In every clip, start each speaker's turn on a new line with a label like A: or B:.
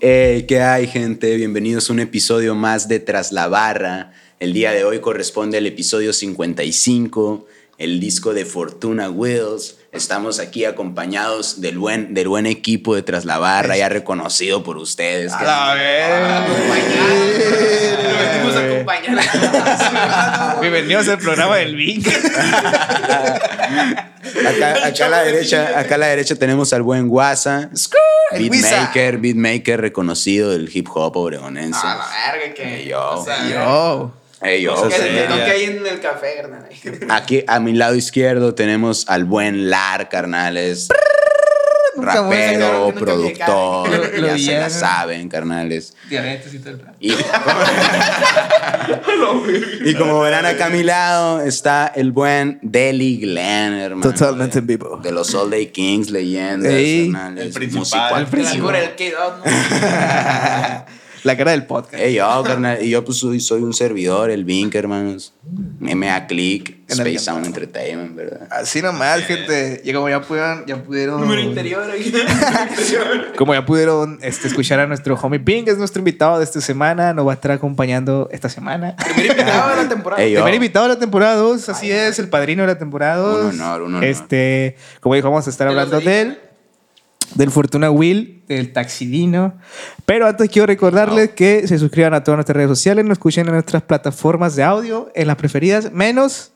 A: Hey, ¿qué hay, gente? Bienvenidos a un episodio más de Tras la Barra. El día de hoy corresponde al episodio 55, el disco de Fortuna Wills. Estamos aquí acompañados del buen, del buen equipo de Tras la Barra, ya reconocido por ustedes.
B: A la
C: Nos
B: vez.
C: acompañar.
B: Ah, Bienvenidos al programa del Vic.
A: Acá, acá a la derecha, acá a la derecha tenemos al buen Guasa,
B: el Guisa.
A: beatmaker, beatmaker reconocido del hip hop obregonense.
C: A la verga que.
A: Yo,
C: o sea,
B: Yo.
A: Hey, yo,
C: Que
B: Cosas
A: sí.
C: se te
B: serias.
C: toque ahí en el café, carnal.
A: Aquí a mi lado izquierdo tenemos al buen Lar, carnales.
B: Nunca voy a sacar
A: Rapero,
C: algo que nunca me
A: productor,
B: cae. Lo
A: ya se la
B: dijeron.
A: saben, carnales.
B: Diabetes y todo el plan.
A: Y, y como verán acá a mi lado está el buen Deli Glenn, hermano.
D: Totalmente en vivo.
A: De los All Day Kings, leyendas,
D: Ey,
A: carnales,
B: el principal,
A: musical.
B: el
C: Que la
B: principal.
C: cura el kid, oh, no.
B: La cara del podcast.
A: Ey, yo, carnal, y yo pues soy, soy un servidor, el Vink, hermanos. MA Click,
B: En el-
A: Space Sound Entertainment, ¿verdad?
B: Así nomás, gente. Y como ya pudieron, ya pudieron.
C: Número interior. oye. Número interior.
B: Como ya pudieron este, escuchar a nuestro homie Pink, es nuestro invitado de esta semana. Nos va a estar acompañando esta semana.
C: Primer invitado de la temporada.
A: Ey, yo.
B: Primer invitado de la temporada 2, así es, el padrino de la temporada 2.
A: Un honor, un honor.
B: Este, como dijo, vamos a estar
C: De los
B: hablando
C: de
B: de él, del Fortuna Will, del Taxidino. Pero antes quiero recordarles que se suscriban a todas nuestras redes sociales, nos escuchen en nuestras plataformas de audio, en las preferidas, menos,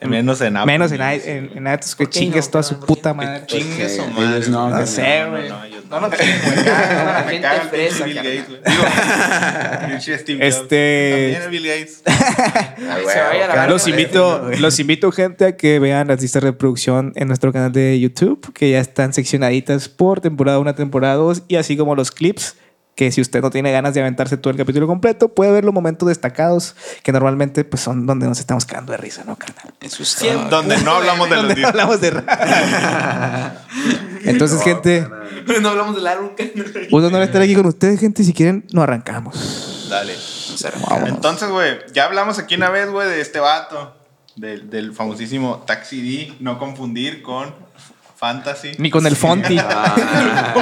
D: Menos en
B: menos en, i- en, en iTunes, que
C: ¿Por qué
B: chingues
C: no?
B: toda su
C: Perdón,
B: puta
C: ¿por qué?
B: madre.
A: Porque
D: Chingue su
A: Pues, eh, ellos
D: madre.
A: no,
D: No
A: carnal.
B: sé,
D: no,
B: güey.
D: no, ellos
B: No
D: no.
B: nos quieren, güey.
C: Ah,
D: Me
C: gente
D: caga el
C: fresa,
D: pinche
C: carnal.
D: Bill Gates, güey. Digo, pinche Steve Jobs.
B: Este-
D: También el Bill Gates.
A: Ah,
C: se vaya la
A: güey,
C: verga.
B: Los invito, los invito, gente, a que vean las listas de reproducción en nuestro canal de YouTube, que ya están seccionaditas por temporada 1, temporada 2, y así como los clips, que si usted no tiene ganas de aventarse todo el capítulo completo, puede ver los momentos destacados, que normalmente pues, son donde nos estamos cagando de risa, ¿no, carnal?
A: Eso está.
C: Siempre.
D: Donde no hablamos de los
B: Donde
D: discos.
B: hablamos de ra- Entonces, gente,
C: No hablamos del álbum. carnal.
B: un honor estar aquí con ustedes, gente. Si quieren, nos arrancamos.
D: Dale.
A: Nos arrancamos.
D: Entonces, güey, ya hablamos aquí una vez, güey, de este vato. Del, del famosísimo Taxi D. No confundir con Fantasy.
B: Ni con el Fonti.
A: Ah,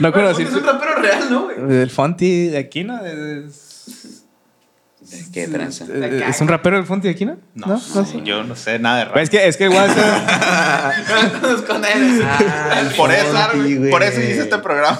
B: No conocí.
C: Es un rapero real, ¿no, güey?
B: El Fonti de aquí, ¿no? Es-
A: qué tranza.
C: La
B: Eh, ¿Es un
C: caga.
B: rapero el Fonti de aquí, no?
D: No,
B: sé.
D: yo no sé nada de rap.
B: Pues es que, es que WhatsApp.
C: Con él. Ah,
D: por, eso,
A: Fonti, güey.
D: por eso hice este programa.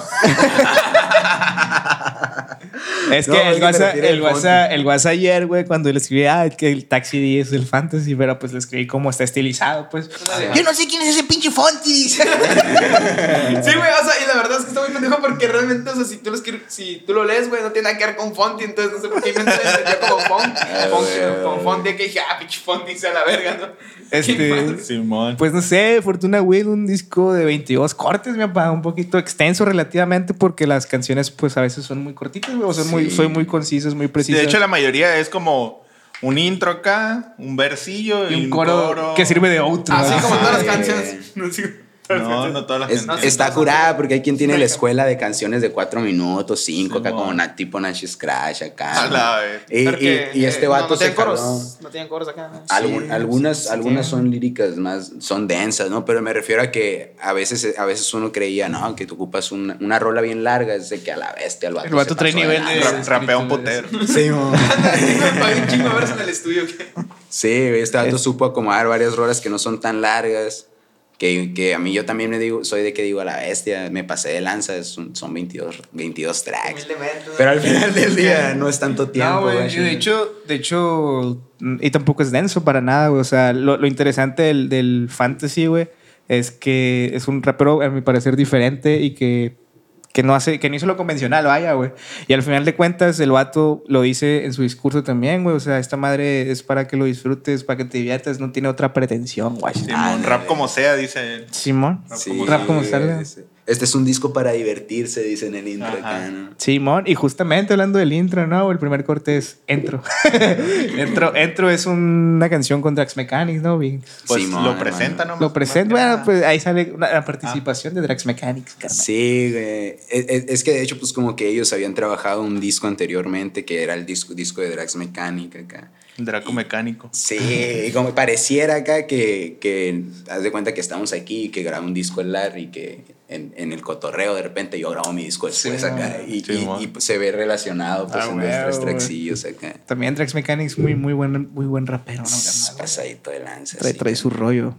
B: es que
A: No, es
B: el
A: que me
B: WhatsApp,
A: refiero
B: el
A: al
B: WhatsApp, el WhatsApp ayer, güey, cuando le escribí, ah, es que el Taxi D es el fantasy, pero pues le escribí cómo está estilizado, pues.
C: Yo no sé quién es ese pinche Fonti, dice. sí, güey, o sea, y la verdad es que está muy pendejo porque realmente, o sea, si tú lo, escri- si tú lo lees, güey, no tiene nada que ver con Fonti, entonces no sé por qué inventé yo como Fonti.
A: Ah,
C: Fonti,
A: güey.
C: con Fonti, que dije, ah, pinche Fonti, sea la verga, ¿no?
B: Este-
C: Qué mal.
D: Simón.
B: Pues no sé, Fortuna Will, un disco de 22 cortes, mi papá, un poquito extenso relativamente, porque las canciones, pues a veces son muy cortitas, güey, o son muy,
A: Sí.
B: soy muy concisas, muy precisas.
D: de hecho, la mayoría es como un intro acá, un versillo
B: y un coro, que sirve de outro.
C: Así
B: ¿no?
C: como
A: Ajá,
C: todas las
A: güey.
C: canciones. No, así como todas las
D: No,
C: canciones.
D: no todas las
A: Es-
D: canciones.
A: está curada porque hay quien tiene la escuela de canciones de cuatro minutos, cinco, acá
D: Simón.
A: como una, tipo Nash Scratch acá.
D: A la vez.
A: Y, y-
C: Porque,
A: y este
C: eh,
A: vato
C: no, no
A: se
C: tienen coros.
A: jaló.
C: No tienen coros acá. ¿no?
A: Algun-
B: Sí,
A: algunas
B: sí, sí
A: algunas
B: tiene.
A: son líricas más, son densas, ¿no? Pero me refiero a que a veces, a veces uno creía, ¿no? Que tú ocupas una, una rola bien larga, es de que a la bestia el vato.
B: El vato
A: se
B: trae
A: pasó de
B: nivel de-
A: lanza.
D: Ra- Rapea un potero.
A: Sí, mo.
C: Hay Ah, un chingo de versos en el estudio. que-
A: Sí, güey, este vato supo acomodar varias rolas que no son tan largas. Que, que a mí yo también me digo, soy de que digo a la bestia, me pasé de lanza, es un- son 22, 22 tracks.
C: Humildemente. ¿no?
A: Pero al final del día no es tanto tiempo.
B: No, güey,
A: güey.
B: y de hecho, de hecho, mm, y tampoco es denso para nada, güey. O sea, lo, lo interesante del, del fantasy, güey, es que es un rapero, a mi parecer, diferente y que, que no hace, que no hizo lo convencional, vaya, güey. Y al final de cuentas, el vato lo dice en su discurso también, güey. O sea, esta madre es para que lo disfrutes, para que te diviertas, no tiene otra pretensión, güey.
D: Simón, rap como sea, dice él.
B: Simón.
A: Sí,
B: Rap como
A: güey,
B: salga.
A: ese- Este es un disco para divertirse, dicen en el intro
D: Ajá.
A: acá, ¿no?
B: Simón, y justamente hablando del intro, ¿no? El primer corte es Entro. entro, entro es una canción con Drax Mechanics, ¿no? Vinx?
D: Pues
A: Simón,
D: lo
A: hermano.
D: presenta, ¿no?
B: Lo presento,
D: Más que
B: bueno,
D: nada.
B: pues ahí sale una- la participación de Drax Mechanics, carnal.
A: Sí, güey. Es, es- es que de hecho, pues como que ellos habían trabajado un disco anteriormente, que era el disco, disco de Drax Mechanic acá.
D: Draco mecánico.
A: Sí, y como pareciera acá que, que haz de cuenta que estamos aquí, que graba un disco el Larry, que en, en el cotorreo de repente yo grabo mi disco después
D: Sí,
A: acá
D: man.
A: y,
D: Sí,
A: y-
D: man.
A: y, pues, se ve relacionado pues,
B: Ah,
A: en
B: güey,
A: nuestros
B: güey.
A: traxillos acá.
B: También Trax Mechanics, muy, muy, buen, muy buen rapero, ¿no?
A: Es
B: carnal?
A: Pasadito de lanza.
B: Trae,
A: sí.
B: trae su rollo.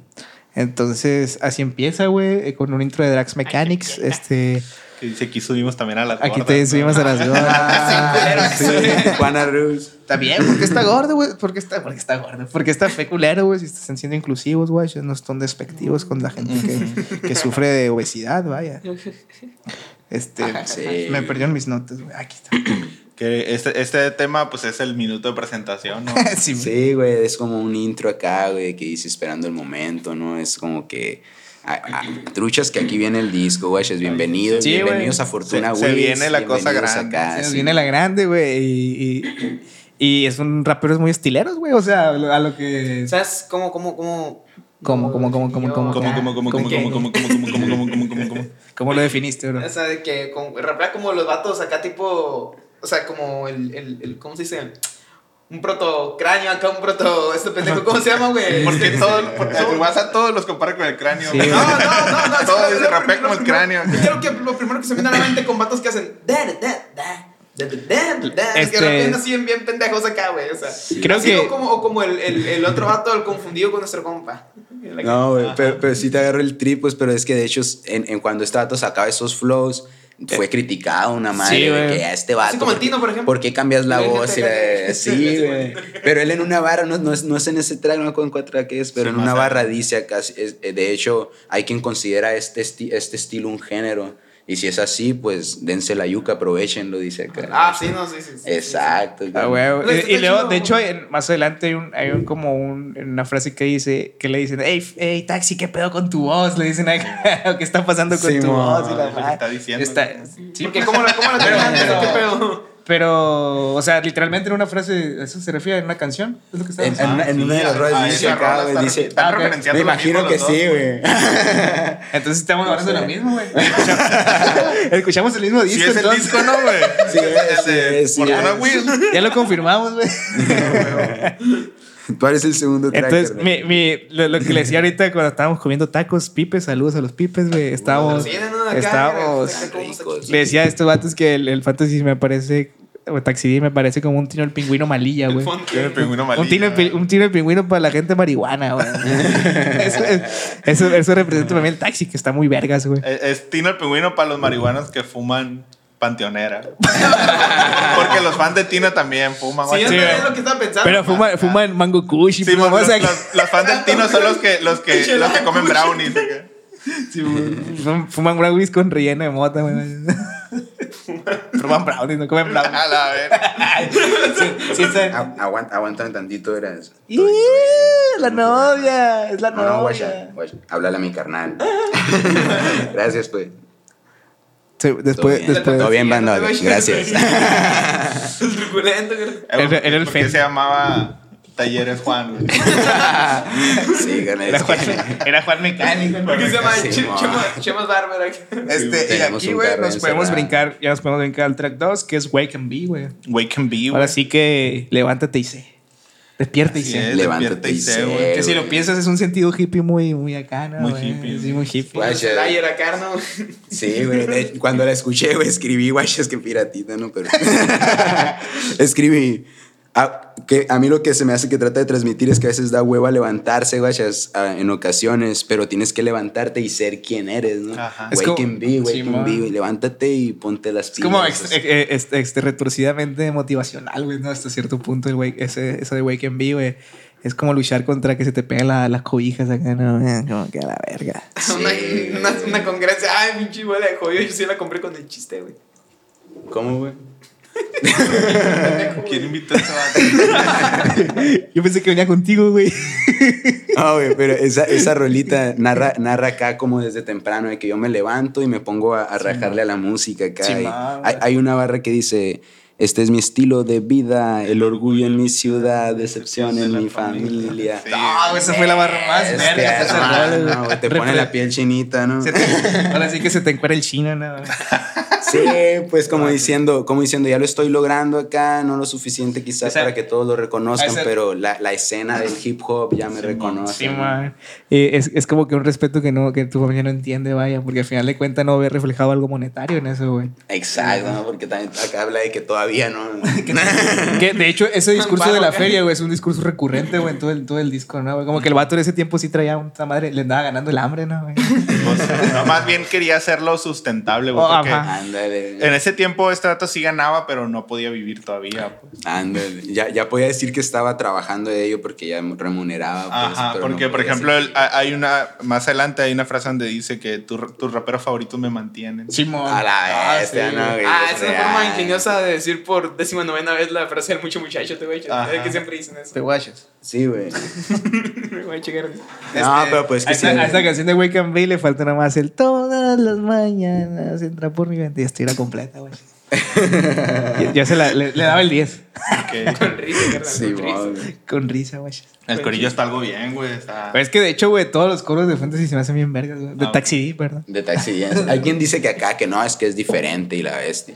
B: Entonces, así empieza, güey, eh, con un intro de Drax Mechanics. Este,
D: Que dice aquí subimos también a las
B: aquí
D: gordas,
B: te
D: ¿no?
B: subimos a las gordas.
A: Sí, Juana Rus.
B: Está bien, porque está gordo, güey. Porque está, porque está gordo. Porque está fe culero, güey. Si están siendo inclusivos, güey. No son despectivos con la gente que, que sufre de obesidad, vaya. Este,
A: Sí.
B: me perdieron mis notas, güey. Aquí está.
D: Que este, este tema, pues es el minuto de presentación, ¿no?
B: Sí, güey.
A: Sí, güey, es como un intro acá, güey, que dice esperando el momento, ¿no? Es como que. a- a- truchas que aquí viene el disco, güey, es bienvenidos,
B: Sí, güey.
A: bienvenidos a Fortuna,
D: Se-
A: güey.
D: se viene la cosa grande,
B: Se nos viene la grande, güey. Y, y- y es un rapero muy estileros, güey. O sea, a lo, a lo que.
C: ¿Sabes cómo, cómo, cómo?
B: ¿Cómo, cómo, cómo, cómo,
C: yo-
B: cómo,
D: Como, como, como, como,
B: ¿Con
D: como,
B: qué?
D: como, como, como, como, como, como, como, como.
B: ¿Cómo lo definiste, bro?
C: O sea, de que con, rapea como los vatos acá, tipo. O sea, como el. el, el ¿Cómo se dice? Un protocráneo acá, un proto. Este pendejo, ¿cómo se llama, güey?
D: Porque
C: Este,
D: todo, porque el WhatsApp todos los compara con el cráneo.
B: Sí,
D: No,
B: güey.
C: No, no, no, no.
D: Todo
C: es
D: se
C: lo
D: rapea
C: primero,
D: como el cráneo.
C: lo primero- Creo que lo primero que se me viene a la mente con vatos que hacen. Da, da, da, da. Da, da, da, da,
B: Este-
C: Que rapean así bien, bien pendejos acá, güey. O sea,
B: Creo
C: así
B: que-
C: O como, o como el, el, el otro vato, el confundido con nuestro compa.
A: No, güey, pero, pero sí te agarro el trip, pues, pero es que de hecho, en, en cuando este vato sacaba esos flows, fue criticado una madre
B: Sí,
A: de
B: güey.
A: que a este vato.
C: Así como el
A: ¿por qué-
C: Tino, por ejemplo.
A: ¿Por qué cambias la
C: Y hay
A: voz?
C: gente
A: Y
C: acá
A: la,
C: que-
A: sí,
C: Sí,
A: güey.
C: güey.
A: Pero él en una barra, no, no, es, no es en ese track, no me acuerdo en cuál track es, pero
D: Sí,
A: en una
D: más
A: barra dice acá, es- es- eh, de hecho, hay quien considera este, esti- este estilo un género. Y si es así, pues dense la yuca, aprovechenlo, dice acá.
C: Ah, sí, no, sí, sí. sí,
A: Exacto. güey.
B: Ah, güey,
C: Pero
B: güey.
C: pues, está
B: Y, y luego,
C: chido.
B: de hecho, en- más adelante hay, un, hay un, como un- una frase que dice, que le dicen, hey, hey, taxi, ¿qué pedo con tu voz? Le dicen, acá, ¿qué está pasando con tu
A: Simón.
B: voz? Y la
D: Ah, Lo que
B: madre.
D: está diciendo.
B: Está- sí,
C: Sí, porque cómo la, cómo la
B: Pero-
C: terminaste, qué pedo.
B: Pero, o sea, literalmente en una frase, ¿a eso se refiere en una canción? ¿Es lo que está
A: En- en-
D: Ah,
A: en una
D: sí,
A: de las
D: a-
A: ruedas
D: a
A: dice
D: esa
A: acá,
D: rola
A: güey,
D: están-
A: dice-
D: están
B: Ah, ok.
D: referenciando
A: Me
D: lo mismo
A: imagino
D: los
A: que
D: dos,
A: sí, güey.
B: Entonces estamos
A: No
B: hablando de
A: sé.
B: lo mismo, güey. Escuchamos el mismo
D: Si
B: disco,
D: es el
B: entonces.
D: disco, ¿no, güey?
A: Sí,
D: es el de
A: sí, sí,
D: Fortuna
A: sí.
D: Will.
B: Ya lo confirmamos, güey.
A: Tú eres el segundo track,
B: Entonces,
A: carnal.
B: mi, mi- lo, lo que le decía ahorita cuando estábamos comiendo tacos, pipes, saludos a los pipes, güey. Estábamos,
C: Sí, no, no, acá,
B: estábamos
C: mira, cómo se-
A: Ricos.
B: Le decía a estos vatos que el, el fantasy me parece, o Taxi D me parece como un tiro del pingüino malilla, güey.
C: fondo.
D: Tiene el pingüino
B: Un tiro, del pi-
D: amarillo.
B: un tiro del pingüino para la gente marihuana, güey. eso, es- eso, eso representa también el taxi, que está muy vergas, güey.
D: Es- Eh, Es Tino el pingüino para los marihuanos que fuman panteonera. Porque los fans de Tino también fuman.
C: Sí,
D: guacha.
C: yo
B: Sí,
C: también
B: güey.
C: es lo que estaba pensando.
B: Pero fuma, fuma en mango kush y
D: Sí,
B: pura
D: los,
B: cosa que-
D: los- los fans del Tino son los que, los que, los que comen brownies. acá.
B: fum- fuman brownies con relleno de mota, güey. Fuman brownies, no comen brownies.
D: A la ver.
B: Sí, está-
A: Agu- aguanta, aguántame tantito, eras.
B: ¡Ih! La novia, es la
A: No, no,
B: novia.
A: guacha, guacha. Háblale a mi carnal. Gracias, pues.
B: Sí, después,
A: Todo bien.
B: después.
A: Todo bien,
C: Sí,
A: banda.
C: no te voy a-
A: Gracias.
C: El truculento, güey.
D: Eh,
B: Era- era el
D: ¿por qué
B: fen-
D: se llamaba Talleres Juan. güey?
A: Sí, gané.
B: Era Juan, era Juan Mecánico. ¿no?
C: Porque se llama
A: Sí,
C: Che-
A: ma.
C: Chema- Chema Bárbara.
B: Este, y
A: Tenemos
B: aquí,
A: un
B: güey,
A: carro
B: nos podemos
A: encerrado.
B: brincar, ya nos podemos brincar al track 2, que es Wake and Be, güey.
D: Güey, can be, güey.
B: Ahora sí que levántate y sé. Despierta y
D: Así
B: sé.
D: es,
A: Levántate y
D: despiértense,
A: sé,
D: güey.
A: güey.
B: Que si lo piensas es un sentido hippie muy, muy acá, ¿no?
D: Muy
B: güey?
D: hippie.
B: Sí, muy hippie.
A: Guay.
C: Guacha. Flyer acá, ¿no?
A: Sí, güey. de- Cuando la escuché, güey, escribí, guacha, es que piratita, ¿no? Pero. escribí. A, que a mí lo que se me hace que trata de transmitir es que a veces da hueva levantarse, guachas, a- en ocasiones, pero tienes que levantarte y ser quien eres, ¿no?
D: Ajá.
B: Es
A: Wake
B: como-
A: and be, wake
B: Sí,
A: and
B: ma.
A: be, güey, levántate y ponte las
B: Es como
A: pilas,
B: ex-
A: o sea.
B: ex- eh, este, este, retorcidamente motivacional, güey, ¿no? Hasta cierto punto, el wake- ese, eso de Wake and Be, güey. Es como luchar contra que se te peguen la- las cobijas acá, ¿no? Eh, Como que a la verga.
A: Sí.
C: Una, una, una congresia. Ay, pinche bola de jodido. Yo sí la compré con el chiste, güey.
A: ¿Cómo, güey?
D: ¿Quién invitó a ese vato?
B: Yo pensé que venía contigo, güey.
A: Ah, güey, pero esa, esa rolita narra, narra acá como desde temprano, de que yo me levanto y me pongo a, a rajarle a la música acá.
B: Sí,
A: y
B: ma,
A: hay, hay una barra que dice, este es mi estilo de vida, el orgullo en mi ciudad, decepción en mi familia.
D: Sí.
B: No, güey, esa fue la barra más
A: Es
B: verga.
A: que,
B: esa rola,
A: hermano,
B: güey.
A: güey, te pone la piel chinita, ¿no?
B: Se te- ahora sí que se te encuera el chino, ¿no?
A: Sí, pues como diciendo, como diciendo, ya lo estoy logrando acá, no lo suficiente quizás
B: Esa-
A: para que todos lo reconozcan,
B: esa-
A: pero la, la escena del hip hop ya me reconoce.
B: Sí, man. Eh, es, es como que un respeto que no que tu familia no entiende, vaya, porque al final de cuentas no ve reflejado algo monetario en eso, güey.
A: Exacto, ¿no? porque también acá habla de que todavía no.
B: Que, de hecho, ese discurso
C: Amparo,
B: de la
C: ¿qué?
B: feria, güey, es un discurso recurrente, güey, en todo el, todo el disco, ¿no? güey? Como que el vato en ese tiempo sí traía una madre, le andaba ganando el hambre, ¿no, güey?
D: Pues, no, más bien quería hacerlo sustentable, güey.
B: Oh,
D: porque
B: ajá.
D: en
A: Ándale,
D: ese tiempo este dato sí ganaba, pero no podía vivir todavía. Pues.
A: ándale. Ya, ya podía decir que estaba trabajando de ello porque ya me remuneraba. por eso,
D: Ajá,
A: pero
D: porque
A: no
D: por
A: podía
D: ejemplo
A: decir
D: el-
A: que-
D: ha- hay una, más adelante hay una frase donde dice que tu- tus raperos favoritos me mantienen.
B: Simón.
A: A la bestia,
D: sí.
A: ¿no? güey?
C: Ah,
A: O
C: es una
A: sea,
C: forma ingeniosa de decir por décima novena vez la frase del mucho muchacho, te voy a checar.
D: Ajá.
C: Es que siempre dicen eso.
B: Te guachas.
A: Sí, güey.
C: Me voy a checar.
A: No, pero pues
B: a,
A: que sí.
B: esa, a esa canción de Wake and Bay le falta nada más el todas las mañanas entra por mi ventana y estira completa, güey. Yo- Yo se la, le, le daba el 10
D: Porque
C: Con risa, carnal,
A: Sí,
C: con risa.
A: güey.
B: con risa, güey.
D: el corillo está algo bien, güey. está-
B: Pero Pues es que de hecho, güey, todos los coros de Fantasy se me hacen bien vergas, güey. De
D: Ah,
B: Taxi D, perdón.
A: De Taxi Jens. Alguien dice que acá que no, es que es diferente y la bestia.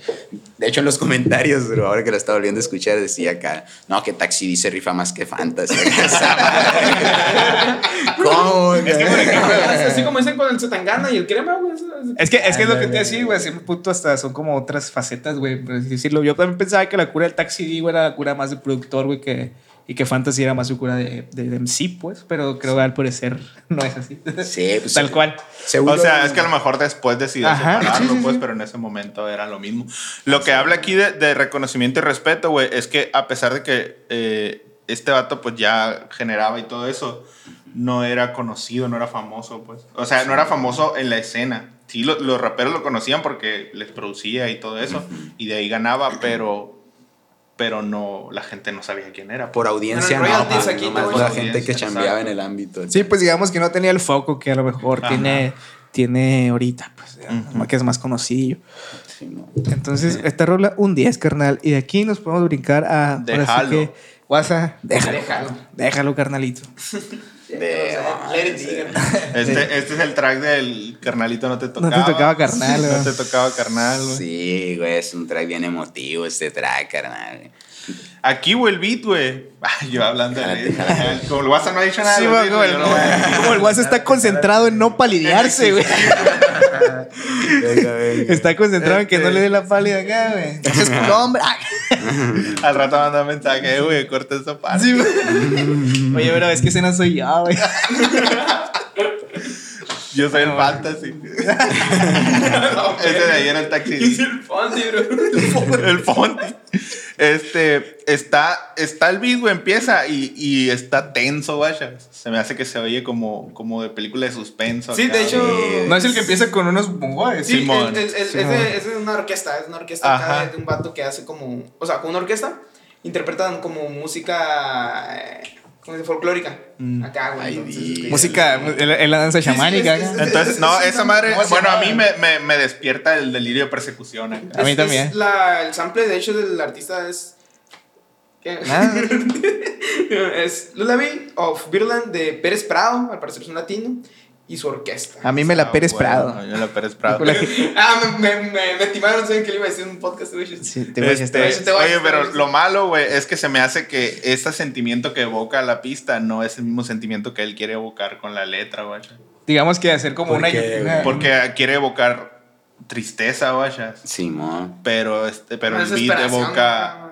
A: De hecho, en los comentarios, bro, ahora que la estaba volviendo a escuchar, decía acá, no, que Taxi D se rifa más que Fantasy. Esa madre. ¿Cómo? güey?
C: Así como dicen con el Zetangana y el crema, güey. eso es-
B: Es que, es que es lo que te decía, güey. A cierto punto hasta son como otras facetas, güey, por así decirlo. Yo también pensaba que la cura del Taxi D, güey, era la cura más de productor, güey, que, y que Fantasy era más su cura de, de, de MC, pues. Pero creo que al parecer no es así.
A: Sí, pues,
B: Tal cual.
A: seguro-
D: O sea, es que a lo mejor después decidió
B: Ajá,
D: separarlo,
B: sí, sí,
D: pues,
B: sí.
D: pero en ese momento era lo mismo. Lo que habla aquí de, de reconocimiento y respeto, güey, es que a pesar de que eh, este vato, pues, ya generaba y todo eso, no era conocido, no era famoso, pues. O sea, no era famoso en la escena. Sí, lo- los raperos lo conocían porque les producía y todo eso, y de ahí ganaba, pero... Pero no, la gente no sabía quién era.
A: por audiencia,
C: Pero el
A: no,
C: royalties
A: pa,
C: aquí,
A: nomás
C: güey.
A: por la
D: Por
A: gente que
D: audiencia,
A: chambeaba en
D: exacto.
A: el ámbito.
B: Sí, pues digamos que no tenía el foco que a lo mejor
D: Ajá.
B: tiene, tiene ahorita, pues,
D: Ujú.
B: que es más conocido.
A: Sí, no.
B: Entonces, esta rola un 10, carnal. Y de aquí nos podemos brincar a.
D: Déjalo.
B: WhatsApp, déjalo.
C: Déjalo.
B: Déjalo, carnalito.
A: De-
C: Let it be, carnal.
D: Este, este es el track del carnalito no te
B: No
D: tocaba.
B: te tocaba, carnal,
D: No
B: güey.
D: te tocaba carnal, güey.
A: Sí, güey, es un track bien emotivo este track, carnal. güey.
D: Aquí, güey, el beat, güey. Ay, Yo hablando de Como el WhatsApp no ha dicho nada.
B: Sí,
D: del
B: güey,
D: beat,
B: como
D: güey,
B: el,
D: yo no voy a-
B: como el guaso está concentrado en no palidearse, güey.
A: Venga, venga.
B: Está concentrado en que no le dé la pálida acá, güey. Ese es tu hombre. Ah.
D: Al rato manda mensaje, eh, güey, corta esa parte.
B: Sí, güey. Oye, pero es que ese no soy yo, güey.
D: Yo soy el fantasy. Ah, Ese de ahí era el
C: Es
D: taxi.
C: el Fonsi, bro.
D: el Fonti. Este, está, está el beat, güey, empieza y, y está tenso, vaya. Se me hace que se oye como, como de película de suspenso.
C: Sí,
D: acá,
C: de hecho.
D: güey.
B: No es el que empieza con unos bongoes.
C: Sí,
D: Simón.
C: el- el- el-
B: Simón.
C: Es, de, es de una orquesta, es una orquesta acá
D: Ajá.
C: de, de un vato que hace como, o sea, con una orquesta interpretan como música eh, como de folclórica. Acá,
A: Ay,
C: güey. entonces,
A: di-
B: Mm. Música, eh, es la- es la danza chamánica.
C: es-
B: acá.
D: Entonces, no, esa madre.
B: ¿Cómo se
D: Bueno, a
B: llama?
D: mí me, me, me despierta el delirio de persecución acá.
B: A mí
C: es-
B: también.
C: es la- el sample, de hecho, del artista es. ¿Qué?
B: Nada.
C: es Lullaby of Birland de Pérez Prado, al parecer es un latino, y su orquesta.
B: A mí me la Pérez
D: Ah, bueno,
B: Prado.
D: a mí me la Pérez Prado.
B: La que-
C: Ah, me, me, me, me timaron, saben que le iba a decir en un podcast, güey.
B: Sí, te voy a
D: Este,
B: estar-
C: te voy a
D: oye,
C: estar-
D: pero lo malo, güey, es que se me hace que ese sentimiento que evoca la pista no es el mismo sentimiento que él quiere evocar con la letra, güey.
B: Digamos que hacer como
A: ¿Por
B: una.
A: qué,
B: una-
A: güey?
D: Porque quiere evocar tristeza, güey.
A: Simón.
D: Pero, este, pero el beat
C: Desesperación,
D: evoca
C: ajá.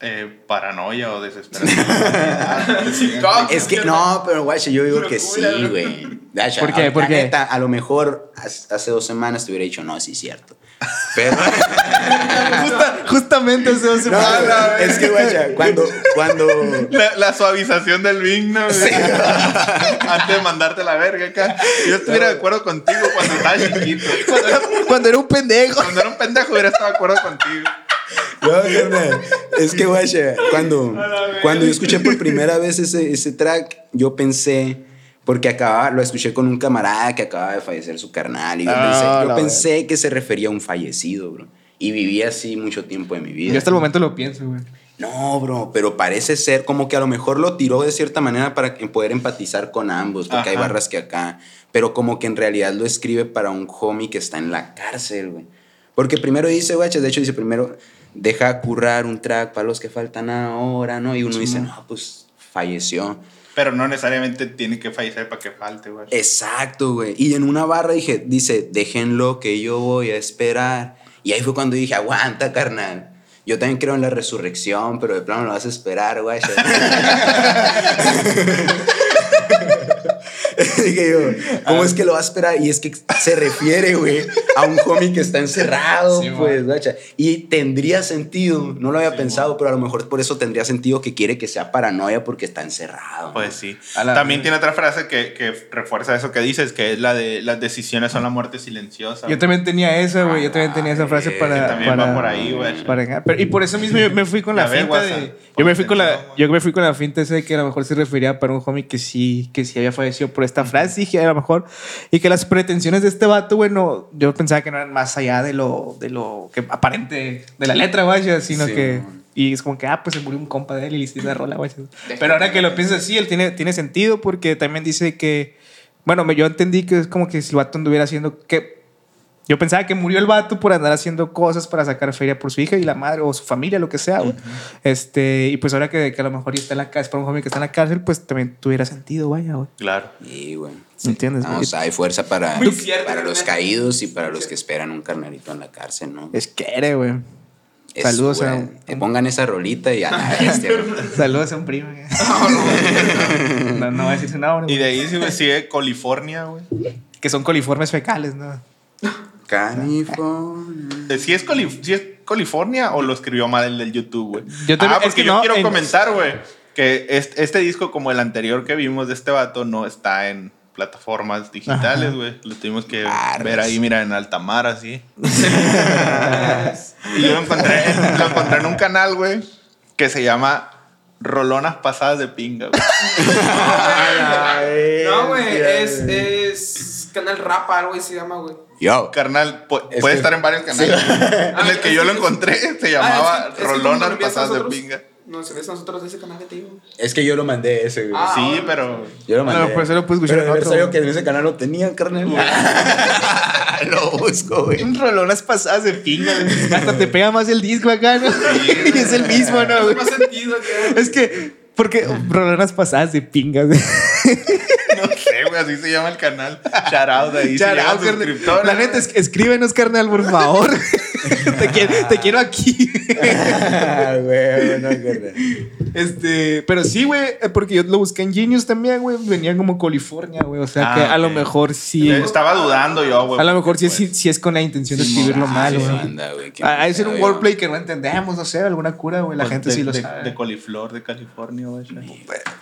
D: eh, paranoia o desesperación.
A: Es que no, pero guacha, yo digo que sí,
C: Locura, bro.
A: güey. Guacha,
B: ¿Por qué?
A: la
B: ¿Por qué?
A: neta, a lo mejor hace hace dos semanas te hubiera dicho, no, sí, cierto. Pero
B: Justa- justamente eso hace
A: No,
B: falta.
A: no, es que, guacha, cuando, cuando,
D: la, la suavización del vigno, güey. Antes de mandarte la verga acá. Yo estuviera de acuerdo contigo cuando estabas chiquito.
B: Cuando era un pendejo.
D: Cuando era un pendejo hubiera estado de acuerdo contigo.
A: No, carnal, es que, guacha, cuando, cuando yo escuché por primera vez ese, ese track, yo pensé, porque acababa, lo escuché con un camarada que acababa de fallecer su carnal, y yo
B: Ah,
A: pensé, yo
B: la
A: pensé que se refería a un fallecido, bro. Y viví así mucho tiempo de mi vida.
B: Yo hasta el momento lo pienso, güey.
A: No, bro, pero parece ser como que a lo mejor lo tiró de cierta manera para que- poder empatizar con ambos, porque hay
D: Ajá.
A: barras que acá, pero como que en realidad lo escribe para un homie que está en la cárcel, güey. Porque primero dice, guaches, de hecho dice primero, deja currar un track para los que faltan ahora, ¿no? Y uno dice, no, pues falleció.
D: Pero no necesariamente tiene que fallecer para que falte, güey.
A: Exacto, güey. Y en una barra dije, dice, déjenlo que yo voy a esperar. Y ahí fue cuando dije, aguanta, carnal. Yo también creo en la resurrección, pero de plano lo vas a esperar, güey. dije yo, ¿cómo es que lo va a esperar? Y es que se refiere, güey, a un cómic que está encerrado,
C: Sí,
A: pues, guacha. Y tendría sentido, no lo había pensado, pero a lo mejor por eso tendría sentido que quiere que sea paranoia porque está encerrado.
D: Pues sí.
B: A la-
D: También tiene otra frase que, que refuerza eso que dices, que es la de las decisiones son la muerte silenciosa.
B: Yo
D: güey.
B: también tenía esa, güey. Yo también
A: Ah,
B: tenía esa frase
A: eh,
B: para.
D: también
B: para-
D: va por ahí, güey.
B: para engañar. Pero- y por eso mismo yo me fui con la
D: Ya ves,
B: finta
D: WhatsApp.
B: de. Yo me, fui con la,
D: Atención, güey.
B: yo me fui con la finta esa de que a lo mejor se refería para un homie que sí, que sí había fallecido por esta frase. Dije, a lo mejor. Y que las pretensiones de este vato, bueno, yo pensaba que no eran más allá de lo, de lo que aparente de la letra, vaya, sino
A: Sí,
B: que.
A: mon.
B: Y es como que, ah, pues se murió un compa de él y le hiciste la rola, vaya.
C: Déjame
B: Pero ahora que lo
C: ver.
B: piensas así, él tiene, tiene sentido porque también dice que. Bueno, me- yo entendí que es como que si el vato anduviera haciendo. que yo pensaba que murió el vato por andar haciendo cosas para sacar feria por su hija y la madre o su familia, lo que sea, güey. Este, y pues ahora que, que a lo mejor ya está en la cárcel, para un joven que está en la cárcel, pues también tuviera sentido, vaya, güey.
D: Claro.
A: Y, güey.
B: ¿Entiendes? güey?
A: Vamos, hay fuerza para,
C: Muy cierto,
A: para los
C: carnal.
A: caídos y para los que esperan un carnalito en la cárcel, ¿no?
B: Es que eres, güey.
A: Es,
B: Eh, Saludos
A: güey,
B: a-
A: eh, Pongan esa rolita y este, a la bestia, güey.
B: Saludos a un primo. güey. no, no voy a decir su nombre.
D: Y
B: güey.
D: de ahí sigue, sigue California, güey.
B: Que son coliformes fecales, ¿no?
A: California.
D: Eh, ¿Sí es, Cali- sí es California o lo escribió mal el del YouTube, güey?
B: Yo también-
D: ah,
B: es
D: porque
B: que
D: yo
B: no,
D: quiero
B: en-
D: comentar, güey, que este, este disco, como el anterior que vimos de este vato, no está en plataformas digitales, güey. Lo tuvimos que
A: Arres.
D: ver ahí, mira, en Altamar, así. y yo lo encontré, lo encontré en un canal, güey, que se llama Rolonas Pasadas de Pinga, güey.
C: No, güey, es, es Canal Rapa, algo así se llama, güey.
A: Yo.
D: Carnal, pu-
A: Es
D: puede
A: que-
D: estar en varios canales. en el que yo lo encontré, se
C: Ah, es
D: llamaba
C: que- es que como
D: Rolonas
C: nos envías a
D: Pasadas de
C: nosotros-
D: Pinga.
C: Nos envías a nosotros ese canal que te digo.
A: Es que yo lo mandé ese, güey.
C: Ah,
D: Sí,
C: ahora-
D: pero...
A: Yo lo mandé.
B: No, pues, solo puedes escuchar
A: Pero
B: en
A: de
B: otro,
A: ver, salió que
B: güey.
A: en ese canal no tenía, carnal. lo busco, güey.
B: Rolonas pasadas de pinga, güey. Hasta te pega más el disco acá, ¿no? y es el mismo, ¿no,
C: Hace
B: güey?
C: más sentido que.
B: Es que, porque rolonas pasadas de pingas. güey.
D: No sé, güey, así se llama el canal. Shout out ahí. si
B: Shout
D: llegan
B: out, carnal.
D: suscriptores.
B: La neta, es- escríbenos, carnal, por favor. te, quiero, te quiero aquí.
A: Ah, güey, no, carnal.
B: este, pero sí, güey, porque yo lo busqué en Genius también, güey. Venía como California, güey. O sea
D: Ah,
B: que a
D: ok.
B: lo mejor sí. eh.
D: Estaba dudando yo, güey.
B: A lo mejor sí, es-
D: Pues,
B: sí es con la intención de
A: Sí,
B: escribirlo
A: sí,
B: mal,
A: sí,
B: güey.
A: anda, güey, qué
B: A a ser un
A: pedo, yo.
B: wordplay que no entendemos, no sé, alguna cura, güey. La
D: pues,
B: gente
D: de-
B: sí lo
D: de,
B: sabe.
D: De coliflor de California, güey.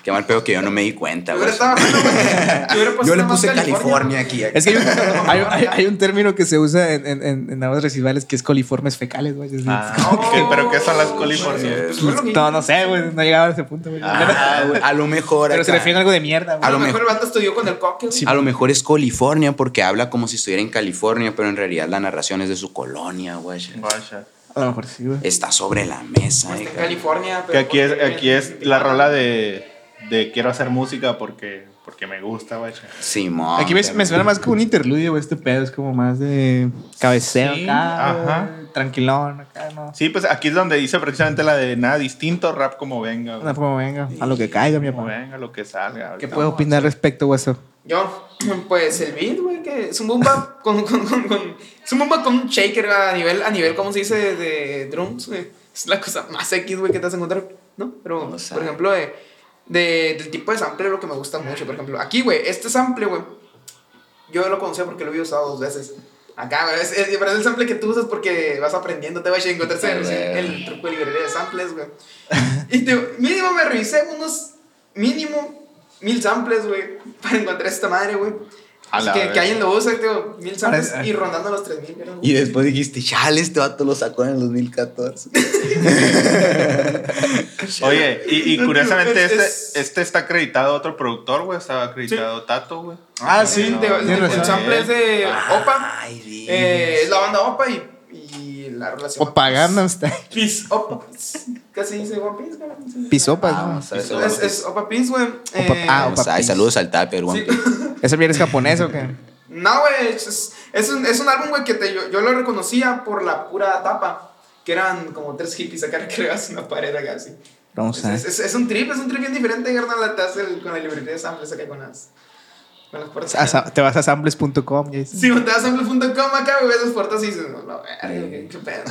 A: Qué mal pedo que yo no me di cuenta,
C: Yo
A: güey.
C: hubiera estado hablando, güey. Yo hubiera puesto
A: Yo le
C: Pues nada más
A: puse California
C: güey.
A: aquí.
B: Es que hay un, hay, hay- hay un término que se usa en, en, en, en aguas residuales que es coliformes fecales, güey. Es-
D: Ah, ok, pero ¿qué son las colifornias?
C: Pues, bueno,
B: No, no sé, güey. No llegaba a ese punto, güey.
A: Ah, güey, a lo mejor.
B: Pero se
A: acá-
B: refiere a algo de mierda,
A: A
B: güey.
A: lo
C: A lo mejor
A: mejor-
C: el vato estudió con el coque. güey.
A: A lo mejor es California porque habla como si estuviera en California, pero en realidad la narración es de su colonia, güey.
D: Guacha.
B: A lo mejor sí, güey.
A: Está sobre la mesa.
C: Está
A: eh,
C: en California.
D: Que
C: pero pues, eh,
D: aquí es,
C: porque-
D: aquí es la rola de, de quiero hacer música porque, porque me gusta, güey.
A: Simón.
B: Aquí me,
A: carnal.
B: me suena más como un interludio, güey. Este pedo es como más de cabeceo
D: Sí,
B: acá,
D: ajá.
B: güey, Tranquilón acá, ¿no?
D: Sí, pues aquí es donde dice precisamente la de nada distinto, rap como venga, güey.
B: No, como venga. A lo que caiga, mi
D: Como
B: papá.
D: venga, lo que salga.
B: ¿Qué
D: ahorita
B: puedo
D: vamos a
B: opinar al respecto, güey? eso?
C: Yo, pues el beat, güey, que es un boom bap con, con, con, con- es un boom bap con un shaker a nivel, a nivel, ¿cómo se dice? De drums, güey. Es la cosa más X, güey, que te vas a encontrar, ¿no? Pero,
A: O sea.
C: por ejemplo, de, de- del tipo de sample es lo que me gusta mucho, por ejemplo. Aquí, güey, este sample, güey, yo lo conocía porque lo había usado dos veces. Acá, güey, es, es- pero es el sample que tú usas porque vas aprendiendo, te vas a encontrarse
A: Ah, güey.
C: el, el truco de librería de samples, güey. Y te, mínimo me revisé unos mínimo mil samples, güey, para encontrar esta madre, güey.
D: A
C: Así
D: la
C: Que,
D: verga.
C: que alguien lo usa, tío, mil samples
B: Parece-
C: y rondando los 3000, ¿verdad?
A: Y después dijiste, chale, este vato lo sacó en el 2014.
D: Oye, y, y
C: No,
D: curiosamente
C: tío, es-
D: este,
C: es-
D: este está acreditado a otro productor, güey. Está acreditado Tato, güey. pues,
B: Ah,
C: Sí,
D: No,
C: de- de-
B: tienes
C: el
B: razón. Ah,
C: sample es de Opa.
A: Ay, Dios.
C: eh, es la banda Opa y, y la relación.
B: O pagando este, hasta
C: Peace, Opa. Peace. Casi dice One Piece, güey.
B: pisopas, ¿no?
A: Vamos a ver.
C: Es, es Opa Peace, güey. Eh,
B: Opa- ah,
A: Vamos a- ay, saludos al Tapper, One
C: Sí.
A: Piece.
B: ¿Esa mierda es japonesa o qué?
C: No, No, güey, es- es, es un, es un álbum, güey, que te, yo, yo lo reconocía por la pura tapa, que eran como tres hippies acá creadas en una pared acá, así.
B: Vamos a
C: Es, es- es un trip, es un trip bien diferente, carnal, te hace el- con la librería de samples acá con las, con las puertas.
B: a Ah, sa- Te vas a samples.com. y ahí-
C: Si te das sample.com acá, güey, ves las puertas y dices, no, no, verga, qué qué pedo.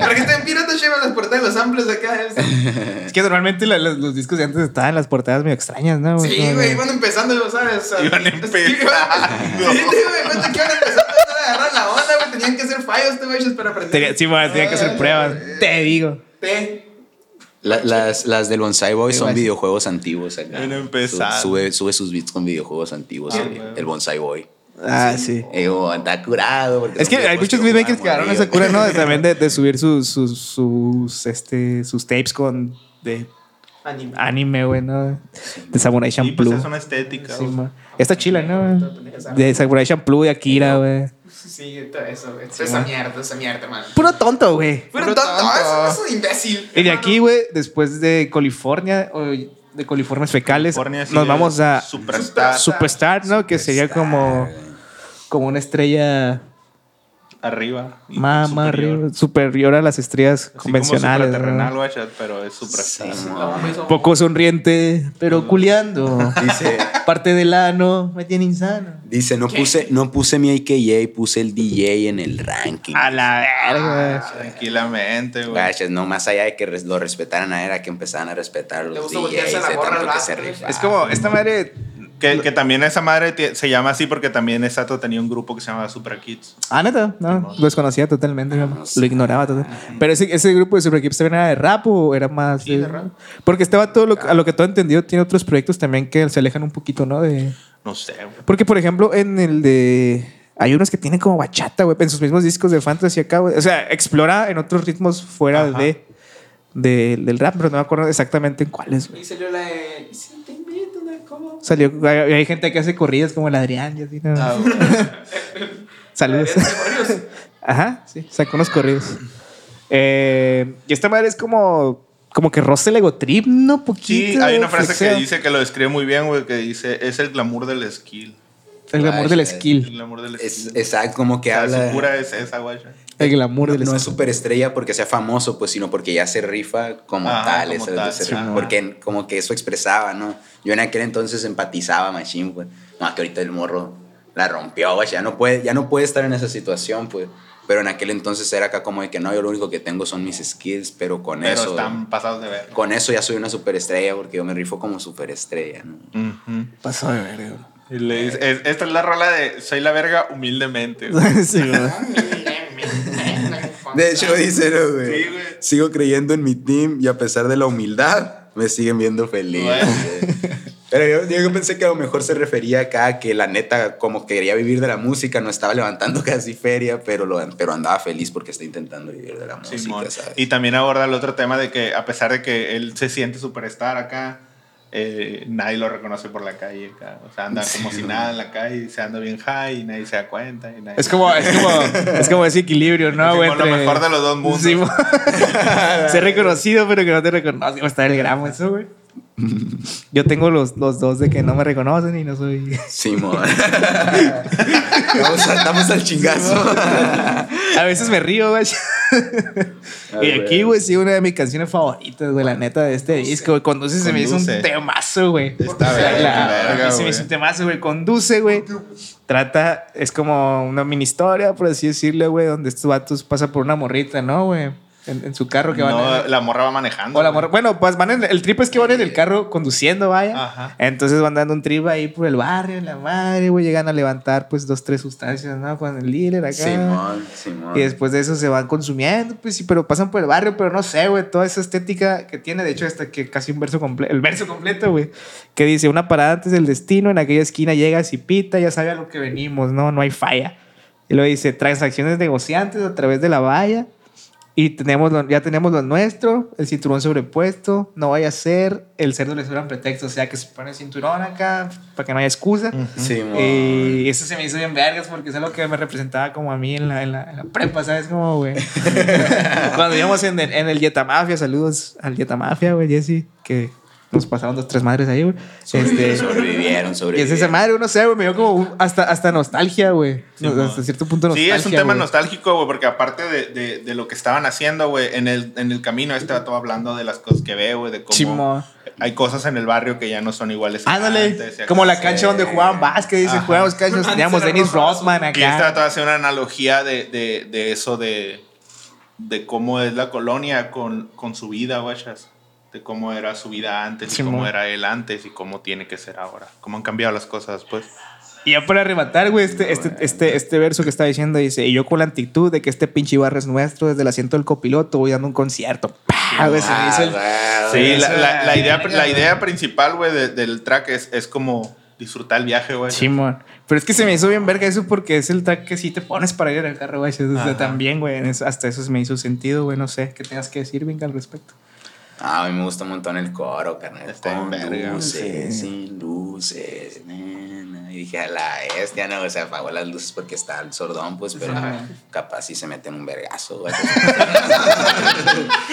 C: ¿Para qué te pirata llevan las puertas de los samples acá?
B: Es que normalmente la- los, los discos de antes estaban en las portadas medio extrañas, ¿no?
C: Sí,
B: Como-
C: güey, iban empezando, ¿sabes? O sea,
D: Iban
C: sí,
D: empezando.
C: Sí, te güey, cuenta que iban empezando a agarrar la onda, güey. Tenían que hacer fallos, te güeyes, para aprender. Ah,
B: Tenía, sí, bueno, tenía que hacer pruebas. Te digo.
C: Te.
A: La- las, las del Bonsai Boy
B: Sí,
A: son
B: güey.
A: videojuegos antiguos acá.
D: Bien empezado.
A: Su- Sube, sube sus beats con videojuegos antiguos,
D: Ah,
A: el,
D: güey.
A: el Bonsai Boy.
B: Ah, sí.
A: Eh, oh, está curado. porque
B: Es que
A: son
B: hay muchos
A: videojuegos
B: beatmakers que agarraron esa
A: amarillos.
B: cura, ¿no? De- También de, de subir sus, sus, sus, este, sus tapes con de
C: Anime.
B: anime, güey, ¿no? De Samurai
D: Y
B: Champloo.
D: pues es una estética.
B: Sí,
D: güey.
B: ma. Está chila, ¿no? De Samurai Champloo y Akira, güey.
C: Sí, todo eso, güey. Esa mierda, esa mierda, man.
B: Puro tonto, güey.
C: Pero tonto, eso es un imbécil.
B: Y de
C: hermano.
B: aquí, güey, después de California, o de coliformes fecales,
D: California, sí,
B: nos
D: de
B: vamos a
D: Superstar,
B: Superstar, ¿no? Que sería como, como una estrella
D: arriba. y
B: más, más
D: superior.
B: arriba, superior a las estrellas
D: Así
B: convencionales.
D: Como superterrenal,
B: ¿no?
D: güey, chat, pero es superstar.
A: Sí,
C: No,
A: mo.
C: güey, son-
B: Poco sonriente, pero culeando.
A: Dice,
B: Parte del ano, me tiene insano.
A: dice no,
C: ¿Qué?
A: puse, no puse mi AKJ, puse el DJ en el ranking.
C: Ah,
B: A la verga.
D: Ah, Tranquilamente, güey.
A: Gachas, no más allá de que res- lo respetaran a era que empezaran a respetar a los
C: Le gusta
A: DJs
C: voltearse
A: de
C: la gorra
A: tanto
C: al
A: que se
C: vato, güey.
A: rifaban.
B: Es como, esta madre.
D: Que, que también esa madre tie- se llama así porque también Sato tenía un grupo que se llamaba Super Kids.
B: Ah, neta, no, lo desconocía totalmente, yo lo ignoraba totalmente. Pero ese, ese grupo de Super Kids también era de rap o era más.
D: Sí, de
B: eh,
D: rap. Ah.
B: Porque estaba todo lo, a lo que todo entendido, tiene otros proyectos también que se alejan un poquito, ¿no? De,
D: No sé, güey.
B: porque, por ejemplo, en el de. Hay unos que tienen como bachata, güey, en sus mismos discos de fantasy acá, güey. O sea, explora en otros ritmos fuera
D: Ajá.
B: de, de- del rap, pero no me acuerdo exactamente en cuáles, güey.
C: Y salió la de. "Y si te invito una copa?"
B: Salió, hay, hay gente que hace corridas como el Adrián y así, ¿no?
D: Ah, güey.
B: Saludos.
C: La de Remorios.
B: Ajá, sí, sacó unos corridos. Eh, y esta madre es como, como que roce el egotrip, ¿no? Poquito.
D: Sí, hay una frase que
B: flexeo.
D: dice que lo describe muy bien, güey, que dice, es el glamour del skill.
B: El glamour del
D: El
B: skill.
D: glamour del
A: Es-
D: skill.
A: exacto, como que
D: La
A: habla.
D: cura es esa, güey.
B: El glamour
A: No,
B: del
A: no es
B: skill.
A: superestrella porque sea famoso, pues, sino porque ya se rifa como
D: Ajá,
A: tal.
D: Ah, como
A: eso es
D: tal,
A: de ser-
D: sí,
B: ajá.
A: porque como que eso expresaba, ¿no? Yo en aquel entonces empatizaba, machín, pues. No, que ahorita el morro la rompió, güey. Ya no puede, ya no puede estar en esa situación, pues. Pero en aquel entonces era acá como de que no, yo lo único que tengo son mis skills, pero con
D: Pero
A: eso.
D: están pasados de ver.
A: Con eso ya soy una superestrella porque yo me rifo como superestrella, ¿no?
D: Ujú.
B: Pasó de verga.
D: Y le dice, es- esta es la rola de soy la verga humildemente. güey.
B: Sí, güey.
A: De hecho, dice, no, güey.
D: Sí, güey.
A: Sigo creyendo en mi team y a pesar de la humildad, me siguen viendo feliz.
D: Bueno.
A: güey. Pero yo, yo pensé que a lo mejor se refería acá a que la neta, como quería vivir de la música, no estaba levantando casi feria, pero, lo, pero andaba feliz porque está intentando vivir de la música,
D: Simón.
A: ¿sabes?
D: Y también aborda el otro tema de que a pesar de que él se siente superstar acá, eh, nadie lo reconoce por la calle. acá. O sea, anda como si nada en la calle, se anda bien high y nadie se da cuenta. y nadie-
B: Es como, es como, es como ese equilibrio, ¿no,
D: Sí,
B: güey?
D: con lo
B: Entre-
D: mejor de los dos mundos.
B: Sí, mo- Ser reconocido, pero que no te reconozcan. Está el gramo eso, güey. Yo tengo los, los dos de que no me reconocen y no soy.
A: Simón. Vamos, saltamos al chingazo.
B: A veces me río, güey.
A: Ah,
B: y aquí,
A: güey.
B: güey, sí, una de mis canciones favoritas, güey, la neta de este disco. güey. Conduce se me hizo un
D: Conduce.
B: temazo, güey.
D: Está
B: La-
D: bien,
B: la-
D: verga,
B: a mí se me
D: güey.
B: hizo un temazo, güey. Conduce, güey. Trata, es como una mini historia, por así decirle, güey, donde estos vatos pasan por una morrita, ¿no, güey? En, en su carro que van. en-
D: No, la morra va manejando.
B: o la
D: güey.
B: morra- Bueno, pues van en, el trip es que van en el carro conduciendo, vaya.
D: Ajá.
B: Entonces van dando un trip ahí por el barrio, la madre, güey. Llegan a levantar, pues, dos, tres sustancias, ¿no? Con el líder acá.
A: Simón, Simón.
B: Y después de eso se van consumiendo, pues sí, pero pasan por el barrio, pero no sé, güey, toda esa estética que tiene, de hecho, hasta que casi un verso completo, el verso completo, güey, que dice, una parada antes del destino, en aquella esquina llegas y pita, ya sabe a lo que venimos, no, no hay falla. Y luego dice, transacciones negociantes a través de la valla, y tenemos lo- ya tenemos lo nuestro, el cinturón sobrepuesto, no vaya a ser, el cerdo le sobran pretextos, o sea, que se pone el cinturón acá, para que no haya excusa.
A: Simón.
B: Y eso se me hizo bien vergas porque es algo que me representaba como a mí en la, en la, en la prepa, ¿sabes? Como, güey. Cuando íbamos en el, en el Yeta Mafia, saludos al Yeta Mafia, güey, Jesse, que Nos pasaron dos, tres madres ahí, güey. Este,
A: sobrevivieron,
B: y es
A: sobrevivieron.
B: esa madre, no sé, güey. Me dio como un- hasta, hasta nostalgia, güey.
D: Sí,
B: No,
D: mo.
B: hasta cierto punto nostalgia.
D: Sí, es un tema
B: güey.
D: nostálgico, güey, porque aparte de, de- de lo que estaban haciendo, güey, en el, en el camino este todo hablando de las cosas que ve, güey, de cómo
B: Sí, mo.
D: hay cosas en el barrio que ya no son iguales. que
B: Ándale,
D: antes, y acá,
B: como la
D: Ah, sí.
B: cancha donde jugaban básquet, dice,
D: Ajá.
B: jugábamos canchas, teníamos
C: Antes
B: Dennis
C: era rosa,
B: Rossman
D: Y esta
B: acá.
D: trata de hacer una analogía de, de- de eso de, de cómo es la colonia con, con su vida, guachas. De cómo era su vida antes, y
B: Sí,
D: cómo
B: mo.
D: era él antes y cómo tiene que ser ahora. Cómo han cambiado las cosas, pues.
B: Y ya para rematar, güey, este, este, este, este verso que está diciendo dice, y yo con la actitud de que este pinche barra es nuestro, desde el asiento del copiloto voy dando un concierto. ¡Pah! güey, se me hizo el-
A: Ah,
D: Sí,
A: güey.
D: la, la- la idea,
B: verga,
D: la
B: güey.
D: idea principal, güey, de- del track es, es como disfrutar el viaje, güey.
B: Simón. Pero es que se me hizo bien verga eso porque es el track que sí te pones para ir al carro, güey. O sea,
D: Ajá.
B: también, güey, en eso- hasta eso se me hizo sentido, güey. No sé qué tengas que decir, venga, al respecto.
A: Ah, a mí me gusta un montón el coro, carnal.
D: Está
A: con
D: en verga.
A: luces, sin luces, nena. Y dije, a la bestia, no, o sea, apagó las luces porque está el sordón, pues, pero
C: Ajá.
A: capaz sí se mete en un vergazo, güey.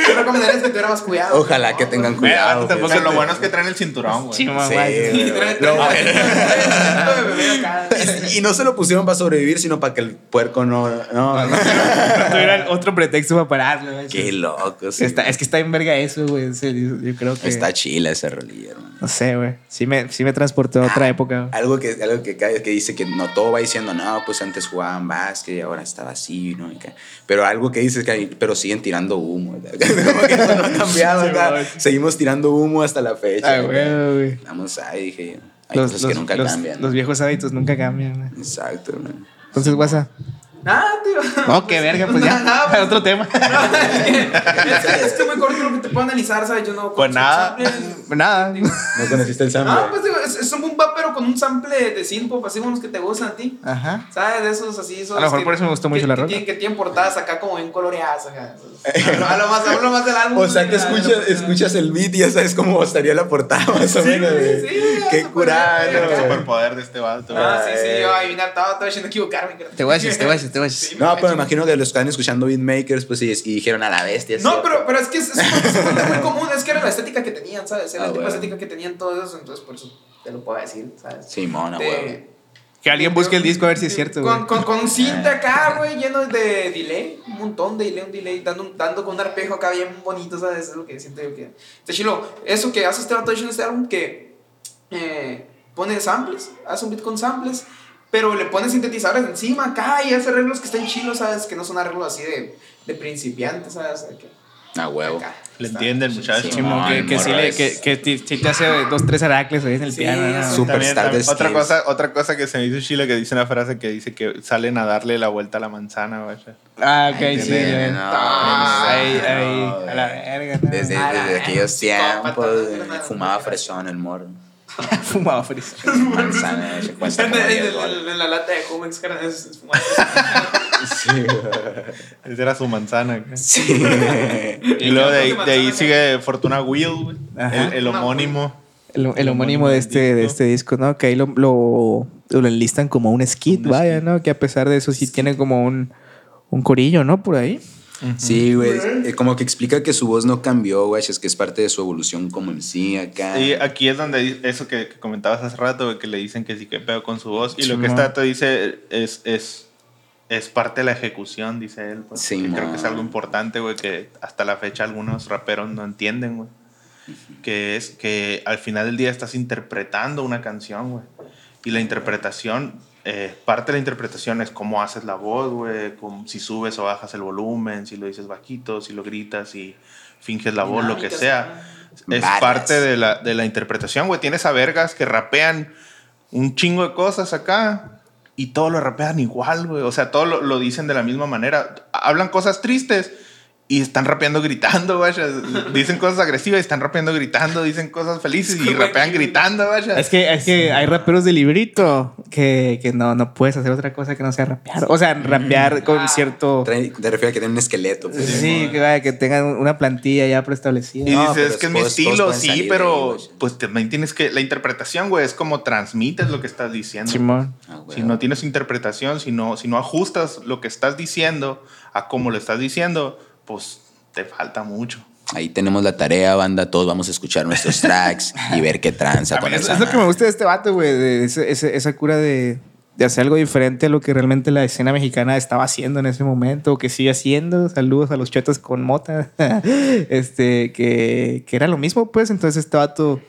C: Yo recomendaría que tuviera más cuidado.
A: Ojalá que tengan
D: Güey,
A: cuidado.
D: tampoco-
A: güey.
D: lo bueno es que traen el cinturón, güey.
B: Simón,
A: Sí,
B: güey.
A: güey. Lo bueno- Y no se lo pusieron para sobrevivir, sino para que el puerco no. no,
B: No tuviera otro pretexto para pararlo, güey.
A: Qué loco, sí,
B: Está-
A: güey.
B: es que está en verga eso, güey. en serio, Yo creo que.
A: Está chila esa rolilla, hermano.
B: No sé, güey. Sí me, sí me transportó a otra
A: Ah,
B: época. güey.
A: Algo que, algo que cae, que dice que no todo va diciendo, no, pues antes jugaban básquet y ahora está vacío, ¿no? Y que- Pero algo que dices que, hay- pero siguen tirando humo. ¿verdad? Como que eso no ha cambiado,
B: Sí,
A: ¿verdad?
B: güey.
A: Seguimos tirando humo hasta la fecha.
B: Ay,
A: ¿verdad?
B: Ah, güey, güey.
A: Vamos ahí, dije yo. Hay cosas que nunca
B: los-
A: cambian.
B: los viejos hábitos nunca cambian, güey.
A: Exacto, ¿no?
B: Entonces, WhatsApp.
C: Nada, tío.
B: No, qué verga, pues ya.
C: Nada, nada, pues.
B: otro tema.
C: Es que- es que me corto lo que te puedo analizar, ¿sabes? Yo no.
D: Pues nada.
B: Nada.
A: No conociste el
C: Ah, pues digo, es, es un boom bap, pero con un sample de synth así unos que te gustan a ti.
B: Ajá.
C: ¿Sabes? De esos así. esos
B: A lo mejor
C: que-
B: por eso me gustó mucho
C: que-
B: la
C: que
B: rola.
C: tienen- Que tienen portadas acá como bien coloreadas. Acá. A lo- A lo más, hablo más del álbum. pues,
A: O sea que
C: de la- de la
A: escuchas,
C: persona.
A: escuchas el beat y ya sabes cómo estaría la portada más o
C: Sí,
A: menos.
C: güey,
A: güey.
C: sí,
A: Qué
C: eso, pues,
A: curado.
C: ya, ya,
D: El
C: ya.
A: güey.
D: superpoder de este vato, güey.
C: Ah, sí, sí, yo ahí me hartaba, estaba diciendo equivocarme. creo.
B: Te voy a decir, te voy a decir, te voy a
C: Sí,
B: decir.
A: No, pero me
C: cacho.
A: imagino que los que están escuchando beatmakers, pues y, y dijeron a la bestia. pues, es
C: No,
A: cierto".
C: pero, pero es que es, es un concepto muy común, es que era la estética que tenían, ¿sabes? Era
A: Ah,
C: la tipo de
A: bueno.
C: estética que tenían todos esos, entonces por eso te lo puedo decir, ¿sabes?
A: Simón, a
C: Te-
A: huevo.
B: Que alguien busque el disco a ver si es
C: Sí,
B: cierto,
C: Con,
B: güey.
C: con, con cinta acá, güey, lleno de delay, un montón de delay, un delay, dando, un- dando con un arpejo acá bien bonito, ¿sabes? Es lo que siento yo que. Este chilo, eso que hace este vato en este álbum que eh, pone samples, hace un beat con samples, pero le pone sintetizadores encima acá y hace arreglos que están chilos, ¿sabes? Que no son arreglos así de, de principiantes, ¿sabes? De que-
A: A huevo.
C: acá.
D: Le
C: Está-
D: entiende el muchacho.
B: Sí, mo,
A: Simón,
B: que, que sí le,
A: Morales.
B: que, que ti- sí te hace dos, tres aracles ahí en el
C: Sí,
B: piano. ¿no?
C: eso.
A: Superstar de
D: otra
A: Skins.
D: cosa, otra cosa que se me hizo chile que dice una frase que dice que salen a darle la vuelta a la manzana, güey.
B: Ah, ok, sí.
A: Entiende,
B: ya.
A: no,
B: Ay,
A: no,
B: ay,
A: güey.
B: a la verga. ¿no?
A: Desde,
C: Ah,
A: desde aquellos tiempos
C: psicópata,
A: eh,
C: no,
A: fumaba
C: no.
A: fresón el morro.
B: Fumaba fris.
A: Manzana, se cuesta
C: En,
A: como
C: en-
A: 10
C: en-
A: dólares.
C: en la lata de Jumex, cara, es- es fumar.
D: Esa era su manzana. güey.
A: Sí.
D: Y luego de, ahí- de ahí
C: Manzana,
D: sigue Fortuna Will, güey.
B: Ajá.
D: el, el homónimo.
B: El, el homónimo de este, de este disco, ¿no? Que ahí lo, lo, lo enlistan como un skit,
D: Un
B: vaya,
D: skit.
B: ¿no? Que a pesar de eso sí tiene como un, un corillo, ¿no? Por ahí.
A: Sí, güey. eh, Como que explica que su voz no cambió, güey. Es que es parte de su evolución como MC acá.
D: Y aquí es donde di- eso que, que comentabas hace rato, güey, que le dicen que sí que pedo con su voz. Y lo que
B: Simón.
D: esta te dice es, es, es parte de la ejecución, dice él. Pues, que
A: Simón.
D: creo que es algo importante, güey, que hasta la fecha algunos raperos no entienden, güey. Que es que al final del día estás interpretando una canción, güey. Y la interpretación, eh, parte de la interpretación es cómo haces la voz, güey, cómo- si subes o bajas el volumen, si lo dices bajito, si lo gritas, si finges la voz, lo que
C: Dinámicas,
D: sea.
C: ajá.
D: Es
A: Varias.
D: parte de la, de la interpretación, güey. Tienes a vergas que rapean un chingo de cosas acá y todos lo rapean igual, güey. O sea, todos lo, lo dicen de la misma manera. Hablan cosas tristes y están rapeando gritando, vaya. Dicen cosas agresivas y están rapeando gritando. Dicen cosas felices y
C: Güey.
D: rapean gritando, vaya.
B: Es que, es que hay raperos de librito que, que no, no puedes hacer otra cosa que no sea rapear. O sea, rapear con
C: Ah.
B: cierto.
A: Trae- Te refiero a que tiene un esqueleto. pues.
B: Sí, que, vaya, que tengan una plantilla ya preestablecida.
D: Y
A: No, pero
D: dices, es que es mi
A: todos- todos
D: estilo,
A: pueden
D: sí,
A: salir de ahí,
D: pero
A: güey.
D: pues también tienes que. La interpretación, güey, es como transmites lo que estás diciendo.
B: Simón.
A: Ah, güey.
D: Si no tienes interpretación, si no, si no ajustas lo que estás diciendo a cómo lo estás diciendo, pues te falta mucho.
A: Ahí tenemos la tarea, banda. Todos vamos a escuchar nuestros tracks y ver qué tranza con
B: Es,
D: También
A: esa
B: es lo que
A: madre.
B: me gusta de este vato, güey. de ese- ese- esa cura de, de hacer algo diferente a lo que realmente la escena mexicana estaba haciendo en ese momento, o que sigue haciendo. Saludos a los chetas con mota. este, que, que era lo mismo, pues. Entonces este vato,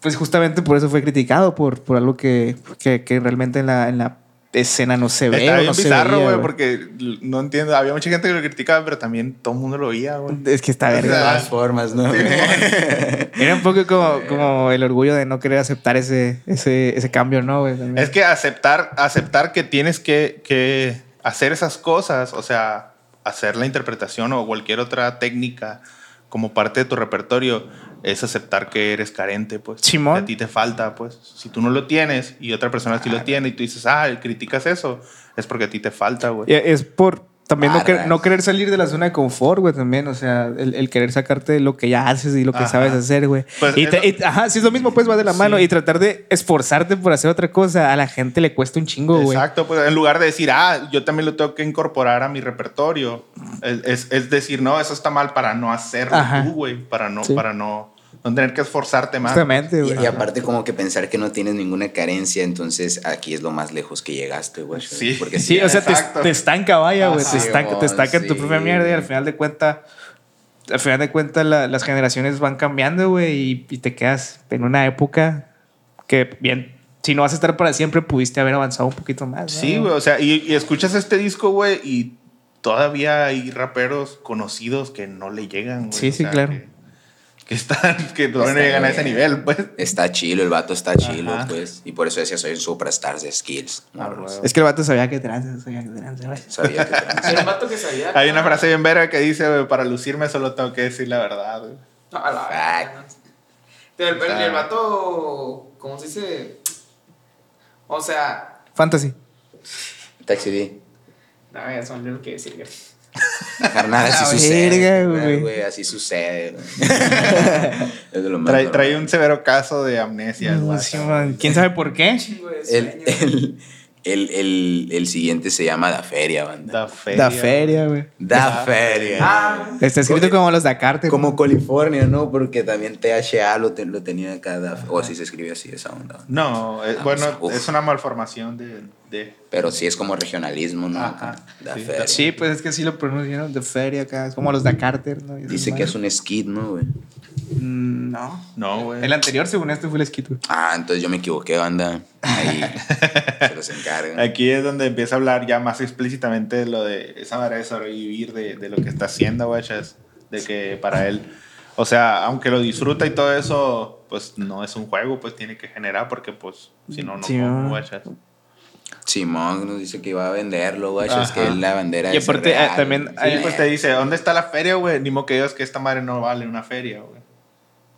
B: pues justamente por eso fue criticado, por, por algo que, que, que realmente en la, en la escena no se ve.
D: Estaba
B: o
D: bien
B: no se
D: bizarro,
B: veía,
D: güey,
B: güey.
D: porque no entiendo. Había mucha gente que lo criticaba, pero también todo el mundo lo veía, güey.
B: Es que está
A: De
B: verga.
A: todas formas, ¿no?
B: Era un poco
D: eh,
B: como, como el orgullo de no querer aceptar ese, ese, ese cambio, ¿no? güey? También.
D: Es que aceptar, aceptar que tienes que, que hacer esas cosas, o sea, hacer la interpretación o cualquier otra técnica como parte de tu repertorio, es aceptar que eres carente, pues.
B: Simón.
D: Que A ti te falta, pues. Si tú no lo tienes y otra persona sí lo tiene y tú dices, ah, criticas eso, es porque a ti te falta,
B: Y
D: güey.
B: Es por también no, que-
A: Barras.
B: no querer salir de la zona de confort, güey, también. O sea, el, el querer sacarte de lo que ya haces y lo que
D: Ajá.
B: sabes hacer, güey.
D: Pues
B: y
D: es
B: te-
D: lo-
B: y- ajá, si es lo mismo, pues va de la
D: Sí.
B: mano y tratar de esforzarte por hacer otra cosa. A la gente le cuesta un chingo, güey.
D: Exacto, pues en lugar de decir, ah, yo también lo tengo que incorporar a mi repertorio, es, es- es decir, no, eso está mal para no hacerlo
B: Ajá.
D: tú, güey, para no,
B: Sí.
D: para no, no tener que esforzarte más.
B: Justamente, güey.
A: Y, y aparte como que pensar que no tienes ninguna carencia, entonces aquí es lo más lejos que llegaste, güey.
D: Sí.
A: Porque
B: Sí, o sea, te,
D: exacto.
B: te estanca, vaya, güey.
A: Ajá.
B: Te estanca, te
A: Simón,
B: estanca en tu
A: sí.
B: propia mierda y al final de cuenta. Al final de cuenta la- las generaciones van cambiando, güey, y, y te quedas en una época que bien, si no vas a estar para siempre, pudiste haber avanzado un poquito más. ¿no?
D: Sí, güey, o sea, y, y escuchas este disco, güey, y todavía hay raperos conocidos que no le llegan, güey.
B: Sí,
D: o
B: sí,
D: sea,
B: claro.
D: Que, que están, que todavía no
A: Está
D: llegan a ese
A: bien.
D: nivel, pues.
A: Está chilo, el vato está chilo,
D: Ajá.
A: pues. Y por eso decía, soy un superstar de skills.
D: Ah,
A: morros.
B: Es que el vato sabía que tranza, sabía que tranza, güey.
A: Sabía que era-
C: Era un vato que sabía.
D: Hay una frase bien vera que dice, güey, para lucirme solo tengo que decir la verdad, güey.
C: No, a la verga. Pero el, el- el vato, ¿cómo se dice? O sea,
B: Fantasy.
A: Taxi D.
C: a ver, eso no lo que decir. güey.
A: Carnal, así
B: La
A: sucede.
B: verga,
A: carnal,
B: güey.
A: güey, Así sucede. güey. es de lo más
D: Trae,
A: normal.
D: trae un severo caso de amnesia. el
B: No,
D: vato,
B: sí,
D: güey.
B: man. ¿Quién sabe por qué?
C: Chingo de
A: El,
C: sueño.
A: el, el, el, el siguiente se llama Da Feria, banda.
D: Da feria.
B: La feria, güey.
A: Da Feria.
C: Ah,
B: Está escrito como los Dakarte.
A: Como California, ¿no? Porque también THA lo, te- lo tenía acá. Da- O si se escribe así esa onda.
D: No, es-
A: Ah,
D: bueno,
A: pues, uf.
D: es una malformación de... de-
A: Pero sí es como regionalismo, ¿no?
D: Ajá.
A: Da
D: Sí,
A: Feria.
B: Sí, pues es que sí lo pronunciaron de feria acá. Es como los Dakarte, ¿no? Y esas
A: Dice que
B: madres.
A: es un skid, ¿no, güey?
B: Mm, No.
D: No, güey.
B: El anterior, según esto, fue el esquito.
A: Ah, entonces yo me equivoqué, banda. Ahí se los encargan.
D: Aquí es donde empieza a hablar ya más explícitamente de lo de esa manera de sobrevivir, de, de lo que está haciendo, guachas. De que para él, o sea, aunque lo disfruta y todo eso, pues no es un juego, pues tiene que generar, porque pues si no, no
B: Sí,
D: como,
B: ah.
D: guachas.
A: Simón nos dice que iba a venderlo, güey. Es
D: Ajá.
A: que es la bandera
B: Y
A: es
B: aparte, ah,
A: real.
B: también
A: Sí,
D: Ahí pues te
A: güey.
D: dice, ¿dónde está la feria, güey? Ni modo que digas que esta madre no vale una feria, güey.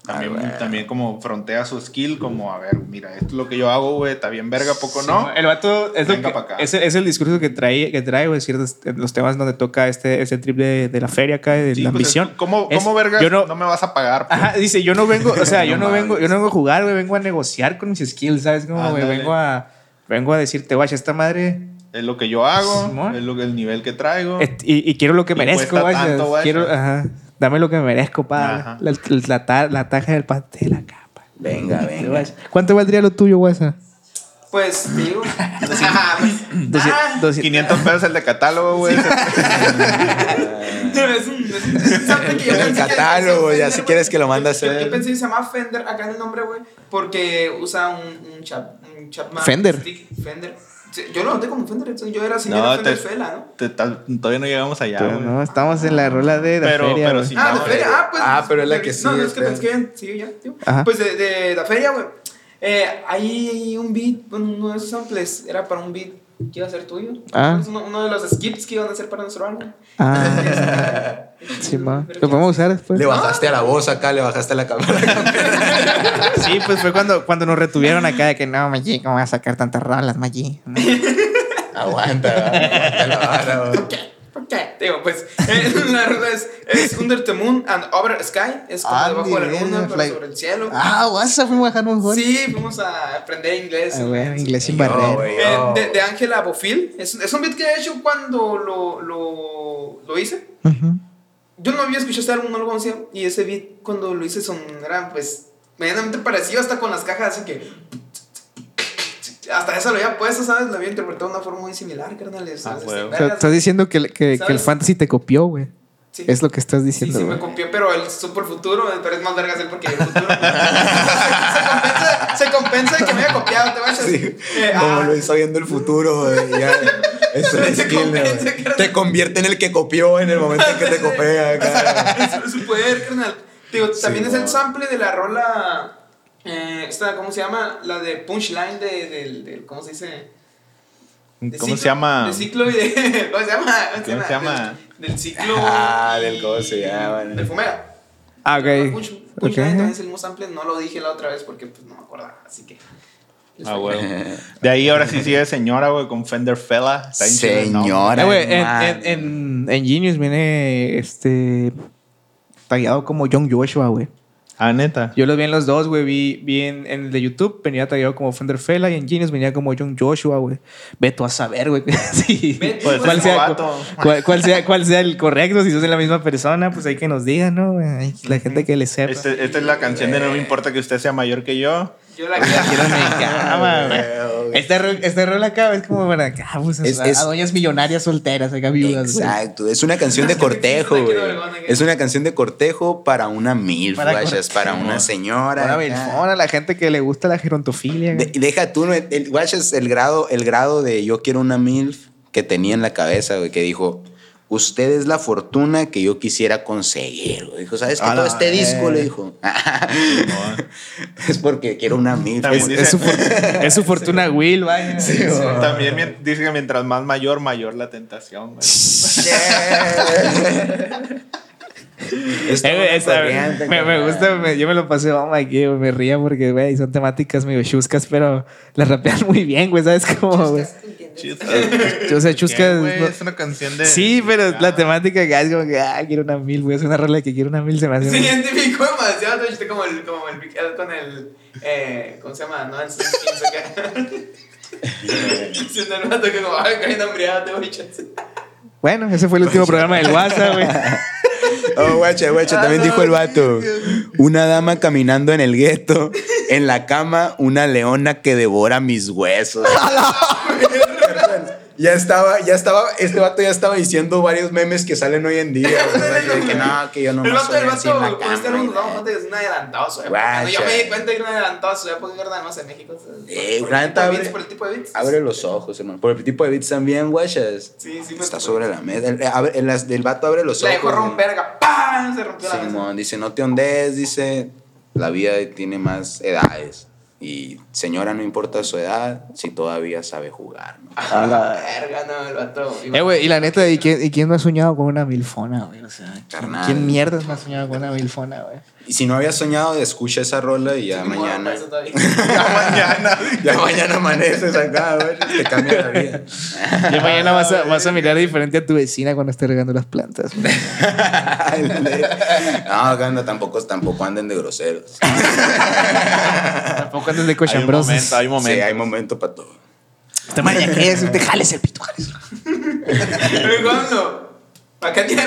D: También,
A: Ah, güey.
D: también como frontea su skill, como, a ver, mira, esto es lo que yo hago, güey, está bien verga, ¿a poco
B: Sí,
D: no?
B: El vato es, lo
D: Venga
B: que-
D: pa' acá.
B: es, el- es el discurso que trae, que trae güey, ciertos, los temas donde toca este, este trip de, de la feria acá, de
D: Sí,
B: la
D: pues,
B: ambición.
D: ¿Cómo,
B: Es-
D: cómo vergas
B: yo
D: no,
B: no-
D: me vas a pagar? pues?
B: Ajá, dice, yo no vengo, o sea, yo
A: No
B: no vengo, yo
A: mames.
B: no vengo a jugar, güey, vengo a negociar con mis skills, ¿sabes? Como, güey,
D: Ándale.
B: vengo a, vengo a decirte, guacha, esta madre,
D: Es lo que yo hago,
B: Simón. Este,
D: es lo que, el nivel que traigo.
B: et- y, y quiero lo que
D: Y
B: merezco,
D: cuesta
B: guacha,
D: tanto, guacha.
B: quiero, ajá, dame lo que merezco,
D: Ajá.
B: pa, la, la, ta- la taja del pastel acá, pa.
A: Venga, venga.
B: ¿Cuánto valdría lo tuyo, guasa?
C: pues, te digo. Ah, pues,
B: Doci-
C: ah,
B: doci-
D: 500 pesos el de catálogo, güey.
C: no, es un- es un- es un santo que yo
A: En el
C: pensé que-
A: catálogo, ya si
C: Fender,
A: quieres que lo manda a
C: Yo, yo
A: hacer.
C: pensé que se llama Fender acá en el nombre, güey, porque usa un, un, chap, un Chapman.
B: Fender.
C: stick, Fender. Sí, Yo lo noté como Fender, entonces yo era señora
D: No, te-
C: Fender Fela, ¿no?
D: te- tal- todavía no llegamos allá,
B: Pero
D: güey.
B: no, estamos en la rola de la
D: Pero-
B: feria,
D: pero
B: güey.
D: sí.
C: Ah,
D: no,
C: de feria.
D: güey.
C: Ah, pues.
A: Ah, pero es la que
C: No,
A: sí,
C: no, es que
A: espera.
C: pensé que. Sí, ya, tío.
B: Ajá.
C: Pues de, de la feria, güey. Eh, hay un beat, bueno, uno de esos samples era para un beat que iba a ser tuyo.
B: Ah.
C: Es uno, uno de los skips que iban a hacer para nuestro álbum.
B: Ah, sí, ma.
C: Pero
B: Lo podemos usar después.
D: Pues,
A: Le bajaste a la voz acá, le bajaste a la cámara.
B: Sí, pues fue cuando, cuando nos retuvieron acá de que no, Maggi, ¿cómo vas a sacar tantas rolas, Maggi?
A: aguanta, aguanta la vara, güey.
C: ¿Por qué? ¿Por qué? Digo, pues. eh, la rueda es, es Under the Moon and Over Sky. Es como
B: Ah,
C: debajo de la
B: ni
C: luna,
B: verga,
C: pero
B: fly-
C: sobre el cielo.
B: Ah, guasa, fuimos a dejar un gol.
C: Sí, fuimos a aprender inglés.
B: Ah, güey, inglés sin
A: Yo,
B: barrera.
A: güey,
C: Eh,
A: yo.
C: de, de Ángela Bofil. Es, es un beat que he hecho cuando lo, lo, lo hice.
B: Ujú.
C: Yo no había escuchado este álbum, no lo conocía. Y ese beat, cuando lo hice sonara, pues, medianamente parecido hasta con las cajas, así que. Hasta eso lo había puesto, ¿sabes? Lo había interpretado de una forma muy similar, carnal.
D: Ah,
C: ¿sabes?
D: huevo.
B: O sea, estás diciendo que, que- que el
C: ¿Sabes?
B: fantasy te copió, güey.
C: Sí.
B: Es lo que estás
C: Sí,
B: diciendo,
C: sí,
B: güey.
C: me copió, pero el super futuro, pero es más vergas él porque el futuro. se, compensa, se compensa de que me haya copiado, te vayas.
A: Sí.
C: Eh,
A: Como
C: ah,
A: Luis sabiendo el futuro, güey, ya. Es una
C: Se
A: skill,
C: convence,
A: güey.
C: carnal.
A: Te convierte en el que copió en el momento en que te copia, cara.
C: es su poder, carnal. Digo, también es el
A: no.
C: sample de la rola. eh, esta, ¿cómo se llama? La de punchline de, del, del- ¿Cómo se dice? De
D: ¿Cómo
C: ciclo-
D: se llama?
C: De ciclo y de. ¿Cómo se llama?
D: ¿Cómo se llama?
C: Del, del ciclo.
A: Ah,
C: y-
A: del cómo se llama, ¿no?
C: Del fumero.
B: Ah,
C: Okay.
B: ok.
C: Punch,
B: Ok.
C: punchline también es el mismo sample, no lo dije la otra vez porque pues no me acordaba, así que.
D: Ah, huevo. De ahí ahora sí sigue señora, güey, con Fender Fella. Está bien chido el nombre.
A: Señora.
B: Eh, güey, en,
A: man.
B: en, en, en Genius viene este. Tallado como John Joshua, güey.
D: Ah, neta.
B: Yo los vi en los dos, güey. Vi, vi en, en el de YouTube, venía tallado como Fender Fela y en Genius venía como John Joshua, güey. Veto a saber, güey. sí.
C: Ve tú,
D: Pues,
B: ¿Cuál
D: es
B: sea,
D: novato.
B: cuál, cuál sea, cuál sea el correcto, si sos de la misma persona, pues hay que nos digan, ¿no? güey? Hay La gente que le sepa.
D: Este- esta es la canción de No
C: Eh.
D: me importa que usted sea mayor que yo.
C: Yo la
B: La quiero en mi cama, ah, güey.
A: güey.
B: Esta, Este ro- esta rola acá es como para acá, pues,
A: Es-
B: a,
A: es-
B: a doñas millonarias solteras, acá viudas, güey.
A: Exacto, es una canción de cortejo,
C: Aquí
A: güey.
C: lo agregan, aquí.
A: Es una canción de cortejo para una milf,
B: Para
A: para, para una señora.
B: Una
A: acá.
B: milfona, la gente que le gusta la gerontofilia.
A: De-
B: güey.
A: y deja tú, no, el, el- guachas, el grado, el grado de yo quiero una MILF que tenía en la cabeza, güey, que dijo, usted es la fortuna que yo quisiera conseguir, güey. Dijo, ¿sabes qué?
D: A
A: Todo
D: la
A: este disco, le dijo, es porque quiero una MILF.
D: También
A: güey.
D: dice-
B: Es su, for- es su fortuna Will, vaya.
D: También mien- dice que mientras más mayor, mayor la tentación. güey.
A: Es
B: Eh,
A: toda
B: güey,
A: una
B: esa-
A: corriente,
B: me, me
A: carnal.
B: gusta, me- yo me lo pasé, oh my God, me ría porque, güey, son temáticas medio chuscas, pero las rapean muy bien, güey, ¿sabes cómo, güey?
D: Chuscas.
B: O sea,
D: ¿Qué,
B: chuscas...
D: güey?
B: Eh, no-
D: Es una canción de.
B: Sí, pero
D: Ah.
B: la temática acá es como que, ah, quiero una mil, güey, es una rola que quiero una mil, se me hace...
C: Se
B: muy-
C: identificó demasiado, chiste como el, como el, Big L con el, eh, ¿cómo se llama? No, en sus Se me nota que como, ay, caí hambreada, te voy a echar.
B: Bueno, ese fue el último programa del WhatsApp, güey.
A: Oh, guacha, guacha, también dijo el vato. Una dama caminando en el gueto, en la cama, una leona que devora mis huesos. ya estaba, ya estaba, este vato ya estaba diciendo varios memes que salen hoy en día. güey, de que no, que yo no
C: El vato, el
A: así en la
C: vato, con este álbum nos damos
A: cama.
C: cuenta que es un adelantado a su época.
A: Guacha.
C: Cuando Yo me di cuenta que era un adelantado a su época, ¿verdad? No sé, en México.
A: Eh,
C: por, el tipo
A: Granta,
C: de
A: abre-
C: beats, por el tipo de beats.
A: Abre los ojos, hermano. Por el tipo de beats también, guachas.
C: Sí, sí, pues,
A: Está sobre la mesa. El, eh, abre- el- las- el vato abre los
C: La
A: ojos.
C: dejó
A: güey.
C: romper, acá, ¡pam! Se rompió la mesa.
A: Simón dice, no te ondes, dice, la vida tiene más edades. Y señora, no importa su edad, si todavía sabe jugar. ¿no?
C: A la verga, no, el vato.
B: Eh, güey, y la neta, ¿y quién, ¿y quién no ha soñado con una milfona, güey? O sea, ¿quién-
A: Carnal.
B: ¿quién mierda no ha soñado con una milfona, güey?
A: Y si no había soñado, escucha esa rola y ya
C: Ni modo,
A: mañana.
C: pues, eso todavía.
D: Ya mañana.
A: Ya mañana amaneces acá, güey, te cambia la vida.
B: Ya mañana vas a, vas a mirar diferente a tu vecina cuando esté regando las plantas. güey.
A: no, Ganda, tampoco, tampoco anden de groseros.
B: Tampoco antes de
D: Hay un
B: cochambrosos.
D: momento, hay un
A: Sí,
D: momento.
A: hay momento para todo.
B: Esta madre ya que es, te jales el pito, jales.
C: Pero cuando. Acá tiene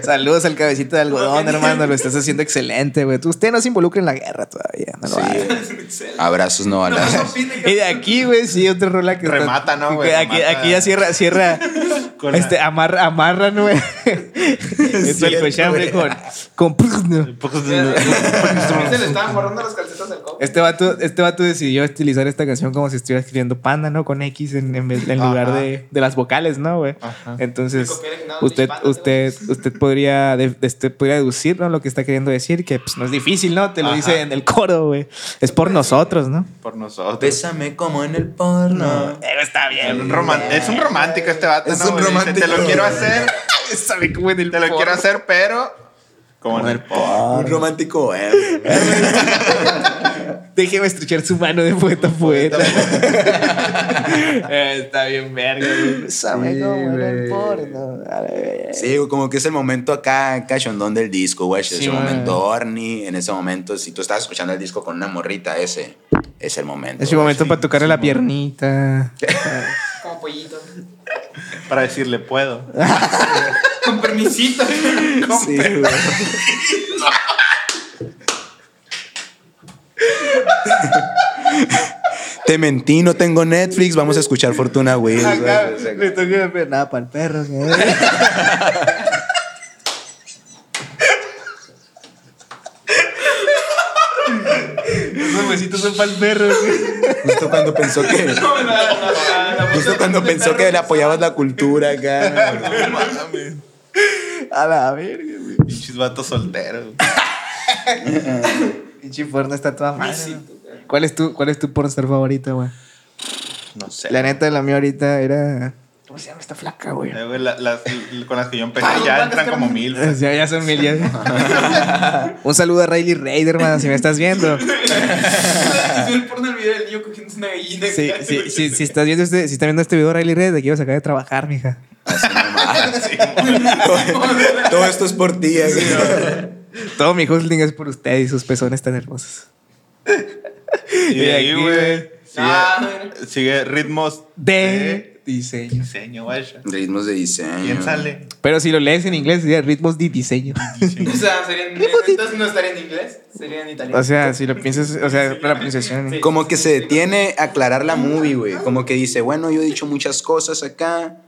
B: Saludos al cabecito de algodón, hermano. Lo estás haciendo excelente, güey. Tú- Usted no se involucra en la guerra todavía. No lo haga.
A: Sí, abrazos no
C: No, no
A: balazos.
C: opine,
B: Y de aquí, güey, sí, otra rola que está-
D: Remata, ¿no, güey?
B: que Aquí,
D: Remata.
B: aquí ya cierra, cierra.
D: Con
B: este,
D: la-
B: amarra, amarran, güey. Esto el
A: Cierto,
B: cochambre
A: güey.
B: con. con
D: Este,
C: Se le estaban borrando las calcetas al copo.
B: este, vato, este vato decidió estilizar esta canción como si estuviera escribiendo panda, ¿no? Con X en, en vez- en
D: Ajá.
B: lugar de, de las vocales, ¿no, güey? Entonces,
C: Me copié el original de
B: usted,
C: Panda,
B: usted, usted podría, de- de- usted podría deducir, ¿no? Lo que está queriendo decir, que pues, no es difícil, ¿no? Te lo
D: Ajá.
B: dice en el coro, güey. Es por nosotros, ¿no?
D: Por nosotros.
A: Pésame como en el porno.
B: Eh, está
D: Es un roman- es un romántico este vato.
A: Es
D: ¿no,
A: un
D: güey? Dice,
A: romántico.
D: Te lo quiero hacer.
B: Sabe cómo en el
D: Te lo
B: porno.
D: quiero hacer, pero. Como en el pop.
A: Un romántico, eh.
B: Déjeme estrechar su mano de poeta a poeta. Eh, Está bien, verga. güey. Sabe cómo en el porno. A la verga.
A: Sí, güey, como que es el momento acá, cachondón del disco, güey. Es
B: Sí,
A: el
B: güey.
A: momento horny. En ese momento, si tú estás escuchando el disco con una morrita, ese es el momento.
B: Es el
A: güey.
B: momento para tocarle la piernita.
C: Como pollito.
D: para decirle puedo.
C: Con permisito. Con
A: Sí, güey. Te mentí, no tengo Netflix. Vamos a escuchar Fortuna
B: Ah,
A: Will.
B: Le toqué nada para el perro. Los besitos son para el perro.
A: Justo cuando pensó que.
C: la- la- la- la-
A: Justo cuando pensó que le apoyabas la cultura acá.
D: No mames.
B: A la verga, güey.
D: Pinches vatos solteros.
B: Pinche porno está toda madre. ¿no? ¿Cuál es tu, cuál es tu pornstar favorito, güey?
D: No sé.
B: La neta, la mía ahorita era... ¿Cómo se llama esta flaca, güey?
D: Eh, güey, la- las- l- con las que yo empecé
C: Ay,
D: ya
C: no,
D: entran
C: es que
D: como
C: no-
D: mil.
B: O sea, ya son mil ya. Un saludo a Riley Raider, hermano, si me estás viendo.
C: Hizo el porno el video del niño cogiendo una gallina.
B: Sí, sí, sí, si, estás viendo este, si estás viendo este video, Riley Raider, de que ibas a acabar de trabajar, mija.
D: Sí, güey.
A: Todo esto es por ti. acá.
B: Todo mi hosting es por usted y sus pezones tan hermosos.
D: y de ahí, güey. Sigue,
C: Ah, bueno.
D: sigue ritmos
B: De diseño.
D: diseño, vaya.
A: Ritmos de diseño.
D: ¿Quién sale?
B: Pero si lo lees en inglés, sería ritmos de diseño.
C: O sea, sería en- entonces no estaría en inglés, sería en italiano.
B: O sea, si lo piensas, o sea, la pronunciación.
C: Sí.
A: Como que se detiene a aclarar la movie, güey. Como que dice, bueno, yo he dicho muchas cosas acá.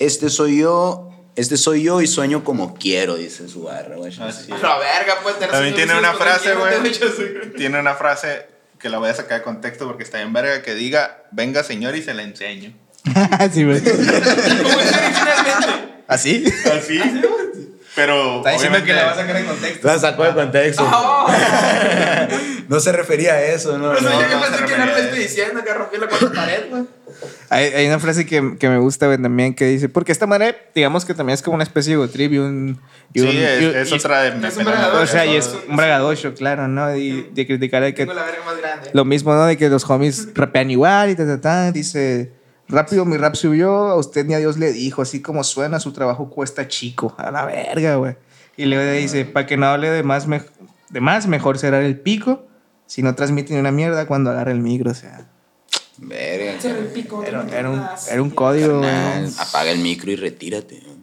A: Este soy yo. Este soy yo y sueño como quiero, dice su barra, güey.
D: Así
C: A
D: es.
C: la verga, pues. te resuelves
D: También tiene una
C: con
D: frase,
C: el
D: güey.
C: tiempo, te lo echas,
D: Tiene una frase que la voy a sacar de contexto porque está en verga que diga, venga señor y se la enseño.
B: sí, güey.
C: Como es originalmente.
B: ¿Así?
D: Así.
C: ¿Ah,
D: Pero obviamente,
B: sacar en contexto.
A: La sacó de contexto.
C: Oh,
A: No se refería a eso, no.
C: pues
D: no,
C: yo que
D: no,
C: pensé
D: se
C: que no lo
D: refiere.
C: estoy diciendo, que rompí la cuarta pared, güey.
B: Hay, hay una frase que, que me gusta güey, también que dice, porque esta madre, digamos que también es como una especie de gotrip y un... Y
D: Sí,
B: un-
D: es,
B: y-
D: es
B: y-
D: otra de
C: es un vergador.
B: O sea, y es
C: Eso-
B: un bragadocho, claro, ¿no? Y de criticar el que...
C: Tengo la verga más grande.
B: Lo mismo, ¿no? De que los homies rapean igual y ta, ta, ta. Dice, rápido mi rap subió, a usted ni a Dios le dijo, así como suena, su trabajo cuesta chico. A la verga, güey. Y luego dice, para que no hable de más, mej- de más, mejor será el pico, si no transmite ni una mierda cuando agarra el micro, o sea.
A: Verga.
C: Era un
A: carnal.
C: pico, Ah,
B: Era,
C: otro
B: era un,
C: más.
B: era un código, güey.
A: Apaga el micro y retírate. güey.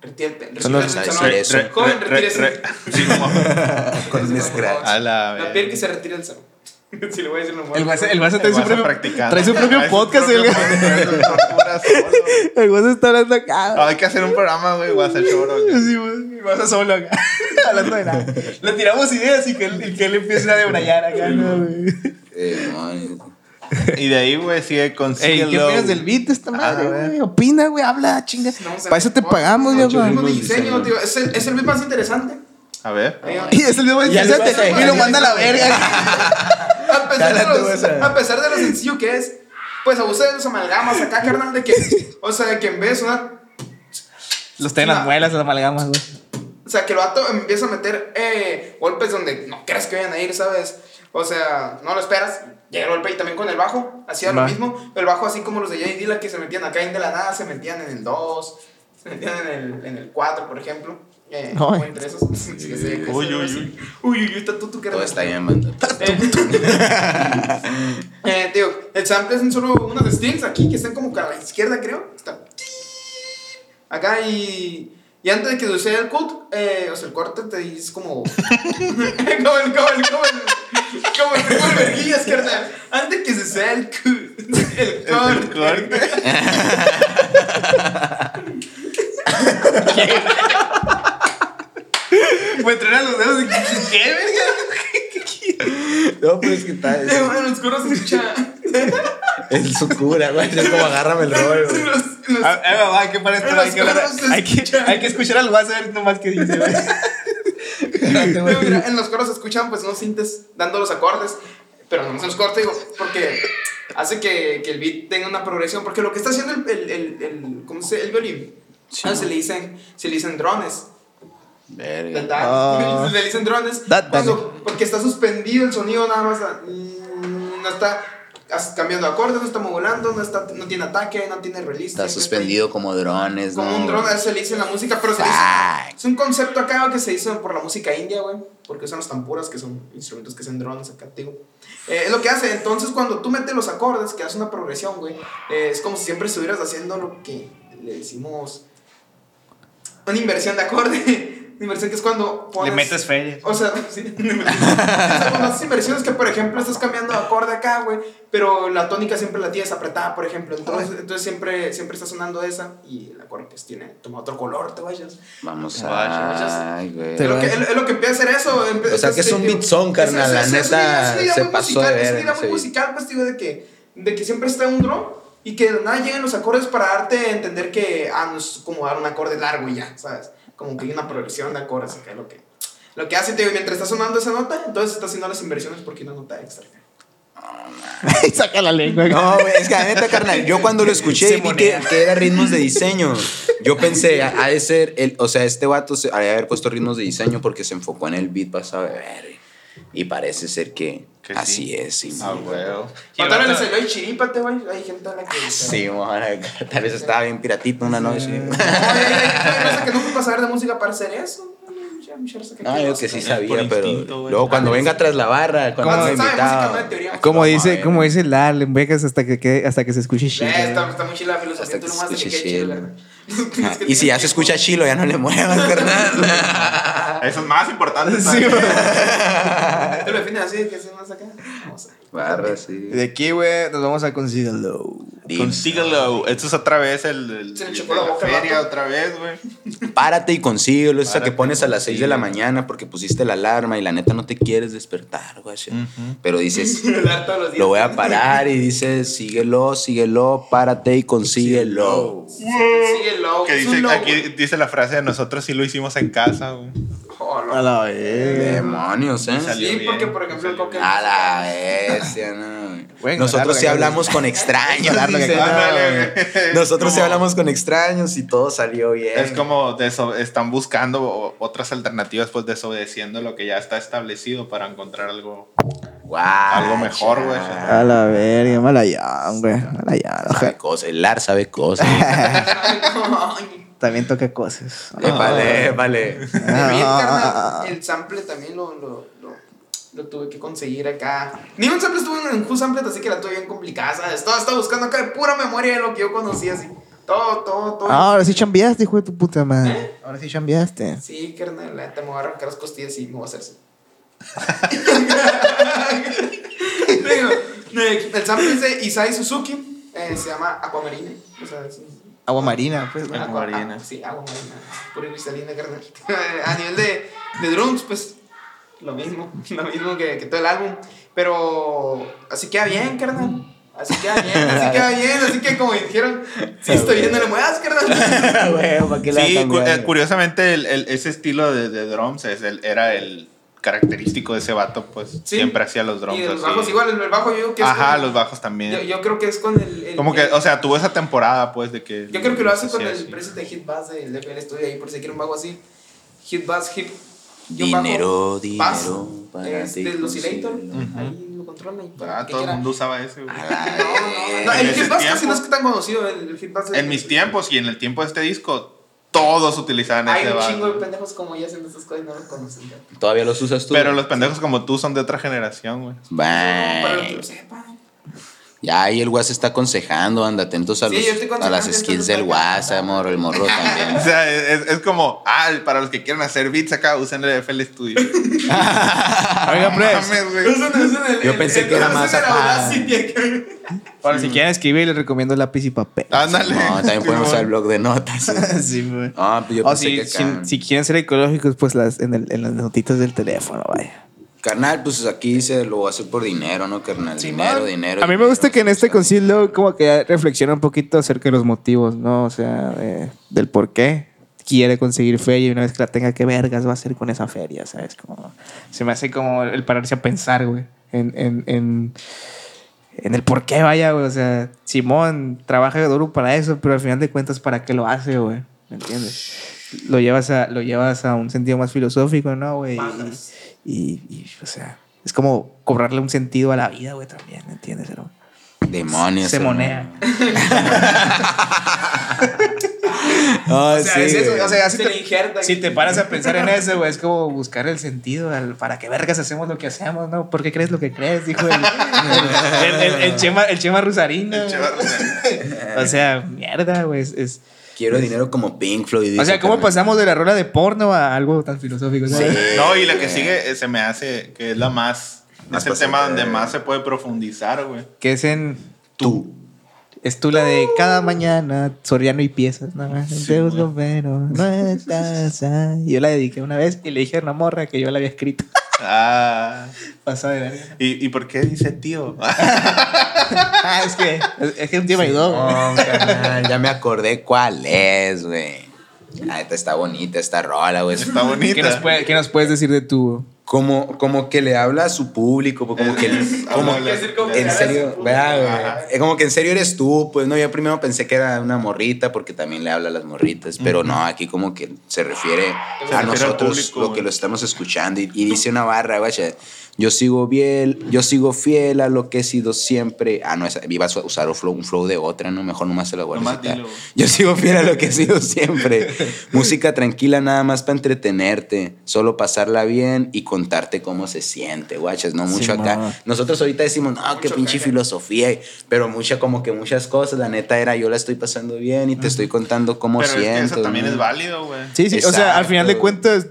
C: Retírate.
B: Son los-
C: retírate,
A: Re- re-
C: salón. Joven,
D: re- re-
C: retírese.
D: re- sí, como-
A: Con un scratch.
D: A la
C: La piel que se retira del salón. Si le voy a decir una
B: El
C: mujer.
B: guasa, el guasa trae,
D: El
B: su
D: guasa
B: propio,
D: practicando.
B: trae su propio
D: Trae su
B: podcast.
D: propio
B: el-
D: podcast, pura solo.
B: el guasa está hablando acá.
D: No, Hay que hacer un programa, güey, guasa choro.
B: Así, güey, y vas a solo acá, hablando de nada. Le tiramos ideas y que él, y que él empiece a debrayar acá, ¿no, güey?
A: Eh, no,
D: Y de ahí, güey, sigue con
B: Ey, Pues ¿Qué
D: Cielo.
B: opinas del beat de esta
D: Ah,
B: madre,
D: güey.
B: güey? Opina, güey, habla, chinga.
C: No, se
B: Para eso te
C: me-
B: pagamos,
C: Ocho
B: güey.
C: ritmos de
A: diseño.
C: diseño, tío. Es el, es el beat más interesante.
D: A ver.
B: Y es el mismo
A: Ya le vas a
B: interesante.
A: dejar.
B: Y lo manda a la verga.
C: A pesar, de
A: Cálate,
C: los-
A: güey, o sea.
C: a pesar de lo sencillo que es, pues abusa de los amalgamas acá, carnal, de que, o sea, de que en vez de sonar,
B: Los traen las muelas, las amalgamas, güey.
C: o sea, que el vato empieza a meter eh, golpes donde no crees que vayan a ir, ¿sabes? O sea, no lo esperas, llega el golpe y también con el bajo, hacía lo
B: Va.
C: mismo, el bajo así como los de Jay Dilla que se metían acá en de la nada, se metían en el 2, se metían en el, en el 4, por ejemplo. Eh,
B: No,
C: o
B: eh.
C: entre esos. Sí, sí, sí,
D: Uy,
C: sí,
D: uy,
C: sí.
D: uy.
C: Uy, uy, uy, está tú, tú que
A: Todo
C: eres-
A: está bien, mando.
C: Eh, eh, tío, el sample es en solo unos strings aquí que están como que a la izquierda, creo. Está acá y. Y antes de que suceda el cut, eh, o sea, el corte te dice como. como el, como el, como el. Como el tipo de verguillas, carnal. Antes de que suceda el cut, el
D: El
C: corte.
D: corte.
B: Me entrenan los dedos y
C: ¿Qué verga?
A: No, pues que tal.
C: Eh, bueno, en los coros se escucha.
A: Es su cura, güey. Es como agárrame el rollo.
C: en los- en los-
B: Ah, eh, mamá, que para esto
C: Los
B: hay que, hablar-
C: coros se
B: hay que
C: escuchan.
B: hay que escuchar al guasa a ver nomás qué dice, güey.
C: No, mira, en los coros se escuchan pues no sintes dando los acordes, pero no se los corta, digo, porque hace que, que el beat tenga una progresión, porque lo que está haciendo el, el, el, el- ¿cómo se dice? El violín,
A: Sí,
C: ah,
A: ¿no?
C: se, le dicen, se le dicen drones,
A: Verga.
C: ¿verdad?
B: Ah.
C: Se le dicen drones,
B: That-
C: cuando- porque está suspendido el sonido nada más, ah, mm, no está as- cambiando acordes, no está modulando, no, está, no tiene ataque, no tiene release.
A: Está
C: siempre
A: suspendido como drones,
C: como
A: ¿no?
C: un dron, a eso se le dice en la música, pero se le hizo-
A: Fuck.
C: es un concepto acá que se hizo por la música india, güey, porque son los tampuras, que son instrumentos que hacen drones acá, digo. Eh, es lo que hace, entonces cuando tú metes los acordes, que hace una progresión, güey, eh, es como si siempre estuvieras haciendo lo que le decimos una inversión de acorde. Una inversión que es cuando
B: Le
C: pones-
B: metes feria.
C: o sea, sí, una inversión. O sea, cuando haces inversiones que, por ejemplo, estás cambiando de acorde acá, güey, pero la tónica siempre la tienes apretada, por ejemplo. Entonces, entonces siempre, siempre está sonando esa y el acorde pues tiene, toma otro color, te vayas.
A: Vamos
C: Vaya,
A: a. Ay, güey.
B: Te
C: Es lo, que,
B: vas.
C: es lo- es lo que empieza a hacer eso. empe-
A: O sea, que es un
C: este,
A: beat song,
C: es-
A: carnal,
C: es-
A: la
C: es- es
A: neta,
C: una- es una idea
A: se
C: muy
A: pasó de
C: musical, Es una
A: verga,
C: idea muy
A: sí.
C: musical, pues, digo, de que, de que siempre está un drum y que de nada llegan los acordes para darte a entender que, ah, no es como dar un acorde largo y ya, ¿sabes? Como que hay una progresión de acordes, que es lo que, lo que hace, te digo, mientras está sonando esa nota, entonces está haciendo las inversiones porque hay una nota extra.
B: Saca la lengua.
A: No, güey, es que la neta, carnal, yo cuando lo escuché
B: Se
A: y vi que,
B: monea.
A: que era ritmos de diseño, yo pensé, ha ha de ser, el, o sea, este vato se, ha de haber puesto ritmos de diseño porque se enfocó en el beat pasado de ver. Y parece ser que,
D: Que sí.
A: así es, sí.
D: Ah, huevo.
E: Y el
C: Mataron el
E: vato-
C: celular y chirípate, güey. Hay gente a la que.
A: Sí, mona, tal vez estaba bien piratito una noche.
C: Oye, hay- hay raza que no ocupa saber de música para hacer eso. Mucha- mucha raza que
A: No, yo
C: no
A: que sí
C: sabe.
A: sabía,
E: Por
A: pero
E: instinto, güey.
A: luego cuando venga tras la barra, cuando
C: Cuando
A: me
C: se sabe música, no hay
A: invitado.
C: teoría.
B: Como
A: No,
B: dice,
A: eh.
B: como dice la en Vegas hasta que, quede- hasta que se escuche shit.
C: Eh, está, está muy chila la filosofía.
A: Hasta que
C: tú
A: se
C: nomás te
A: escuche
C: quedes
A: chill,
C: chila.
A: güey.
C: Es que
A: Y si ya se
C: tienes
A: escucha
C: tiempo.
A: chilo, ya no le muevas, ¿verdad?
D: Eso es más importante.
B: Sí,
D: ¿sabes?
C: Te lo defines así, que se más acá. No sé.
A: Barra, sí.
B: De aquí, güey, nos vamos a Considerarlo
C: Oh,
D: Consíguelo. Esto es otra vez el. el-
C: Se le
D: el-
C: chocó la boca al
D: feria,
C: vato.
D: otra vez, güey.
A: Párate y consíguelo, esa que
D: Párate,
A: pones a las 6 de la
D: consíguelo.
A: mañana porque pusiste la alarma y la neta no te quieres despertar, güey. Pero dices,
C: Hablar todos los días.
A: lo voy a parar y dices, síguelo, síguelo, párate y consíguelo.
C: Sigue el low.
D: Que
C: es un
D: dice,
C: low,
D: aquí
C: güey.
D: dice la frase de nosotros sí lo hicimos en casa, güey.
C: Oh, lo-
B: A la
A: Demonios, ¿eh?
D: Salió
C: Ah, Sí, porque, por ejemplo,
D: salió
C: el coque-
D: bien.
A: A la bestia, no.
B: Bueno,
A: Nosotros sí
B: larga,
A: hablamos con extraños.
B: Larga,
A: dice,
D: larga.
A: no, güey. Nosotros sí
D: Como-
A: hablamos con extraños y todo salió bien.
D: Es como deso- están buscando o- otras alternativas, pues desobedeciendo lo que ya está establecido para encontrar algo.
A: Guau,
D: algo mejor, güey.
A: chao.
B: la verga, mala ya, güey. Mala ya,
A: Sabe cosas, el Lar sabe cosas.
C: Ay, no. Ay,
B: También toca cosas.
A: Vale, vale.
C: también,
B: Ah,
C: carnal,
B: ah, ah.
C: El sample también lo, lo, lo, lo tuve que conseguir acá. Ni un sample estuvo en un sample, así que la tuve bien complicada. ¿sabes? Estaba, estaba buscando acá de pura memoria de lo que yo conocía, así. Todo, todo, todo.
A: Ah,
B: Ahora sí chambeaste, hijo de tu puta madre. Ahora sí chambeaste.
C: Sí, carnal, la neta me voy a arrancar las costillas y me voy a hacer así. Digo, eh, el sample es de Isai Suzuki, eh, se llama Aquamarina. O sea, es un-
B: Agua marina, pues. güey.
C: Aqua-
D: Aquamarina.
C: ah, sí, Aquamarina. Pura cristalina, carnal. A nivel de, de drums, pues lo mismo, lo mismo que, que todo el álbum. Pero así queda bien, carnal. Así queda bien, así queda bien. Así que, como dijeron, sí, estoy bien, no le muevas, carnal.
B: Güey, ¿pa' Ah, qué la
D: Sí, cu-
B: cambiaron?
D: eh, curiosamente el- el- ese estilo de, de drums es el- era el característico de ese vato, pues
C: Sí.
D: siempre hacía los drums.
C: Y los
D: así.
C: bajos igual, el, el bajo yo digo que es
D: Ajá,
C: como-
D: los bajos también.
C: Yo, yo creo que es con el. el-
D: Eh, Como que, o sea, tuvo esa temporada, pues, de que...
C: yo creo que lo hace
D: sí,
C: con
D: sí.
C: el precio de Hit Bass del FL Studio ahí, por si quieren un bajo así. Hit Bass, Hip. guión bajo,
A: Dinero,
C: bass,
A: dinero. para
C: Este,
A: ti
C: el oscillator.
A: conseguirlo.
C: Ahí lo controlan. y para
D: Ah,
C: lo que
D: todo el
C: quiera. Ah,
D: mundo usaba ese,
A: A
D: güey.
A: la
C: No, no,
A: verga.
D: en
C: el
D: ese
C: Hit Bass casi
D: tiempo-
C: no es tan conocido. El, el Hit Bass es-
D: En mis tiempos y en el tiempo de este disco, todos utilizaban
C: Hay
D: ese
C: un chingo de
D: bajo.
C: pendejos como ya haciendo esas cosas y no los conocen. ya.
A: ¿Todavía los usas tú?
D: Pero los pendejos como tú son de otra generación, güey.
A: Bye.
C: Para los que lo sepan.
A: Ya ahí el guas está aconsejando, anda atentos a,
C: Sí,
A: los-
C: yo estoy
A: a las
C: aconsejando,
A: skills
C: entonces,
A: del guas, amor, el morro también.
D: O sea, es, es como, ah, para los que quieran hacer beats acá, usen el FL Studio.
B: Oiga, pues.
D: Mames, güey.
C: Usan- usan el-
A: Yo
C: el-
A: pensé
C: el-
A: que era
C: usan
A: más
C: el
A: acá.
C: Audacity acá.
B: Para si quieren escribir, les recomiendo lápiz y papel.
D: Ándale.
A: No, también podemos usar el blog de notas.
B: Ah, sí, güey.
A: Ah, pues yo
B: O
A: pensé
B: si,
A: que
B: si,
A: acá.
B: si quieren ser ecológicos, pues las, en, el- en las notitas del teléfono, vaya.
A: Carnal, pues aquí dice, lo voy a hacer por dinero, ¿no, carnal? dinero, dinero. Pues,
B: A mí me
A: dinero.
B: gusta que en este concilio como que reflexiona un poquito acerca de los motivos, ¿no? O sea, de- del por qué quiere conseguir feria y una vez que la tenga, ¿qué vergas va a hacer con esa feria? ¿Sabes? Como, se me hace como el pararse a pensar, güey, en, en, en, en el por qué, vaya, güey. O sea, Simón trabaja duro para eso, pero al final de cuentas, ¿para qué lo hace, güey? ¿Me entiendes? Lo llevas a, lo llevas a un sentido más filosófico, ¿no, güey? Y-
C: Bandas.
B: y, y, o sea, es como cobrarle un sentido a la vida, güey, también, ¿entiendes? hermano?
A: Demonios.
B: Se
A: hermano.
B: monea.
A: Ah,
B: O sea,
A: sí,
B: es eso,
A: güey.
B: o sea,
C: Se
B: si
C: le
B: te,
C: injerta.
B: si te paras a pensar en eso, güey, es como buscar el sentido al, para qué vergas hacemos lo que hacemos, ¿no? ¿Por qué crees lo que crees? Dijo el, el, el- el Chema, el Chema Rusarina.
D: El chaval, güey.
B: Ah, O sea, mierda, güey. Es, es-
A: Quiero dinero como Pink Floyd.
B: O
A: dice
B: sea, ¿cómo
A: Carmen.
B: pasamos de la rola de porno a algo tan filosófico? ¿sabes?
D: No, y la que sigue eh, se me hace que es la más.
A: Más
D: es el
A: pasada.
D: tema donde más se puede profundizar, güey.
B: Que es en.
A: Tú.
B: Es tú la de cada mañana, Soriano y piezas. No,
D: Sí,
B: te
D: güey.
B: busco, pero no estás ahí. Yo la dediqué una vez y le dije a una morra que yo la había escrito.
D: Ah.
B: Pasada de verga.
D: ¿Y, y por qué dice tío?
B: Ah, es que, es que un tío me ayudó. güey.
A: No, carnal, ya me acordé cuál es, güey. Ah, esta está bonita esta rola, güey.
D: Está bonita.
B: ¿Qué nos, puede- qué nos puedes decir de tú?
A: Como, como que le habla a su público, pues, como que... como-
D: Habla-
C: decir como
A: en
C: que-
A: serio, ¿verdad,
D: Ajá.
A: güey? Eh, Como que en serio eres tú, pues no, yo primero pensé que era una morrita porque también le habla a las morritas, pero no, aquí como que se refiere
D: Se refiere
A: a
D: al
A: nosotros,
D: público,
A: lo
D: güey.
A: que lo estamos escuchando y, y dice una barra, guacha, yo sigo fiel, yo sigo fiel a lo que he sido siempre. Ah, no, esa- iba a su- usar un flow, un flow de otra, no, mejor nomás se la voy a
D: Nomás
A: recitar.
D: dilo, güey.
A: Yo sigo fiel a lo que he sido siempre. Música tranquila nada más para entretenerte, solo pasarla bien y contarte cómo se siente, guachas, no mucho acá.
B: Simón.
A: Nosotros ahorita decimos, no, qué
C: Mucho
A: pinche
C: caca.
A: filosofía, y- pero mucha, como que muchas cosas. La neta era, yo la estoy pasando bien y te estoy contando cómo
D: Pero es que
A: siento.
D: eso también
A: ¿no?
D: es válido, güey.
B: Sí, sí, o sea, al
A: Exacto,
B: final de
A: güey.
B: cuentas,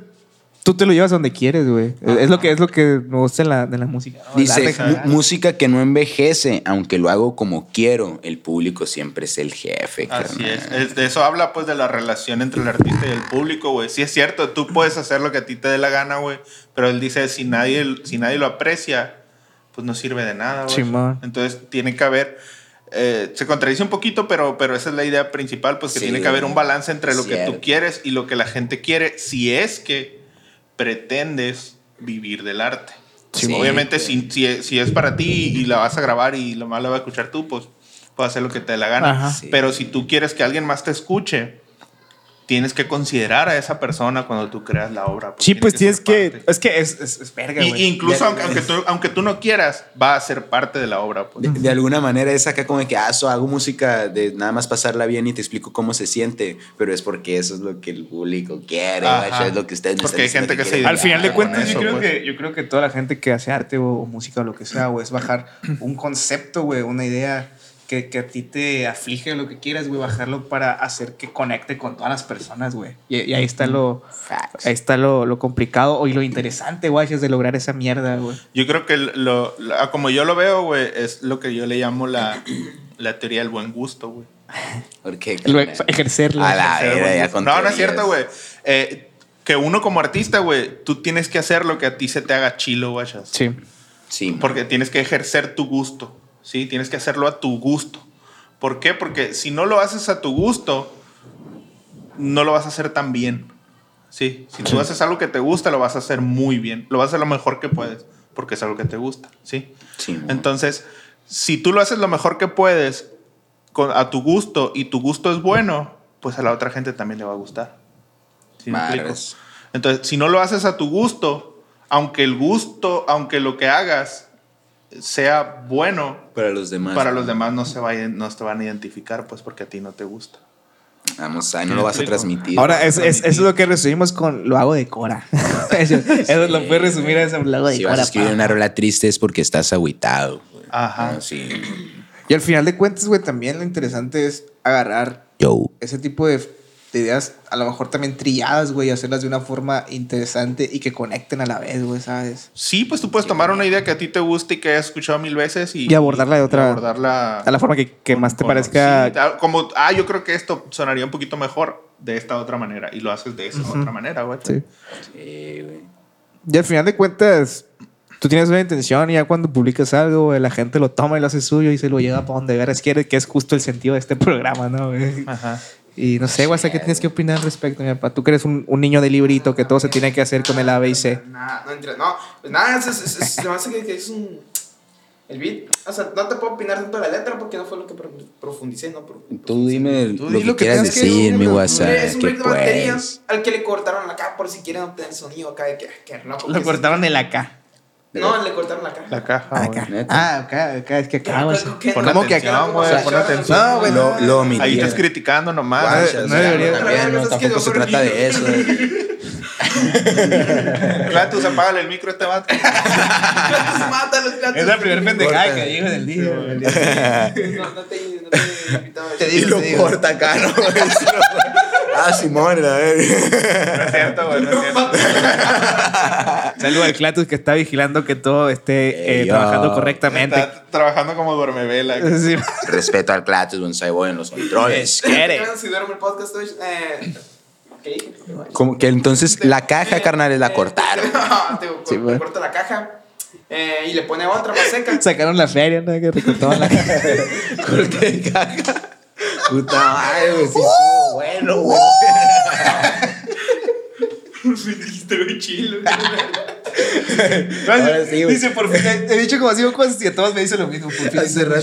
B: tú te lo llevas a donde quieres, güey. Es lo que, es lo que me gusta de la, de la música. ¿no?
A: Dice,
B: El arte,
A: "Mu-
B: ¿no?
A: música que no envejece, aunque lo hago como quiero, el público siempre es el jefe.
D: Así
A: carnal".
D: es. Es- De eso habla, pues, de la relación entre el artista y el público, güey. Sí, es cierto, tú puedes hacer lo que a ti te dé la gana, güey. Pero él dice, si nadie, si nadie lo aprecia, pues no sirve de nada, güey.
B: Simón.
D: Entonces, tiene que haber. eh, se contradice un poquito, pero, pero esa es la idea principal, pues que
A: Sí,
D: tiene que haber un balance entre lo que
A: cierto.
D: tú quieres y lo que la gente quiere, si es que pretendes vivir del arte.
A: Sí,
D: Obviamente,
A: güey.
D: si, si, si es para ti y la vas a grabar y lo más la vas a escuchar tú, pues puedes hacer lo que te dé la gana.
B: Ajá.
A: Sí.
D: Pero si tú quieres que alguien más te escuche, tienes que considerar a esa persona cuando tú creas la obra. pues,
B: Sí, pues tienes
D: tiene ser
B: que.
D: parte.
B: Es que es, es, es verga,
D: Y-
B: güey.
D: y incluso
A: Ya-
D: aunque, aunque tú, aunque tú no quieras, va a ser parte de la obra. pues.
A: De, de alguna manera es acá como de que, ah, so, hago música de nada más pasarla bien y te explico cómo se siente, pero es porque eso es lo que el público quiere,
D: Ajá.
A: guacha, es lo que ustedes me
D: Porque hay
A: están diciendo
D: gente que se
A: quieren.
B: Al final de
D: Con
B: cuentas,
D: eso,
B: yo, creo
D: pues.
B: que, yo creo que toda la gente que hace arte o, o música o lo que sea, güey, es bajar un concepto, güey, una idea que, que a ti te aflige lo que quieras, güey, bajarlo para hacer que conecte con todas las personas, güey. Y, y ahí está lo,
A: Facts.
B: ahí está lo, lo complicado o- y lo interesante, güey, es de lograr esa mierda, güey.
D: Yo creo que lo, la- como yo lo veo, güey, es lo que yo le llamo la, la teoría del buen gusto, güey.
A: ¿Por qué,
B: Lo-
A: carnal?
B: ejercerla.
A: A la
D: Ser
A: verga,
D: buen
A: ya
D: gusto.
A: con
D: No, no es
A: teorías.
D: cierto, güey. Eh, que uno como artista, güey, tú tienes que hacer lo que a ti se te haga chilo, guachas.
B: Sí.
A: Sí, man.
D: Porque tienes que ejercer tu gusto, ¿sí? Tienes que hacerlo a tu gusto. ¿Por qué? Porque si no lo haces a tu gusto, no lo vas a hacer tan bien, ¿sí? Si tú haces algo que te gusta, lo vas a hacer muy bien. Lo vas a hacer lo mejor que puedes, porque es algo que te gusta, ¿sí?
A: Sí, man.
D: Entonces, si tú lo haces lo mejor que puedes con- a tu gusto y tu gusto es bueno, pues a la otra gente también le va a gustar. ¿Sí me explico?
A: Madres.
D: Entonces, si no lo haces a tu gusto, aunque el gusto, aunque lo que hagas sea bueno,
A: Para los demás.
D: para los demás no se vayan, no te van a identificar, pues porque a ti no te gusta.
A: Vamos, ahí no lo vas a
D: Explico.
A: transmitir.
B: Ahora, es,
D: es- es-
B: eso es lo que resumimos con lo hago de Cora. eso lo puedes resumir a lo hago de
A: si
B: Cora.
A: vas a escribir una rola triste es porque estás agüitado. güey.
D: Ajá.
A: Ah, sí.
B: Y al final de cuentas, güey, también lo interesante es agarrar
A: Yo.
B: ese tipo de, de ideas, a lo mejor también trilladas, güey, y hacerlas de una forma interesante y que conecten a la vez, güey, ¿sabes?
D: Sí, pues tú puedes tomar una idea que a ti te guste y que hayas escuchado mil veces y,
B: Y abordarla de
D: y
B: otra-
D: abordarla
B: A la forma que, que más te
D: con-
B: parezca.
D: sí, tal- como, ah, yo creo que esto sonaría un poquito mejor de esta otra manera y lo haces de esa otra manera, güey.
B: Sí.
A: Sí, güey.
B: Y al final de cuentas, tú tienes una intención y ya cuando publicas algo, güey, la gente lo toma y lo hace suyo y se lo lleva para donde veras quiere, que es justo el sentido de este programa, ¿no? güey?
D: Ajá.
B: Y no sé, güey, ¿hasta ¿qué tienes que opinar al respecto, mi papá? Tú que eres un, un niño de librito, que todo se tiene que hacer con el A, B y C.
C: Nada, no entra. No, pues nada, es, es, es- se me hace que, que es un. El beat. O sea, no te puedo opinar tanto de la letra porque no fue lo que pro- profundicé, ¿no? Pero-
A: Tú dime
B: Tú
A: lo
B: di
A: que,
B: lo que
A: quieras
B: tengas que
A: decir,
B: decir,
A: mi
B: güey.
A: WhatsApp.
C: es un
A: que
C: break de batería
A: pues.
C: al que le cortaron la cara por si quieren obtener sonido acá de que, que loco. que
B: Lo
C: sí.
B: cortaron el acá.
C: No, le cortaron la cara.
D: La caja, güey.
A: Neta.
B: Ah, acá, acá, es que acá, güey.
C: Creo que
D: Pon
C: no.
B: ¿Cómo que acá?
D: atención, güey, pon atención.
B: No, güey, no.
A: Lo, lo omití.
D: Ahí estás criticando nomás.
A: Guachas,
B: No
A: o sea,
B: debería-
A: también, no,
C: Es que
A: Ah, tampoco
C: yo
A: se
C: soy
A: trata
C: niño.
A: de eso. eh. güey.
D: Clatus, apágale el micro a este vato.
C: Mata a los gatos.
B: Es la primera pendejada que digo en el día. güey.
C: No, no te, no no te invitaba.
E: Te
A: Y
E: digo,
A: lo
E: te digo.
A: corta acá, ¿no? ah, Simón, a ver.
D: No es cierto, güey, no es cierto.
B: Saludos al Clatus que está vigilando que todo esté eh,
A: Ey, yo.
B: trabajando correctamente.
D: Está trabajando como duermevela.
B: Sí.
A: Respeto al Clatus, un cyborg en los controles.
B: Quiere.
C: Si duerme el podcast, Twitch, eh, ¿qué dije?
A: Como que entonces la caja, carnales, la
C: Eh,
A: cortaron. pues.
C: no, te digo,
B: Sí,
C: cor-
B: bueno.
C: corta la caja eh, y le pone otra más seca.
B: Sacaron la feria, ¿no? Que recortaban la
A: Corte de caja. Puta madre, güey, sí estuvo bueno, güey.
C: Dijiste, güey, chilo.
A: Ahora sí, güey.
B: Dice, por fin, he dicho como cinco cosas y a todos me dicen lo mismo. Por fin,
A: Hace rato.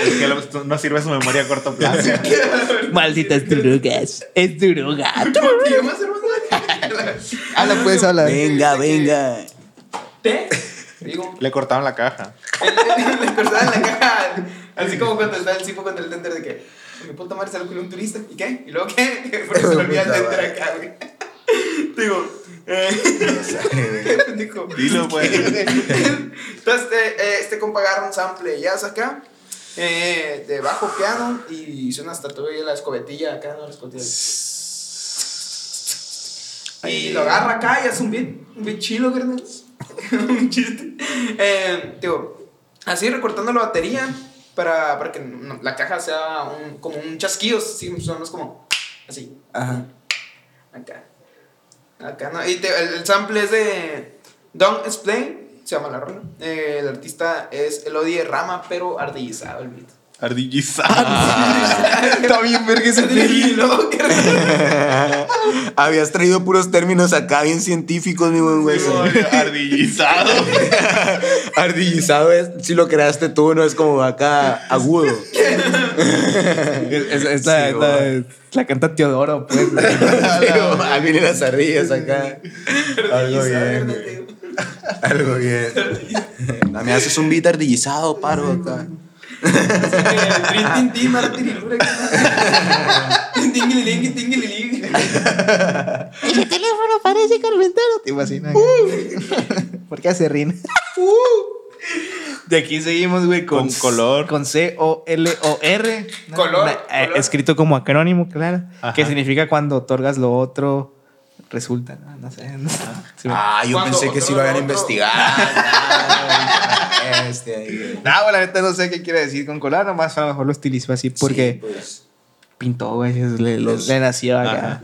D: Es que lo- no sirve su memoria a corto plazo.
B: Malditas drogas. Es droga.
C: Tío, más hermano.
B: Habla, pues, habla.
A: Venga, venga.
C: ¿Té? Digo,
D: Le cortaron la caja.
C: le cortaban la caja. Así como cuando está el tipo con el tender de que, mi puta madre salió con un turista. ¿Y qué? ¿Y luego qué? Porque se le olvida el tender acá, güey. Digo, eh, digo,
D: Dilo, güey.
C: Entonces, eh, eh, este compa agarra un sample de jazz acá, eh, de bajo piano, y hizo una estatua de la escobetilla acá, no la escobetilla. Y lo agarra acá y hace un beat, un beat chilo, carnal. un chiste. Eh, digo, así recortando la batería para, para que no- la caja sea un- como un chasquido, así, son como así.
B: Ajá.
C: Acá. Acá no. Y te- el, el sample es de Don't Explain, se llama la rola. Eh, el artista es Elodie Rama, pero ardillizado el beat.
A: Ah,
D: Ardillizado.
B: Está bien, verga ese
C: Y luego que-
A: Habías traído puros términos acá bien científicos, mi buen güey.
D: Ardillizado.
A: Ardillizado es, si lo creaste tú, no es como acá agudo.
B: Es, es la,
A: Sí,
B: la-
A: güey.
B: la canta Teodoro, pues.
A: Ah, vienen las ardillas acá. Algo bien, güey.
C: Ardillizado,
A: Algo bien. A mí haces un beat ardillizado, paro acá.
C: Eh, trin, tin, tin, mara, tirilura, que- Tin, tinguililín, tinguililín.
B: El teléfono parece carpintero. Te imaginas. ¿Por qué hace rin? Uh. De aquí seguimos, güey, con,
D: Con color.
B: Con C-O-L-O-R. ¿no?
C: Color,
B: eh,
C: color.
B: Escrito como acrónimo, claro.
D: Ajá.
B: Que significa cuando otorgas lo otro, resulta. No, no sé. no sé. Sí, güey.
A: Ah, yo
C: Cuando
A: pensé que
C: otro-
A: sí lo habían
C: otro-
A: investigado. Ah, este ahí, güey.
B: No, güey, la neta no sé qué quiere decir con color, nomás a lo mejor lo estilizó así porque
A: Sí, pues,
B: pintó, güey, es- le, le-
A: Los-
B: le nació acá.
D: Ajá.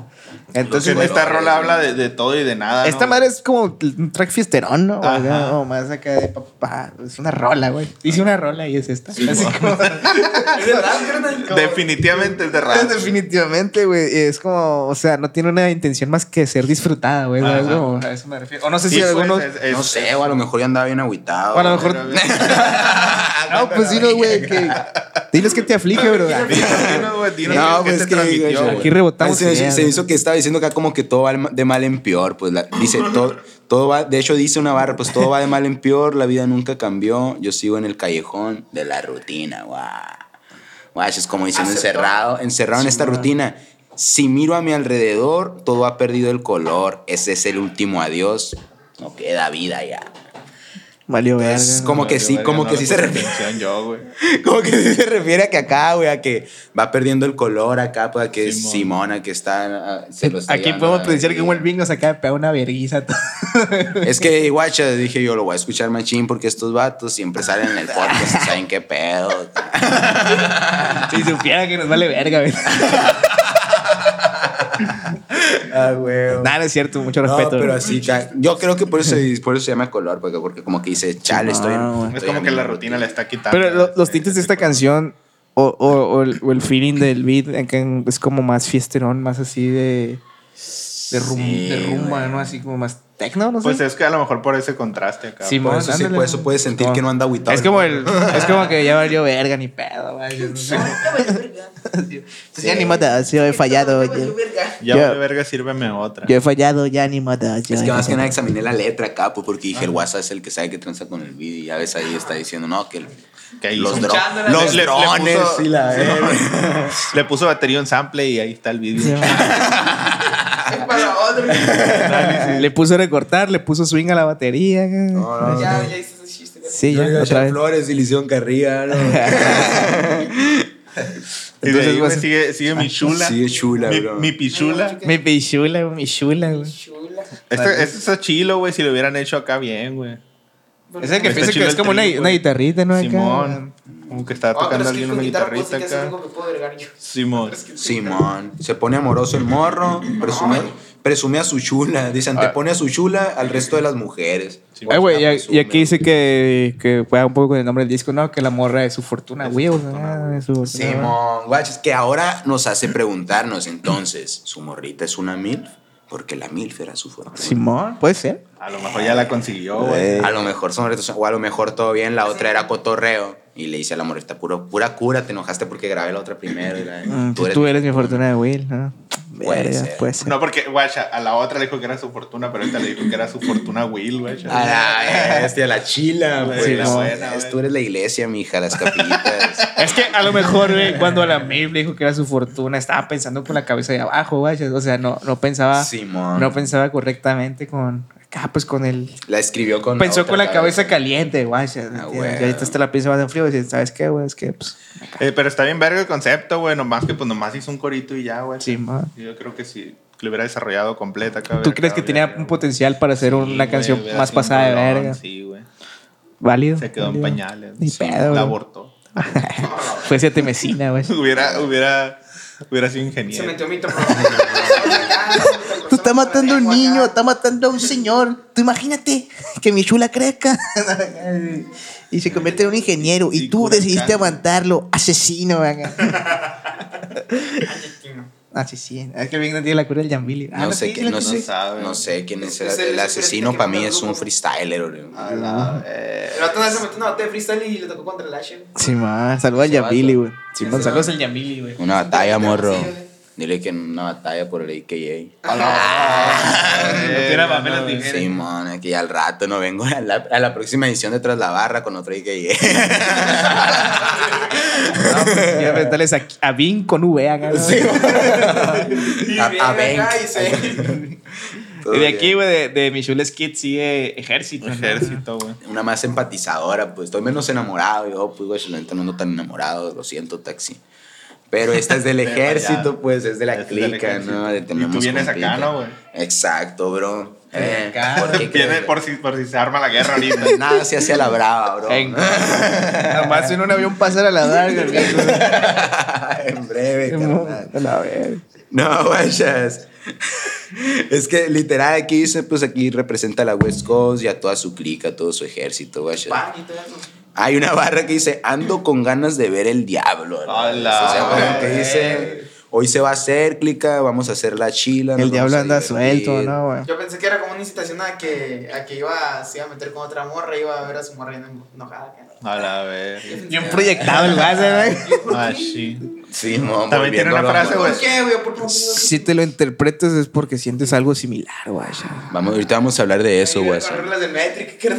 B: Entonces,
D: en esta
A: colores,
D: rola
A: güey.
D: habla de, de todo y de nada.
B: esta
D: Ah, ¿no?
B: madre es como un track fiesterón, ¿no? O
D: Ajá.
B: acá, O más acá de papá. Es una rola, güey. Hice una rola y es esta. Así como-
C: Es verdad, carnal.
D: Definitivamente es de rap.
B: Definitivamente, güey. Es como, o sea, no tiene una intención más que ser disfrutada, güey. ¿sabes?
D: Ajá.
B: Como, a eso me refiero. O no sé
D: Sí,
B: si
D: pues,
B: algunos.
D: es- es-
A: No sé, o a lo mejor ya andaba bien agüitado.
B: o a lo mejor.
D: pero-
B: no, pues dinos, güey, que. Diles que te aflige, bro.
D: Dinos, güey, dinos
A: No,
D: qué
A: pues
D: te
A: es que
D: transmitió,
A: güey,
D: güey.
B: Aquí rebotamos
A: se,
B: ideas,
A: se
B: güey.
A: hizo que estaba diciendo acá como que todo va de mal en peor, pues la- dice todo todo va, de hecho dice una barra, pues todo va de mal en peor, la vida nunca cambió, yo sigo en el callejón de la rutina, guau. Guau, es como diciendo
C: Aceptó.
A: encerrado, encerrado en esta rutina. Si miro a mi alrededor, todo ha perdido el color, ese es el último adiós, no queda vida ya.
B: Valió verga.
A: Es
D: Pues,
B: ¿no?
A: como que sí,
D: Verga,
A: como
D: no
A: que
D: le
A: sí se
D: puse
A: refiere.
D: atención yo, güey.
A: Como que sí se refiere a que acá, güey, a que va perdiendo el color acá, pues a que
D: Simón.
A: Simona que está. ah, se lo está
B: Aquí
A: llevando
B: podemos
A: la
B: pensar que
A: verga.
B: un el bingo se acaba de pegar una verguiza. a todo.
A: Es que, guacha, dije yo, lo voy a escuchar machín porque estos vatos siempre salen en el podcast, ¿saben qué pedo?
B: Si supiera que nos vale verga, güey.
A: Ah, güey.
B: Nada, no es cierto, mucho
A: No,
B: respeto.
A: pero
B: güey.
A: así, ca- yo creo que por eso, por eso se llama color, porque, porque como que dice, chale, estoy.
B: Ah, güey.
D: Es
A: estoy
D: como
A: en
D: que
A: mi
D: la rutina le está quitando.
B: Pero lo- los
D: eh,
B: tintes de
D: ese
B: esta
D: color.
B: canción o, o, o el, o el feeling del beat eh, que es como más fiesterón, más así de, de, rum-
A: Sí,
B: de rumba,
A: güey.
B: ¿no? Así como más techno, no sé.
D: Pues es que a lo mejor por ese contraste acá.
B: Sí,
D: güey.
A: Por eso, sí,
B: ándale.
A: por eso puedes sentir que no anda agüitado.
B: es como el es como que ya valió verga ni pedo, güey. Yo no sé. Pues ya ni modo, yo he fallado. Yo,
D: Ya,
B: Yo-
D: vale verga, sírveme otra.
B: yo he fallado, ya ni modo. yo
A: Es
B: he
A: que más que nada
B: fallado.
A: examiné la letra acá, pues porque dije, el WhatsApp es el que sabe que tranza con el vídeo y ya ves ahí está diciendo, no, que el-
D: Que ahí
A: los,
D: son-
A: dro-
C: Escuchándola,
A: los
D: le- le
A: drones
D: puso-
A: y la
D: Le puso batería un sample y ahí está el
B: Sí,
D: video.
B: man.
C: Es para otro.
B: Le puso recortar, le puso swing a la batería. güey.
A: No, no,
C: Ya, ya hice ese chiste.
B: Sí,
A: Yo
B: ya,
A: digo,
B: otra
A: Chá
B: vez.
A: Flores y Lisión Carriga, ¿no?
D: Y de
B: Entonces,
D: ahí,
B: vas-
D: güey, sigue, sigue mi chula.
A: sigue chula,
D: mi,
A: bro.
D: mi pichula.
B: Mi pichula, güey, mi chula, güey.
C: Chula.
D: Este, este está chilo, güey, si lo hubieran hecho acá bien, güey.
B: Es el que
D: Está
B: piensa que
D: chido
B: es
D: el
B: como una,
D: tri, güey.
B: una guitarrita, ¿no? Acá.
D: Simón. Como que estaba
C: Ah, pero
D: tocando
C: es que
D: alguien
C: con
D: una
C: guitarra
D: guitarrita
C: acústica Es
D: acá.
C: algo que puedo agregar yo.
D: Simón.
C: Es que-
A: Simón, se pone amoroso el morro, presume, presume a su chula, dice, antepone a su chula al resto de las mujeres.
D: Simón.
B: Ay, Ah. güey,
A: La
B: y, y
A: presume.
B: aquí dice que, que juega un poco con el nombre del disco, ¿no? Que la morra es su fortuna, güey. O sea, es su fortuna, güey.
A: Simón, guachas, que ahora nos hace preguntarnos entonces, ¿su morrita es una MILF? Porque la MILF era su forma.
B: Simón, puede ser.
D: A lo mejor ya la consiguió, güey.
A: A lo mejor son retos, o a lo mejor todo bien, la otra era cotorreo. Y le dice a la morrita, puro, pura cura, te enojaste porque grabé la otra primero. y la-
B: Mm, tú, tú eres mi fortuna de Will, ¿no?
A: Puede
B: Verga,
A: ser.
B: Puede ser.
D: No, porque, guacha, a la otra le dijo que era su fortuna, pero esta le dijo que era su fortuna Will, güey.
A: A la bestia, la chila, güey.
D: Sí,
A: La
D: no.
A: buena, es- tú eres la iglesia, mija, las capillitas.
B: Es que a lo mejor, güey, cuando la Maeve le dijo que era su fortuna, estaba pensando con la cabeza de abajo, güey. O sea, no, no pensaba.
A: Simón.
B: No pensaba correctamente con. Acá, pues con el.
A: La escribió con.
B: Pensó
A: otra
B: con la cabeza caliente, güey. ¿entiendes?
A: güey.
B: y ahorita está la piensa más en frío y dice, ¿sabes qué, güey? Es que, pues.
D: Eh, pero está bien verga el concepto, güey. Nomás que, pues, nomás hizo un corito y ya, güey.
B: Simón.
D: Yo creo que si lo hubiera desarrollado completa, cabrón.
B: ¿Tú crees que tenía un potencial para hacer una canción más pasada de verga?
D: Sí, güey.
B: Válido.
D: Se quedó en
B: válido.
D: pañales.
B: Ni
D: Sí,
B: pedo,
D: La
B: güey.
D: abortó.
B: Fue siete mesina, güey.
D: Hubiera, hubiera, hubiera sido
C: Se
D: ingeniero.
C: metió mi Tú
B: Tú estás matando a un niño, estás matando a un señor. Tú imagínate que mi chula crezca y se convierte en un ingeniero y
D: Y
B: tú
D: cura el
B: decidiste
D: cáncer.
B: aguantarlo. Asesino, venga. Asesino. Es que bien no tiene la cura del Yambili.
C: Ah,
A: No sé, qué- no, sé,
D: sabe.
A: no sé quién es el,
C: Es el-
A: el asesino.
C: que
A: Para mí
C: manda
A: es un
C: grupos.
A: freestyler, bro.
D: A la verga.
C: El vato se metió una batalla de freestyle y le tocó contra el Asher.
B: Sí, man. Saludos al
A: Ese vato.
B: Yambili, güey.
A: Sí,
B: Sí,
A: man,
B: Saludos al Yambili, güey.
A: Una batalla, morro.
C: Sí, güey. Ah,
A: Dile que una batalla por el AKA.
D: Ah, Era papel
B: no,
D: o tijera.
A: Simón, aquí al rato no vengo a la, a la próxima edición de Tras la Barra con otro AKA.
B: No, pues, quiero preguntarles a, a Vin con V acá. ¿no?
C: Y
A: A- a
C: viene acá
A: Bank.
C: y se-
A: Todo
B: Y de aquí,
A: bien.
B: güey, de, de Michules Kids sigue Ejército. ¿no?
D: Ejército, güey.
A: Una más empatizadora, pues estoy menos enamorado. Yo, pues, güey, la neta no ando tan enamorado. Lo siento, taxi. Pero esta es del
D: De
A: ejército,
D: fallado.
A: pues, es de la
D: Esta es del
A: clica,
D: ejército.
A: ¿no? De
D: Y tú
A: tenemos
D: vienes acá,
A: compita.
D: ¿no, güey?
A: Exacto, bro. Eh,
B: acá.
A: ¿por qué
D: Viene
A: crees?
D: por si, por si se arma la guerra ahorita.
A: Nada se hace a la brava, bro.
B: En- Nada más en un avión pasar a la larga.
A: en breve, carnal.
B: la verga.
A: No, guayas. Es que literal aquí dice, pues aquí representa a la West Coast y a toda su clica, a todo su ejército, guayas.
C: Pan y todo eso.
A: Hay una barra que dice, ando con ganas de ver el diablo. ¿no?
D: A la
A: o sea, como que
D: verga.
A: dice, hoy se va a hacer clica, vamos a hacer la chila. nos
B: El diablo
A: vamos a
B: anda
A: divertir".
B: suelto, ¿no, güey?
C: Yo pensé que era como una incitación a que, a que iba, se iba a meter con otra morra y iba a ver a su morra en- enojada. acá.
D: A la verga.
B: Bien proyectado el base, güey.
D: Ah, sí.
A: Sí, mo,
D: También tiene
A: volviendo
D: una
A: a los
D: frase, güey.
C: ¿Por qué, güey? ¿Por qué?
B: Si te lo interpretas es porque sientes algo similar, güey.
A: Vamos, ahorita vamos a hablar de eso, güey.
C: Con reglas del Metric. ¿qué?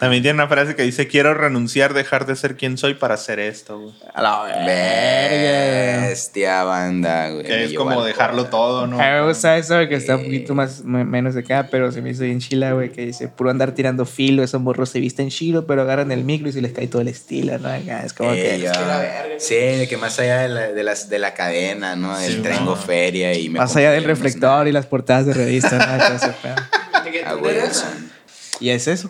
D: También tiene una frase que dice: Quiero renunciar, dejar de ser quien soy para hacer esto, güey.
B: A la
A: Bestia banda, güey.
D: Que es
A: Me llevó
D: como
A: al
D: dejarlo
A: cola.
D: todo, ¿no?
B: A mí me gusta eso, güey, que está un poquito más, me- menos de acá, pero se me hizo bien chila, güey, que dice, puro andar tirando filo, esos morros se visten chilo, pero agarran el micro y se les cae todo el estilo, ¿no? Acá, Es como
A: Eh,
B: que...
A: ya.
C: que la verga.
A: Sí, de que más allá de la, de las, de la cadena, ¿no? Del
D: Sí,
A: trengo
D: no.
A: feria y me
B: Más allá del
A: compré unos-
B: reflector y las portadas de revistas, ¿no? Todo ese pedo.
C: ¿De qué
A: Ah,
C: tú
A: güey,
C: eres?
A: sí.
B: Y es eso.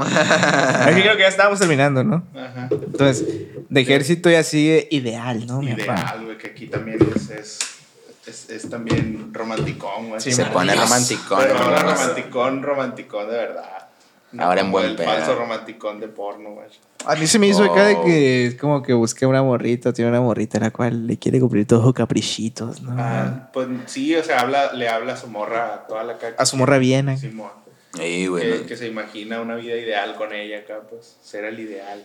B: Así creo que ya estábamos terminando, ¿no?
D: Ajá.
B: Entonces, de ejército ya sigue ideal, ¿no? mi papá?
D: Ideal, güey, que aquí también es, es, es, es también romanticón, güey.
B: Sí,
A: Se pone romanticón.
D: Pero
A: ¿no?
D: no romanticón, romanticón de verdad. No
A: Ahora en
D: como
A: buen
D: el
A: pedo.
D: falso romanticón de porno, güey.
B: A mí se me hizo acá de
A: Oh.
B: que es como que busqué una morrita, tiene una morrita la cual le quiere cumplir todos sus caprichitos, ¿no?
D: Ah, pues sí, o sea, habla, le habla a su morra, a toda la caca.
B: A su morra bien. acá.
D: Simón.
A: Sí,
D: Que,
A: güey, ¿no?
D: que se imagina una vida ideal con ella acá, pues, será el ideal.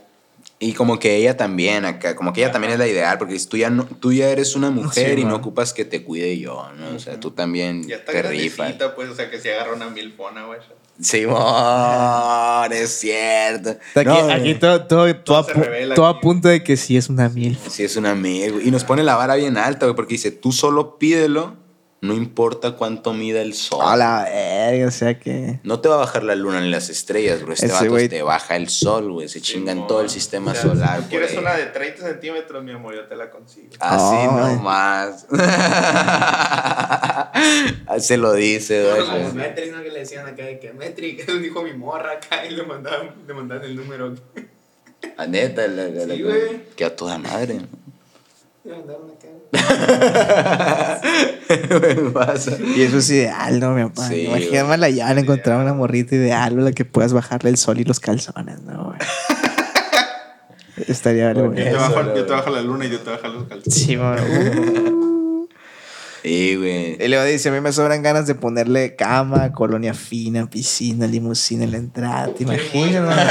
A: Y como que ella también acá, como que ella también es la ideal, porque dices, tú ya, no, tú ya eres una mujer
B: Sí,
A: y no
B: man.
A: ocupas que te cuide yo, ¿no? O sea, tú también
D: Ya está
A: te rifas.
D: grandecita, pues, o sea, que se agarra una milfona, güey.
A: Simón, es cierto.
B: Aquí,
A: No, eh.
B: aquí
A: güey.
B: todo, todo, todo a,
D: se
B: pu-
D: revela
B: todo
D: aquí.
B: a punto de que sí es una milf.
A: Sí, es un amigo. Y nos pone la vara bien alta, güey, porque dice, tú solo pídelo No importa cuánto mida el sol.
B: A la verga, o sea que.
A: No te va a bajar la luna ni las estrellas, bro. Este
B: Ese
A: vato
B: güey-
A: te baja el sol, güey. Se chingan todo el sistema solar,
D: Si quieres
A: güey. Ah,
D: una de 30 centímetros, mi amor, yo te la consigo.
A: Así
B: Ay.
A: nomás. Se lo dice,
C: Pero
A: güey.
C: Como Metric, ¿no? Que le decían acá de que Metric, él dijo mi morra acá y le mandaban, le mandaban el número.
A: La neta, la, la- la-
C: Sí, güey.
A: que a toda madre.
C: Le mandaban acá.
A: Me pasa.
B: Y eso es ideal, ¿no, mi papá?
A: Sí,
B: Imagínate la llana, encontrar una morrita ideal a la que puedas bajarle el sol y los calzones, ¿no, güey? Estaría algo
D: Yo te,
A: Eso,
D: bajo,
A: la
D: yo te
A: verdad.
D: bajo la luna y yo te bajo los calzones.
B: Sí, mano. Uh.
A: Sí, güey.
B: Y luego dice, a mí me sobran ganas de ponerle cama, colonia fina, piscina, limusina en la entrada. ¿Te imaginas? mano?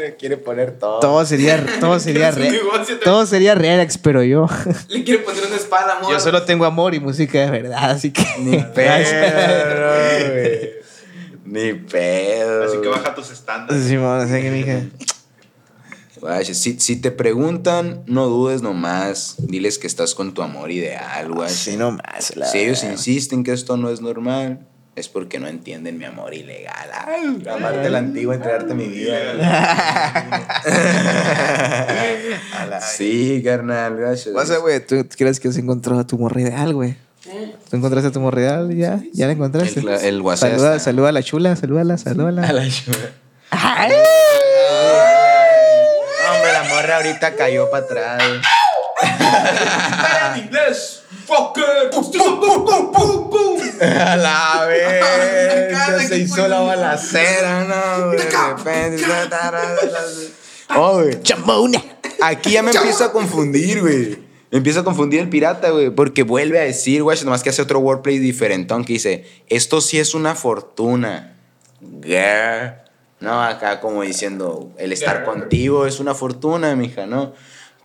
A: Me quiere poner todo.
B: todo sería, todo sería
C: Es un
B: re-
C: negocio, te-
B: Todo sería relax, pero yo...
C: Le quiere poner una espada al amor.
B: Yo solo tengo amor y música de verdad, así que...
A: Pedo, güey. Ni pedo.
D: Así que
A: güey.
D: baja tus estándares.
B: Sí, mano, o sea que, mija,
A: Guache, si, si te preguntan, no dudes nomás. Diles que estás con tu amor ideal, güey.
B: Así nomás. la
A: Si ellos
B: verdad.
A: insisten que esto no es normal, es porque no entienden mi amor ilegal. Ay, amarte la antigua, entregarte mi vida. sí, carnal, guache.
B: O sea, güey, ¿tú crees que has encontrado a tu morra ideal, güey?
C: Eh,
B: ¿Tú encontraste a tu morra ideal? ¿Ya? ¿Ya la encontraste?
A: El- el WhatsApp
B: Saluda,
A: está.
B: saluda a la chula, salúdala,
A: A
B: salúdala.
A: la chula.
B: ¡Ay!
A: No, hombre, la morra ahorita cayó para atrás.
C: para en inglés. Fucker. Pum, pum, pum, pum, pum, pum.
A: A la
C: Me encanta
A: vez.
C: que
A: Se hizo la balacera, ¿no? güey, De repente. ta, ta, ta, ta, ta. Oh, güey.
B: ¡Chambona!
A: Aquí ya me empiezo a confundir, güey. Me empiezo a confundir el pirata, güey. Porque vuelve a decir, güey, nomás que hace otro wordplay diferentón que dice, esto sí es una fortuna. Girl. No, acá como diciendo, el estar
C: Girl.
A: contigo es una fortuna, mija, ¿no?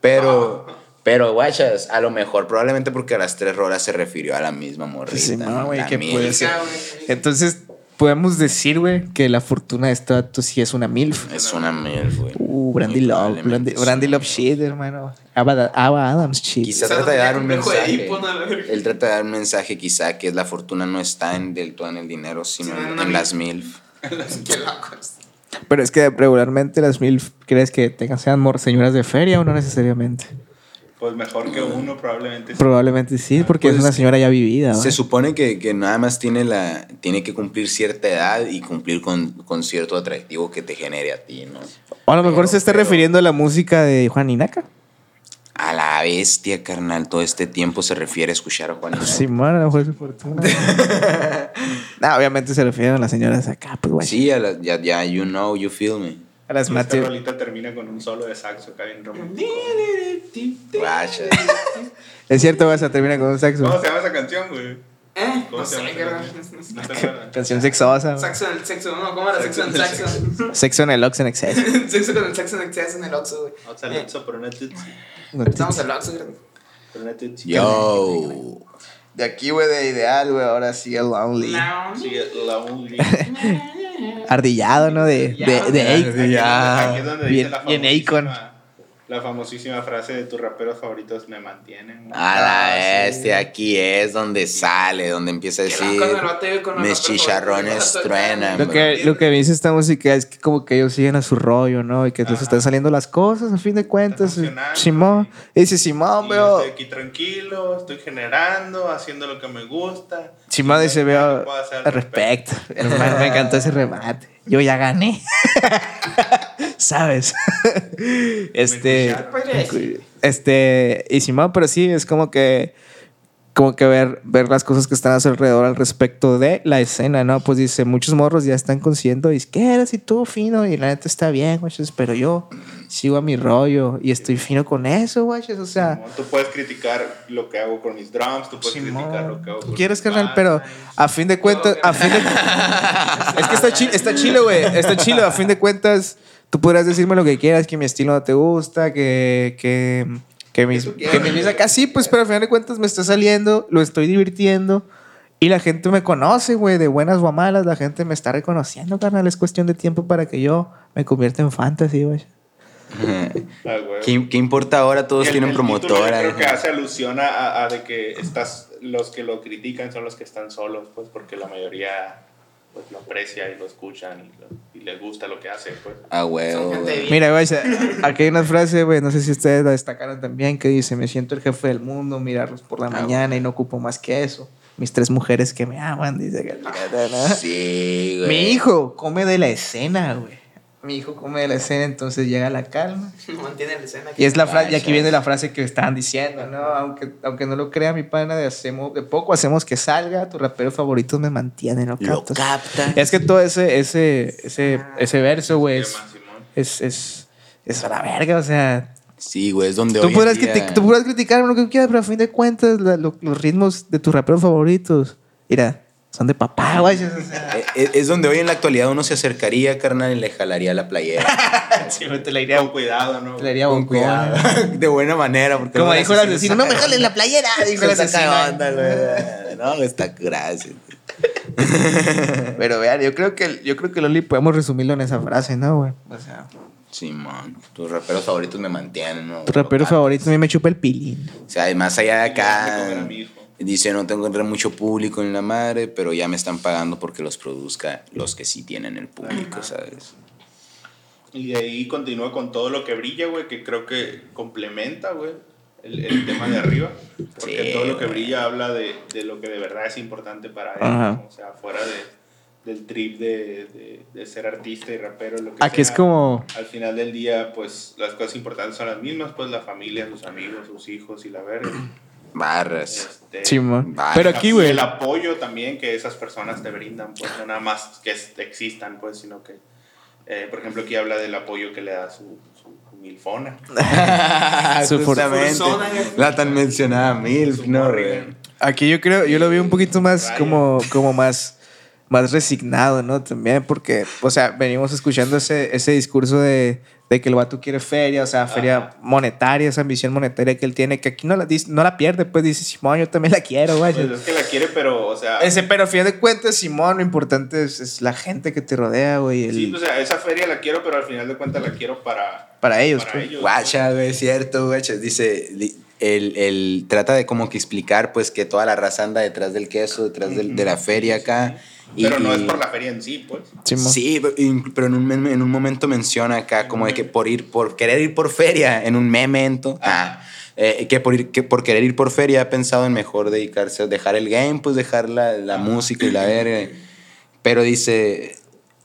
A: Pero, pero, guachas, a lo mejor, probablemente porque a las tres rolas se refirió a la misma morrita.
B: Sí, no,
A: ¿no?
B: güey,
A: La
B: que
A: misma.
B: puede ser.
C: Ya, güey.
B: Entonces, podemos decir, güey, que la fortuna de este vato sí es una MILF.
A: Es una mierda, güey.
B: Uh, Brandy
A: Muy
B: Love,
A: probablemente
B: Brandy,
A: sí.
B: Brandy Love shit, hermano. Abba, Abba Adams shit.
A: Quizá
C: Quizá no
A: trata de
C: tenía
A: dar un
C: complejo de
A: mensaje.
C: Edipo, ¿no? A la verga.
A: Él trata de dar un mensaje, quizá, que es la fortuna no está en del todo en el dinero, sino
C: Sino en
A: en,
C: una
A: en
C: mil.
A: las mil.
C: Qué locos.
B: Pero es que regularmente las MILF, ¿crees que tengan, sean mor- señoras de feria o no necesariamente?
D: Pues mejor que uno, probablemente. sí.
B: Probablemente sí, porque
A: Pues
B: es una
A: es que
B: señora ya vivida.
A: Se
B: ¿va?
A: supone que, que nada más tiene, la, tiene que cumplir cierta edad y cumplir con, con cierto atractivo que te genere a ti, ¿no?
B: O a lo mejor
A: Pero-
B: se está
A: pero-
B: refiriendo a la música de Juan Inaca.
A: A la bestia, carnal. Todo este tiempo se refiere a escuchar a
B: Ah,
A: Juan. Ignacio.
B: Simón, Pues a lo mejor es su fortuna. no, obviamente se refieren a las señoras acá, pues güey.
A: Sí, a la- ya, ya, you know, you feel me.
B: A las
D: Y Esta
B: mate.
D: rolita termina con un solo de saxo acá bien romántico.
A: Guacha.
B: Es cierto, vas a terminar con un saxo.
D: ¿Cómo se llama esa canción, güey?
C: Eh,
D: ¿Cómo
C: no
D: se llama
C: sé,
D: esa
C: carnal.
D: canción? No te acuerdas.
B: Canción sexosa. güey.
C: Saxo en el sexo, no, ¿cómo era? Sexo en el
D: Sexo en el
C: saxo.
B: Sexo en el Ox en exceso.
C: Sexo con el sexo en el sexo en el Oxxo, güey.
D: Vamos al
C: Eh,
D: Oxxo por una tutsi.
B: No te-
C: Estamos al Oxxo, carnal.
D: Por una tutsi.
A: Yo.
B: De aquí, güey, de ideal, güey, ahora sí el lonely.
C: No.
D: Sí, la only.
B: Ardillado, ¿no? De, de, de
A: Ardillado.
B: Ake.
A: Ya.
D: Aquí es donde
B: Bien-
D: dice la
B: bien
D: famosísima, la famosísima frase de tus raperos favoritos me mantienen. güey.
A: A la
D: Ah, sí.
A: bestia, aquí es donde sale, donde empieza a
C: Qué loco,
A: decir.
C: me lo ateo con los
A: Mis
C: otros
A: chicharrones
C: favoritos.
A: truenan.
B: Lo que, lo que me dice esta música es que como que ellos siguen a su rollo, ¿no? Y que les
D: Ajá.
B: están saliendo las cosas, a fin de cuentas.
D: Están funcionando,
B: Simón. Y dice, Simón,
D: Y yo
B: veo...
D: estoy aquí tranquilo, estoy generando, haciendo lo que me gusta.
B: Simón dice, veo...
D: puedo hacer al
B: Al respecto. Hermano, me encantó ese remate. Yo ya gané. ¿Sabes? este... Este... Y Simón, pero sí, es como que... Como que ver, ver las cosas que están a su alrededor al respecto de la escena, ¿no? Pues dice, muchos morros ya están consciendo disqueras y todo fino y la neta está bien, guaches, pero yo sigo a mi rollo y estoy fino con eso, guaches, o sea...
D: Simón, tú puedes criticar lo que hago con mis drums, tú puedes criticar lo que hago
B: Tú
D: con
B: quieres,
D: mis
B: carnal,
D: bandas.
B: pero a fin de cuentas, a fin de- Es que está chido, está chilo, güey. Está chilo. A fin de cuentas, tú podrás decirme lo que quieras, que mi estilo no te gusta, que. que que mis,
C: tú
B: que
C: quieras.
B: mis acá sí, pues, pero al final de cuentas me está saliendo, lo estoy divirtiendo y la gente me conoce, güey, de buenas o a malas, la gente me está reconociendo, carnal, es cuestión de tiempo para que yo me convierta en fantasy, güey.
D: Ah, güey.
A: ¿Qué, qué importa ahora? Todos
D: El-
A: tienen
D: el título yo
A: promotora. eh.
D: Creo que hace alusión a, a- a de que estás los que lo critican son los que están solos, pues porque la mayoría pues, lo aprecia y lo escuchan y, lo- y les gusta lo que hace, pues.
A: Ah,
C: Son
A: huevo.
C: gente
A: güey.
C: bien.
B: Mira, güey, aquí hay una frase, güey, no sé si ustedes la destacaron también, que dice, me siento el jefe del mundo, mirarlos por
A: Ah,
B: la mañana y no ocupo más que eso. Mis tres mujeres que me aman, dice que...
A: Ah, Sí, güey.
B: Mi hijo come de la escena, güey. Mi hijo come de la escena, entonces llega la calma.
C: Mantiene la escena.
B: Y es la frase, y
A: Gracias.
B: aquí viene la frase que estaban diciendo, ¿no? Aunque, aunque no lo crea mi pana, de, hacemos, de poco hacemos que salga, tus raperos favoritos me mantienen, ¿no?
A: Lo Ah,
B: captas?
A: capta.
B: Es que todo ese, ese, ese, ese verso, güey, es,
D: Llama a Simón.
B: es, es, es a la verga, o sea.
A: Sí, güey, es donde hoy
B: Tú
A: en
B: podrás,
A: día- eh.
B: criti- tú podrás criticar lo que quieras, pero a fin de cuentas, la- lo- los ritmos de tus raperos favoritos, mira, son de papá, güey. o sea.
A: Eh, eh, Es donde hoy en la actualidad uno se acercaría, carnal, y le jalaría la playera.
D: Con cuidado, ¿no?
B: Le daría
A: Con
B: bocón.
A: cuidado. De buena manera. Porque
B: Como
A: luego el
B: dijo el
A: asesino
B: asesino, no me
A: saca-
B: jales la playera, dijo el
A: se
B: asesino.
A: saca de onda, güey. No, está gracias.
B: Pero vean, yo creo que yo creo que Loli podemos resumirlo en esa frase, ¿no, güey? O sea,
A: Simón, tus raperos favoritos me mantienen, ¿no?
B: tu rapero
A: Lo capta.
B: favorito a mí me chupa el pilín.
A: O sea, más allá de
D: Le comer a
A: acá.
D: mi hijo.
A: Dice, no tengo mucho público en la madre, pero ya me están pagando porque los produzca los que sí tienen el público, ¿sabes?
D: Y de ahí continúa con todo lo que brilla, güey, que creo que complementa, güey, el, el tema de arriba. Porque
A: Sí,
D: todo lo que
A: güey.
D: brilla habla de, de lo que de verdad es importante para él.
B: Ajá.
D: ¿no? O sea, fuera de, del trip de, de- de ser artista y rapero, lo que
B: Aquí es
D: sea,
B: como
D: Al final del día, pues, las cosas importantes son las mismas, pues, la familia, sus amigos, sus hijos y la verga.
A: Barras.
D: Este,
B: Simón.
A: Vaya.
B: Pero aquí, güey,
D: el apoyo también que esas personas te brindan, pues no nada más que es- existan, pues, sino que, eh, por ejemplo, aquí habla del apoyo que le da su, su milfona.
B: Su for-
A: Justamente. La tan mencionada Milf,
D: Su
A: ¿no,
D: Morrigan.
A: güey?
B: aquí yo creo, yo lo vi un poquito más
D: Raya.
B: como como más más resignado, ¿no? También porque, o sea, venimos escuchando ese, ese discurso de, de que el vato quiere feria, o sea, feria monetaria, esa ambición monetaria que él tiene, que aquí no la, dice- no la pierde, pues dice, Simón, yo también la quiero, güey.
D: Pues es que la quiere, pero, o sea,
B: Ese, pero a fin de cuentas, Simón, lo importante es, es la gente que te rodea, güey. el-
D: sí, pues, o sea, esa feria la quiero, pero al final de cuentas la quiero para,
B: para ellos,
D: para
B: pues.
D: ellos.
A: Guacha, güey, cierto, guacha. Dice, di- el, el- trata de como que explicar, pues, que toda la raza anda detrás del queso, detrás del- de la feria acá. y-
D: Pero no es
A: y-
D: por la feria en sí, pues.
B: Simón.
A: Sí, pero in- pero en un, meme- en un momento menciona acá como de que por ir, por querer ir por feria, en un memento, ah, eh, que, por ir- que por querer ir por feria ha pensado en mejor dedicarse, dejar el game, pues dejar la, la música y la verga. Pero dice,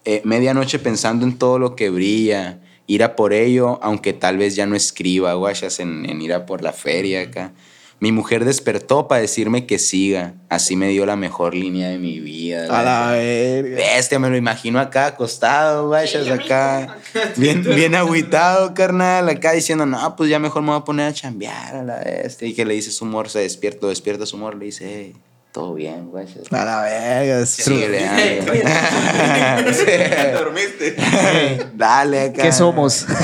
A: eh, medianoche pensando en todo lo que brilla, ir a por ello, aunque tal vez ya no escriba, guayas, en, en ir a por la feria acá. Mi mujer despertó para decirme que siga. Así me dio la mejor línea de mi vida.
B: A la
A: verga.
B: verga.
A: Bestia, me lo imagino acá acostado, vayas acá. Bien, bien agüitado, carnal, acá diciendo, no, pues ya mejor me voy a poner a chambear a la bestia. Y que le dice su humor, se despierta, despierta su humor, le dice, "Hey, todo bien, guayas.
B: A la verga. es true.
A: Sigue dando.
D: ¿Te dormiste?
A: Dale acá.
B: ¿Qué somos?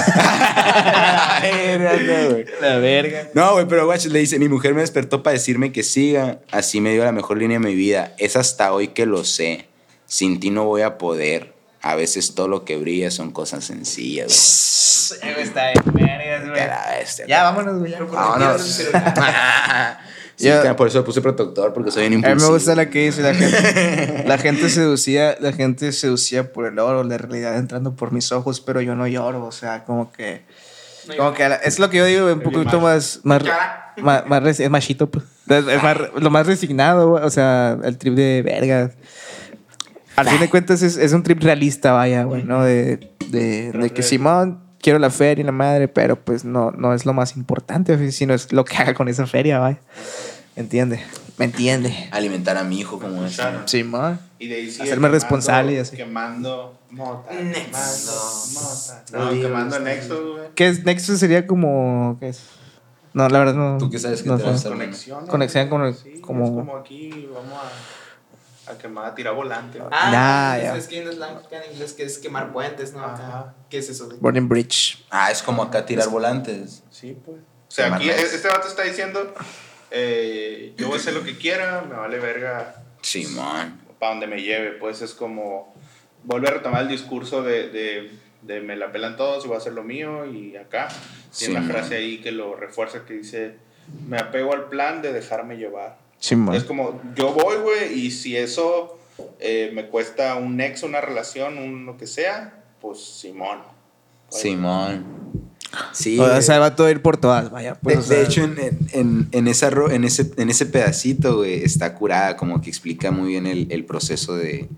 A: Ay, no, no, güey.
B: la verga.
A: No, güey, pero guacho, le dice, mi mujer me despertó para decirme que siga. Así me dio la mejor línea de mi vida. Es hasta hoy que lo sé. Sin ti no voy a poder. A veces todo lo que brilla son cosas sencillas.
B: Está bien, vergas,
A: güey.
B: güey.
A: Que la bestia,
B: Ya, vámonos, güey.
C: Pero ¿por qué tiras el
A: Vámonos.
C: celular?
A: Sí,
B: Yo-
A: cara, por eso puse protector, porque soy un
B: A mí me
A: impulsivo.
B: gusta la que dice la gente. La gente seducía, la gente seducía por el oro, la realidad entrando por mis ojos, pero yo no lloro. O sea, como que.
C: No,
B: Como
C: yo-
B: que a la- es lo que yo digo, un poquito más. más,
C: Cara.
B: ma- más res- es machito, pues. Es- es más- lo más resignado, güey, o sea, el trip de verga. Al fin de cuentas es, es un trip realista, vaya, güey, ¿no? De, de, de que Simón, quiero la feria y la madre, pero pues no, no es lo más importante, sino es lo que haga con esa feria, vaya. ¿Entiende? ¿Me entiende?
A: Alimentar a mi hijo como es.
D: Claro.
B: Simón.
D: Y de ahí sigue
B: Hacerme responsable y así.
D: Quemando mota.
C: Nexos.
D: Quemando mota. No, quemando nexos, güey.
B: ¿Qué es? Nexus sería como... ¿Qué es? No, la verdad no.
A: ¿Tú qué sabes que
B: no pues,
A: te
B: sé.
A: vas a-
D: Conexión. ¿no?
B: Conexión con-
D: Sí,
B: como-
D: es como aquí vamos a, a quemar, a tirar volante. güey.
C: Ah,
B: Nah,
C: es-
B: ya.
C: es que en slang acá en inglés que es quemar puentes, ¿no? Acá.
D: Ajá.
C: ¿Qué es eso? güey?
B: Burning Bridge.
A: Ah, es como acá tirar volantes.
D: Sí, pues. O sea, aquí
A: Quemar
D: e- este vato está diciendo, eh, yo voy a hacer lo que quiera, me vale verga
A: Simón.
D: para donde me lleve. Pues es como volver a retomar el discurso de, de- de me la pelan todos y voy a hacer lo mío y acá. Tiene
A: Sí,
D: una
A: man.
D: frase ahí que lo refuerza que dice, me apego al plan de dejarme llevar.
B: Simón.
E: Es como, yo voy, güey, y si eso eh, me cuesta un nexo, una relación, un lo que sea, pues Simón. Oye,
A: Simón. Sí.
B: o
A: güey.
B: sea, va a todo ir por todas, vaya.
A: De,
B: Pues, o sea,
A: de hecho, en, en- en- en esa ro- en, ese, en ese pedacito, güey, está curada, como que explica muy bien el, el proceso de,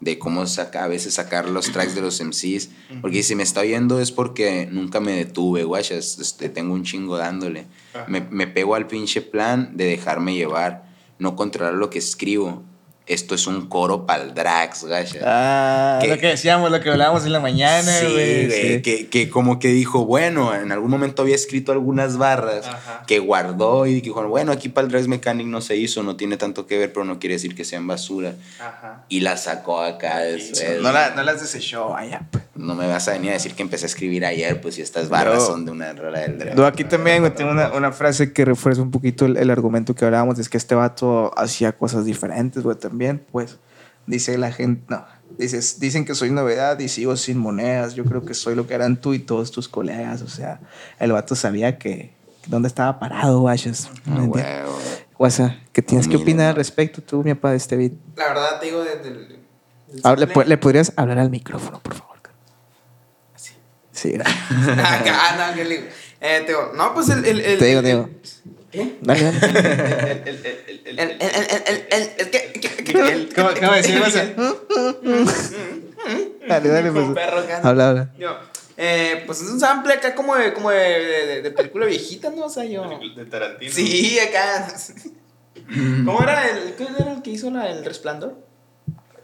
A: de cómo saca, a veces sacar los tracks de los MCs. Porque si me está oyendo es porque nunca me detuve, guachas. Este, tengo un chingo dándole.
B: Ah.
E: Ajá.
A: Me, me pego al pinche plan de dejarme llevar, no controlar lo que escribo. Esto es un coro pa'l drags, guachas.
B: ah,
A: que-
B: lo que decíamos, lo que hablábamos en la mañana,
A: Sí,
B: güey.
A: güey,
B: sí.
A: Que, que como que dijo, bueno, en algún momento había escrito algunas barras
E: Ajá.
A: que guardó y dijo, bueno, aquí para el Drags Mechanic no se hizo, no tiene tanto que ver, pero no quiere decir que sean basura.
E: Ajá.
A: Y la sacó acá después.
B: No, la- no las desechó, vaya. Pues.
A: No me vas a venir a decir que empecé a escribir ayer, pues si estas barras
B: No.
A: son de una rola del Drags.
B: No, aquí también güey, tengo una, una frase que refuerza un poquito el, el argumento que hablábamos, es que este vato hacía cosas diferentes, güey, también, pues, dice la gente, no, dices, dicen que soy novedad y sigo sin monedas, yo creo que soy lo que eran tú y todos tus colegas, o sea, el vato sabía que, dónde estaba parado,
A: Ah,
B: guayas. ¿me entiendes?
A: huevo.
B: Guasa, ¿qué tienes que
A: Humilde,
B: opinar al
A: ¿no?
B: respecto tú, mi papá, de este beat?
C: La verdad, te digo, desde el. del
B: Ahora, Ah, ¿le,
C: sample-
B: po- le podrías hablar al micrófono, por favor? Sí, gracias.
C: Acá, no, que le- eh, te digo, no, pues el. el, el
B: Te digo, te digo.
C: ¿Qué?
B: Dale, dale.
E: El- el- el- el-
C: El, el, el, el, el, el, el, que- que- que- el-
B: ¿Cómo, cómo decimos? dale, dale,
C: Como
B: pues.
C: perro acá.
B: Habla, habla.
C: Yo, eh, pues es un sample acá como de, como de, de, de- de película viejita, ¿no? O sea, yo.
E: el- de Tarantino.
C: Sí, acá. ¿Cómo era el, qué era el que hizo la, el resplandor?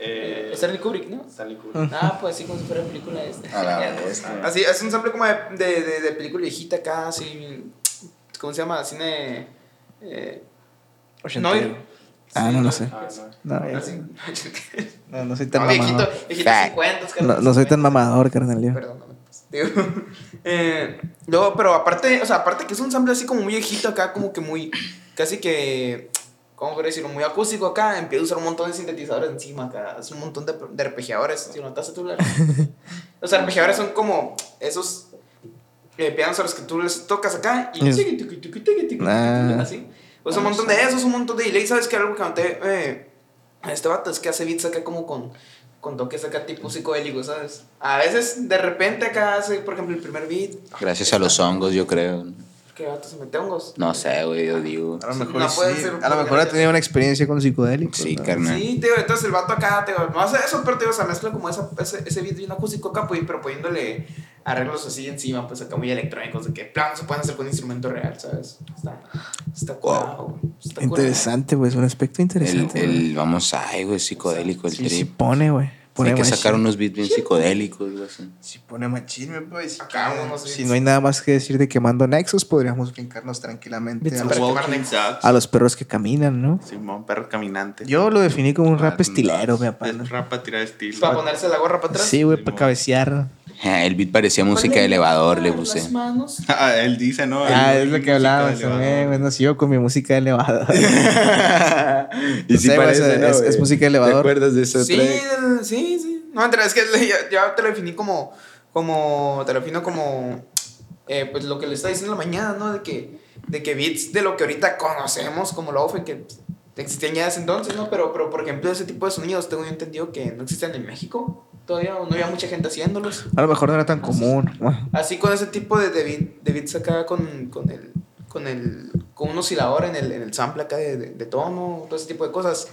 E: Eh,
C: Stanley Kubrick, ¿no?
E: Stanley Kubrick.
B: Mm.
E: Ah,
C: Ah, pues sí, como si fuera película este.
A: A la bestia.
C: Así, es un sample como de, de, de- de película viejita acá, así. ¿Cómo se llama? Cine. Eh,
B: Ochentero. Ah, no, no sé.
E: Ah, no.
B: No, ya
C: Así.
B: sé. no, no soy
C: No,
B: tan
C: viejito,
B: mamador.
C: viejito
A: Fact.
C: 50, carnal,
B: No, no soy tan
C: 50.
B: mamador, carnal. yo.
C: Perdón, no, pues, digo, eh, no, pero aparte, o sea, aparte que es un sample así como muy viejito acá, como que muy, casi que, ¿cómo podría decirlo? Muy acústico acá, empieza a usar un montón de sintetizadores encima acá, es un montón de, de arpegiadores, si notaste tú, la- los arpegiadores son como esos eh, pianos a los que tú les tocas acá y
B: Es-
C: tiqui, tiqui, tiqui, tiqui, tiqui,
B: Ah.
C: así, pues un montón de esos, un montón de delay, ¿sabes qué? Algo que noté, eh, este vato es que hace beats acá como con con toques acá tipo psicodélico, ¿sabes? A veces, de repente acá hace, por ejemplo, el primer beat.
A: Gracias a los hongos, yo creo.
C: Que gato se mete hongos.
A: No sé, güey, yo digo.
B: A lo mejor,
C: No
B: sí.
C: puede ser un
B: a lo mejor ha
C: podcast.
B: tenido una experiencia con psicodélicos.
A: Sí,
B: ¿no?
A: carnal.
C: Sí, tío, entonces el vato acá, tío, no hace eso, pero tío, se mezcla como esa, ese, ese beat bien acústico acá, pues, pero poniéndole arreglos así encima, pues acá muy electrónicos, de que plano se pueden hacer con instrumento real, ¿sabes? Está, está curado, güey, está curado.
B: Interesante, güey. Es un
A: El,
B: aspecto interesante. güey.
A: el- vamos, ay, güey, psicodélico el
B: sí, sí
A: trip.
B: pone, güey. Pone
A: Hay que
B: machín.
A: sacar unos beats bien psicodélicos, güey. así.
B: Si pone machín, me puede decir.
C: Acá unos
B: Si
C: beats.
B: no hay nada más que decir de quemando Nexus, podríamos brincarnos tranquilamente a
C: Beats
B: los,
C: para
E: Walking
C: quemar
E: Dead.
B: a los perros que caminan, ¿no?
E: Simón, perro caminante.
B: Yo lo definí como un rap estilero, mi papá. ¿no?
E: Es rap para tirar estilo.
C: Para ponerse la gorra para atrás.
B: Sí, güey,
E: Sí,
B: para
E: mo.
B: cabecear.
A: Ja, El beat parecía música de
C: Ponle
A: elevador, le
C: las
A: puse.
C: manos.
E: Ah, él dice, ¿no?
B: Ah,
E: El-
B: es lo que
E: música
B: hablábamos.
E: de elevador.
B: Eh, bueno, sigo con mi música de elevador.
A: y
B: No sé, güey, es- es- es música de elevador.
A: ¿Te acuerdas de eso?
C: Sí, el- sí, sí. No, mentira, es que le- ya, ya te lo definí como, como, te lo defino como, eh, pues lo que le está diciendo en la mañana, ¿no? De que, de que beats de lo que ahorita conocemos como lo ofe, que pues, existían ya desde entonces, ¿no? Pero, pero, por ejemplo, ese tipo de sonidos tengo yo entendido que no existían en México todavía, o no había mucha gente haciéndolos.
B: A lo mejor no era tan común. Bueno,
C: Así con ese tipo de, de, beat- de beats acá con, con el con el con un oscilador en el, en el sample acá de, de, de tono, todo ese tipo de cosas.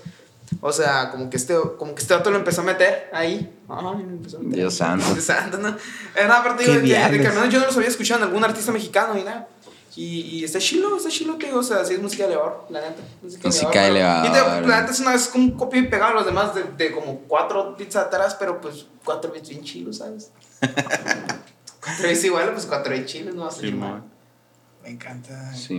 C: O sea, como que este como que este dato lo empezó a meter ahí. Ajá, lo empezó a meter.
A: Dios santo.
C: Dios santo, ¿no? Eh, no, aparte digo,
B: Qué
C: de, de que
B: diablos.
C: al menos yo no los había escuchado en algún artista mexicano y nada. Y, y está chilo, está chilo, te digo, o sea, sí es música de elevador, la neta.
A: Música de
C: pero-
A: elevador.
C: Y te digo, la neta es una es como un copia y pegado a los demás de, de como cuatro beats atrás, pero pues cuatro beats bien chilos, ¿sabes? cuatro beats igual, pues cuatro beats chilos, no va a salir mal.
E: Simón.
B: Me encanta.
A: Sí,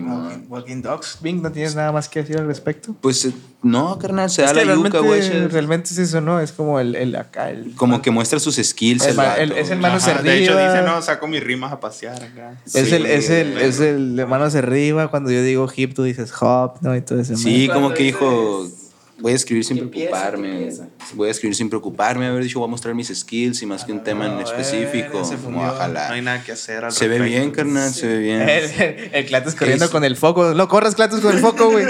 A: Walking-
B: Dogs. Bing, ¿no tienes nada más que decir al respecto?
A: Pues eh, no, carnal, se
B: Es
A: da
B: que
A: la yuca,
B: realmente,
A: güey.
B: realmente es eso, ¿no? Es como el, el acá, el...
A: Como que muestra sus skills.
B: El
A: el
B: ma-
A: vato,
B: el- es el
A: güey.
B: manos
E: Ajá, De hecho,
B: arriba.
E: dice, no, saco mis rimas a pasear acá.
B: Es,
A: Sí,
B: el, es, el,
A: güey.
B: es el de manos arriba. Cuando yo digo hip, tú dices hop, ¿no? Y todo eso.
A: Sí, como que
C: Cuando
A: dijo.
C: dices-
A: voy a escribir sin
C: Que empiece, que
A: preocuparme.
C: empiece.
A: Voy a escribir sin preocuparme. Haber dicho, voy a mostrar mis skills y más
B: Ah,
A: que un tema
B: eh,
A: en específico. como, ojalá.
E: No hay nada que hacer. al
A: se ve
E: respecto.
A: bien, carnal, se ve bien.
B: El, el Clatus corriendo
A: Sí.
B: con el foco. No corras, Clatus, con el foco, güey.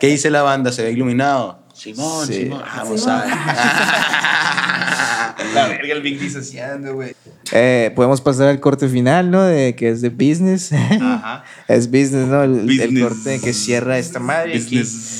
A: ¿Qué dice la banda? ¿Se ve iluminado?
E: Simón,
A: Sí,
E: Simón.
B: Ah,
A: Vamos a ver.
B: La verga, el Big disociando, güey. Eh, podemos pasar al corte final, ¿no? De, que es de business.
D: Ajá.
B: es business, ¿no? El, el
D: Business.
B: corte que cierra esta madre. aquí.
D: Business.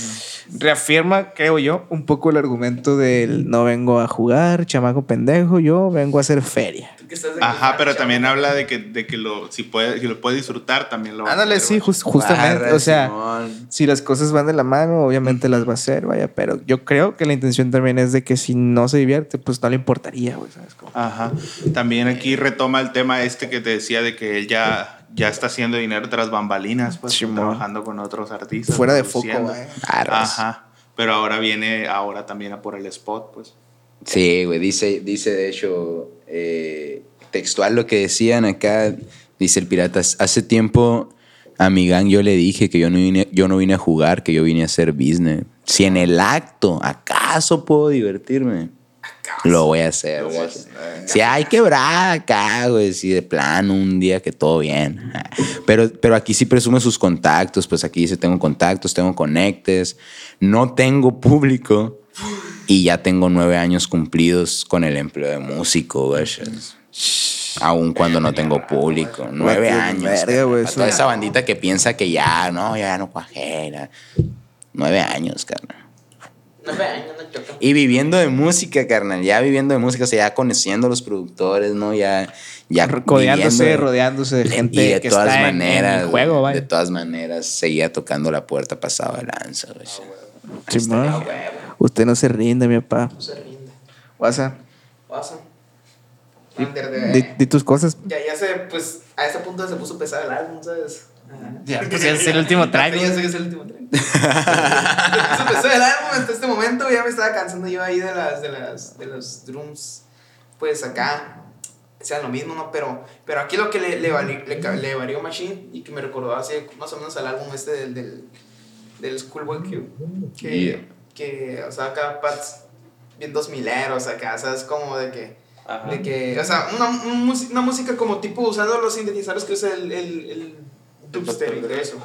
B: Reafirma, creo yo, un poco el argumento del no vengo a jugar, chamaco pendejo, yo vengo a hacer feria.
C: Tú que estás aquí,
D: Ajá, pero
C: chaval.
D: también habla de que, de que lo, si, puede, si lo puede disfrutar, también lo va a
B: Ándale,
D: hacer,
B: sí,
D: güey.
B: jus- justamente.
A: Barra,
B: o sea,
A: Simón.
B: si las cosas van de la mano, obviamente las va a hacer, vaya, pero yo creo que la intención también es de que si no se divierte, pues no le importaría, güey, ¿sabes? Como-
D: Ajá. También aquí retoma el tema este que te decía de que él ya, ya está haciendo dinero tras bambalinas, pues
B: Simón.
D: trabajando con otros artistas.
B: Fuera de foco, eh.
D: produciendo.
B: güey. Arras.
D: Ajá. Pero ahora viene, ahora también a por el spot, pues.
A: Sí, güey, dice, dice de hecho eh, textual lo que decían acá, dice el Piratas, hace tiempo a mi gang yo le dije que yo no vine, yo no vine a jugar, que yo vine a hacer business. Si en el acto acaso puedo divertirme, lo voy a hacer. güey. Si hay quebrada acá, güey, si de plano un día que todo bien. Pero, pero aquí sí presume sus contactos, pues aquí dice tengo contactos, tengo conectes, no tengo público. Y ya tengo nueve años cumplidos con el empleo de músico, güey. Aún cuando no tengo público. Nueve
B: Vete,
A: años.
B: verga,
A: carnal. Para
B: güey, eso-
A: toda esa bandita que piensa que ya, no, ya no cuajera. Nueve años, carnal.
C: No me daño, no choca.
A: Y viviendo de música, carnal. Ya viviendo de música, o sea, ya conociendo a los productores, ¿no? Ya. ya
B: Codeándose,
A: viviendo-
B: rodeándose de gente
A: y de
B: que
A: todas
B: está en-
A: maneras,
B: en el juego,
A: güey,
B: vaya.
A: de todas maneras, seguía tocando la puerta pasado de lanza, güey.
B: Simón. Usted no se rinde, mi papá.
C: No se rinde.
B: WhatsApp,
C: Pasa. Under the-
B: di, di tus cosas.
C: Ya, ya se, pues, a ese punto se puso pesado el álbum, ¿sabes? Ajá.
B: Ya, pues, ya es el último track,
C: Ya
B: güey.
C: sé que es el último track. Se puso pesado el álbum hasta este momento, ya me estaba cansando yo ahí de las, de las, de los drums, pues, acá. Sean lo mismo, ¿no? Pero, pero aquí lo que le, le, vali- le, ca- le varió Machine y que me recordó así más o menos al álbum este del, del, del Schoolboy Q. Que,
A: Yeah.
C: que, o sea, acá Pats bien dos mileros acá, o sea, es como de que...
E: Ajá.
C: De que, o sea, una, un mus- una música como tipo usando los sintetizadores que usa el, el, el dubstep y todo eso.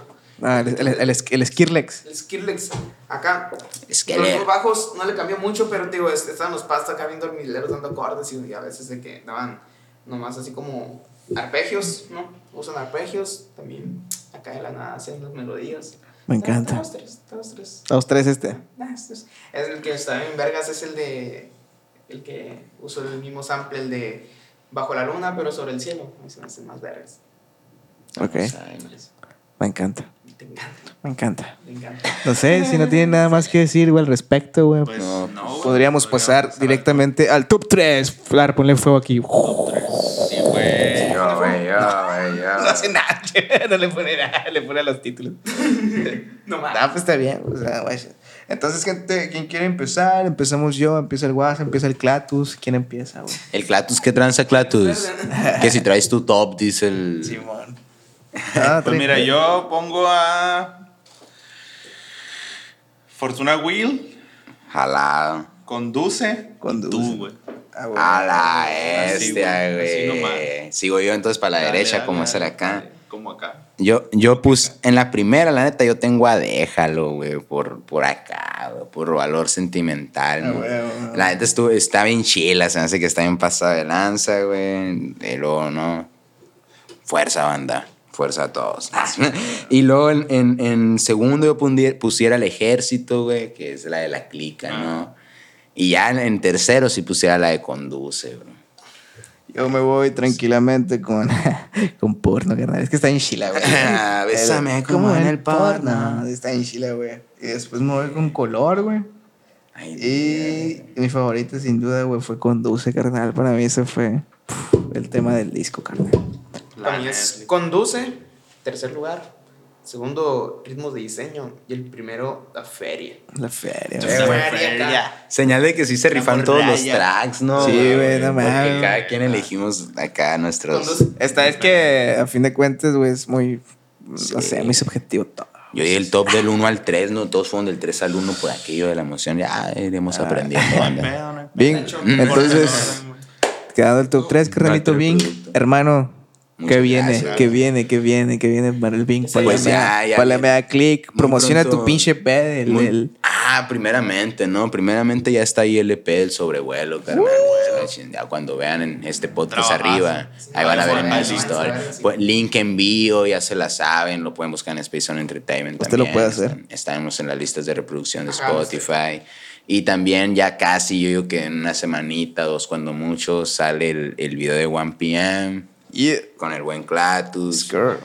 B: Ah, el, el, el, el Skrillex.
C: El Skrillex acá.
A: Es que
C: Los bajos no le cambió mucho, pero te digo, es- estaban los pastos acá bien dormileros dando acordes y, a veces de que daban nomás así como arpegios, ¿no? Usan arpegios, también acá de la nada hacen las melodías.
B: Me encanta.
C: Dos, tres, dos, tres.
B: Los tres este.
C: Nah, esto Es es el que está en vergas, es el de. El que usó el mismo sample, el de Bajo la Luna, pero sobre el cielo. Ese es el más vergas.
B: Ok, me encanta.
C: Te encanta,
B: Me encanta.
C: te encanta.
B: No sé, si no tienen nada más que decir güey, al respecto, güey.
D: Pues,
A: No,
D: no, güey,
B: Podríamos pasar
D: al-
B: directamente al top 3. Flar, ponle fuego aquí. No hace nada, no le pone nada, le pone a los títulos.
C: No
B: Ah,
C: más.
B: pues está bien. o sea, guay. Entonces, gente, ¿quién quiere empezar? Empezamos yo, empieza el Guas, empieza el Clatus. ¿Quién empieza, güey?
A: El Clatus, ¿qué tranza Clatus? que si traes tu top, dice el...
B: Ah,
D: Pues
B: tri-
D: mira, yo pongo a Fortuna Will,
A: Jalado.
D: conduce,
B: Conduce.
D: conduce. tú, güey.
B: Ah, güey.
A: A la
D: Así,
A: bestia,
D: güey, así
A: este, güey.
D: nomás.
A: Sigo yo entonces para la
D: Dale,
A: derecha,
D: dale,
A: como
D: dale,
A: es el acá.
D: dale, Como acá.
A: Yo, yo puse, en la primera, la neta, yo tengo a déjalo, güey, por, por acá, güey, por valor sentimental,
B: Ah,
A: ¿no?
B: güey, güey.
A: La neta estuvo, está bien chila, se me hace que está bien pasada de lanza, güey. Y luego, ¿no? Fuerza, banda. Fuerza a todos. y luego en, en- en segundo yo pundi- pusiera el ejército, güey, que es la de la clica,
B: Ah.
A: ¿no? Y ya en, en tercero sí pusiera la de conduce, bro.
B: Yo me voy tranquilamente con, con porno, carnal. Es que está en Chile, güey.
A: Ah, bésame
B: El-
A: como en el porno.
B: Está en Chile, güey. Y después me voy con color, güey.
A: Ay,
B: Y mi favorito, sin duda, güey, fue Conduce, carnal. Para mí ese fue puf, el tema del disco, carnal.
C: Para mí es Conduce, tercer lugar. Segundo, Ritmos de Diseño. Y el primero, La Feria.
B: La feria,
A: Sí,
B: güey.
A: güey.
C: acá.
A: Señal de que sí se rifan todos los tracks, ¿no?
B: Sí, güey, no
A: Porque
B: mames.
A: cada quien elegimos acá nuestros.
C: Conduce.
B: Esta es que, a fin de cuentas, güey, es muy. No
A: Sí.
B: sé, muy subjetivo todo.
A: Yo di el top del 1 al 3, no todos fueron del 3 al 1 por aquello de la emoción. Ya eh,
B: Ah.
A: iremos aprendiendo. anda.
D: Pedo, ¿no?
B: Bien,
A: Mm.
B: entonces, quedado el top 3,
A: Rato
B: carnalito
A: de
B: Bing.
A: producto.
B: Hermano,
A: Muchas
B: que viene,
A: gracias.
B: que viene, que viene, que viene para el Bing. Para
A: Pues ya, ya,
B: la
A: ya.
B: media click.
A: Muy
B: Promociona
A: pronto.
B: tu pinche ped. El,
A: Muy-
B: el-
A: Ah, primeramente, ¿no? Primeramente ya está ahí el EP, el sobrevuelo, carnal. Bueno, chin, Ya cuando vean en este podcast
D: Trabajazo.
A: arriba, ahí van a ver en las
C: Trabajazo.
A: historias. Pues, link envío, ya se la saben, lo pueden buscar en Space on Entertainment.
B: Usted lo
A: también.
B: puede hacer.
A: Están- Estamos en las listas de reproducción de
C: Ajá, usted.
A: Spotify. Y también ya casi, yo digo que en una semanita, dos cuando mucho, sale el, el video de 1 PM
B: Yeah,
A: con el buen Clatus.
B: girl.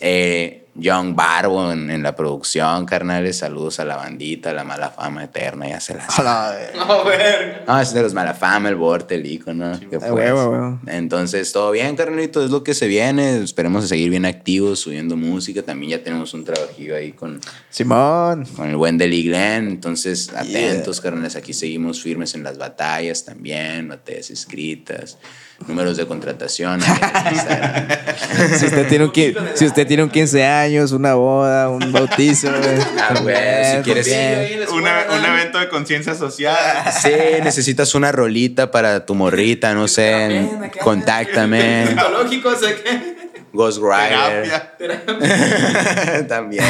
A: Eh, John Barbo en, en la producción, carnales. Saludos a la bandita, a la mala fama eterna, ya se las.
B: A la ver-
C: A ver.
A: Ah, es de los mala fama, el Borte, el icono. que
B: a
A: fue.
B: huevo, a huevo.
A: Entonces, todo bien, carnalito, es lo que se viene. Esperemos seguir bien activos, subiendo música. También ya tenemos un trabajillo ahí con,
B: Simón.
A: con el buen Deli Glenn. Entonces, atentos, carnales. Aquí seguimos firmes en las batallas también, batallas escritas, números de contratación. ahí en Instagram.
B: Si usted, tiene un, qui- si usted tiene un 15 años, una boda, un bautizo. eh. güey.
A: Ah, güey, si quieres-
B: también.
D: Una- un evento de conciencia social.
A: Sí, necesitas una rolita para tu morrita, no sé.
C: Ven acá.
A: Contáctame.
C: Psicológico, o sea que.
A: Ghost Rider.
D: Terapia.
A: También.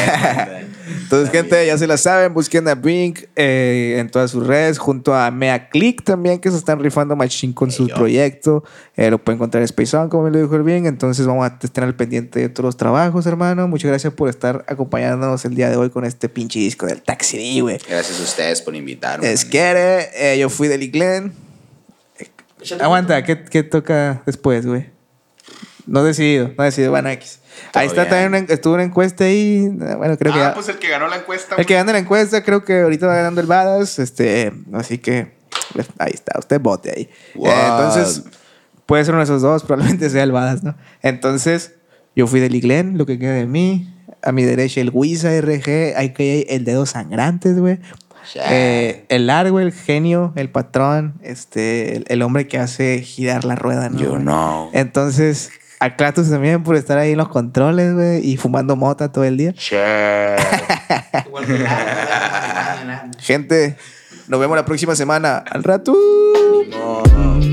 B: Entonces, gente, ya se la saben. Busquen a Bink eh, en todas sus redes, junto a Mea Click también, que se están rifando machín con su
A: yo.
B: proyecto. Eh, lo pueden encontrar en Space On, como me lo dijo el Bink. Entonces, vamos a estar al pendiente de todos los trabajos, hermano. Muchas gracias por estar acompañándonos el día de hoy con este pinche disco del Taxi D, güey.
A: Gracias a ustedes por invitarme.
B: Es que eh, yo fui del Glenn. Aguanta, ¿qué, qué toca después, güey? No he decidido, no he decidido. Bueno, X. Ahí
A: Todo
B: está
A: bien.
B: también, una- estuvo una encuesta ahí. Bueno, creo que
D: Ah,
B: ya.
D: pues el que ganó la encuesta.
B: el que gana la encuesta, creo que ahorita va ganando el Badas. Este, así que pues, ahí está, usted bote ahí.
A: Wow.
B: Eh, entonces, puede ser uno de esos dos, probablemente sea el Badas, ¿no? Entonces, yo fui del Iglen, lo que queda de mí. A mi derecha el Wisa RG, ahí que hay el dedo sangrantes, güey.
A: Ah.
B: Eh, el largo, el genio, el patrón, este, el, el hombre que hace girar la rueda, ¿no?
A: Yo
B: güey?
A: no.
B: Entonces, a Kratos también por estar ahí en los controles, güey, y fumando mota todo el día.
A: Che.
C: Igual que la-
B: Gente, nos vemos la próxima semana. Al rato.
A: No.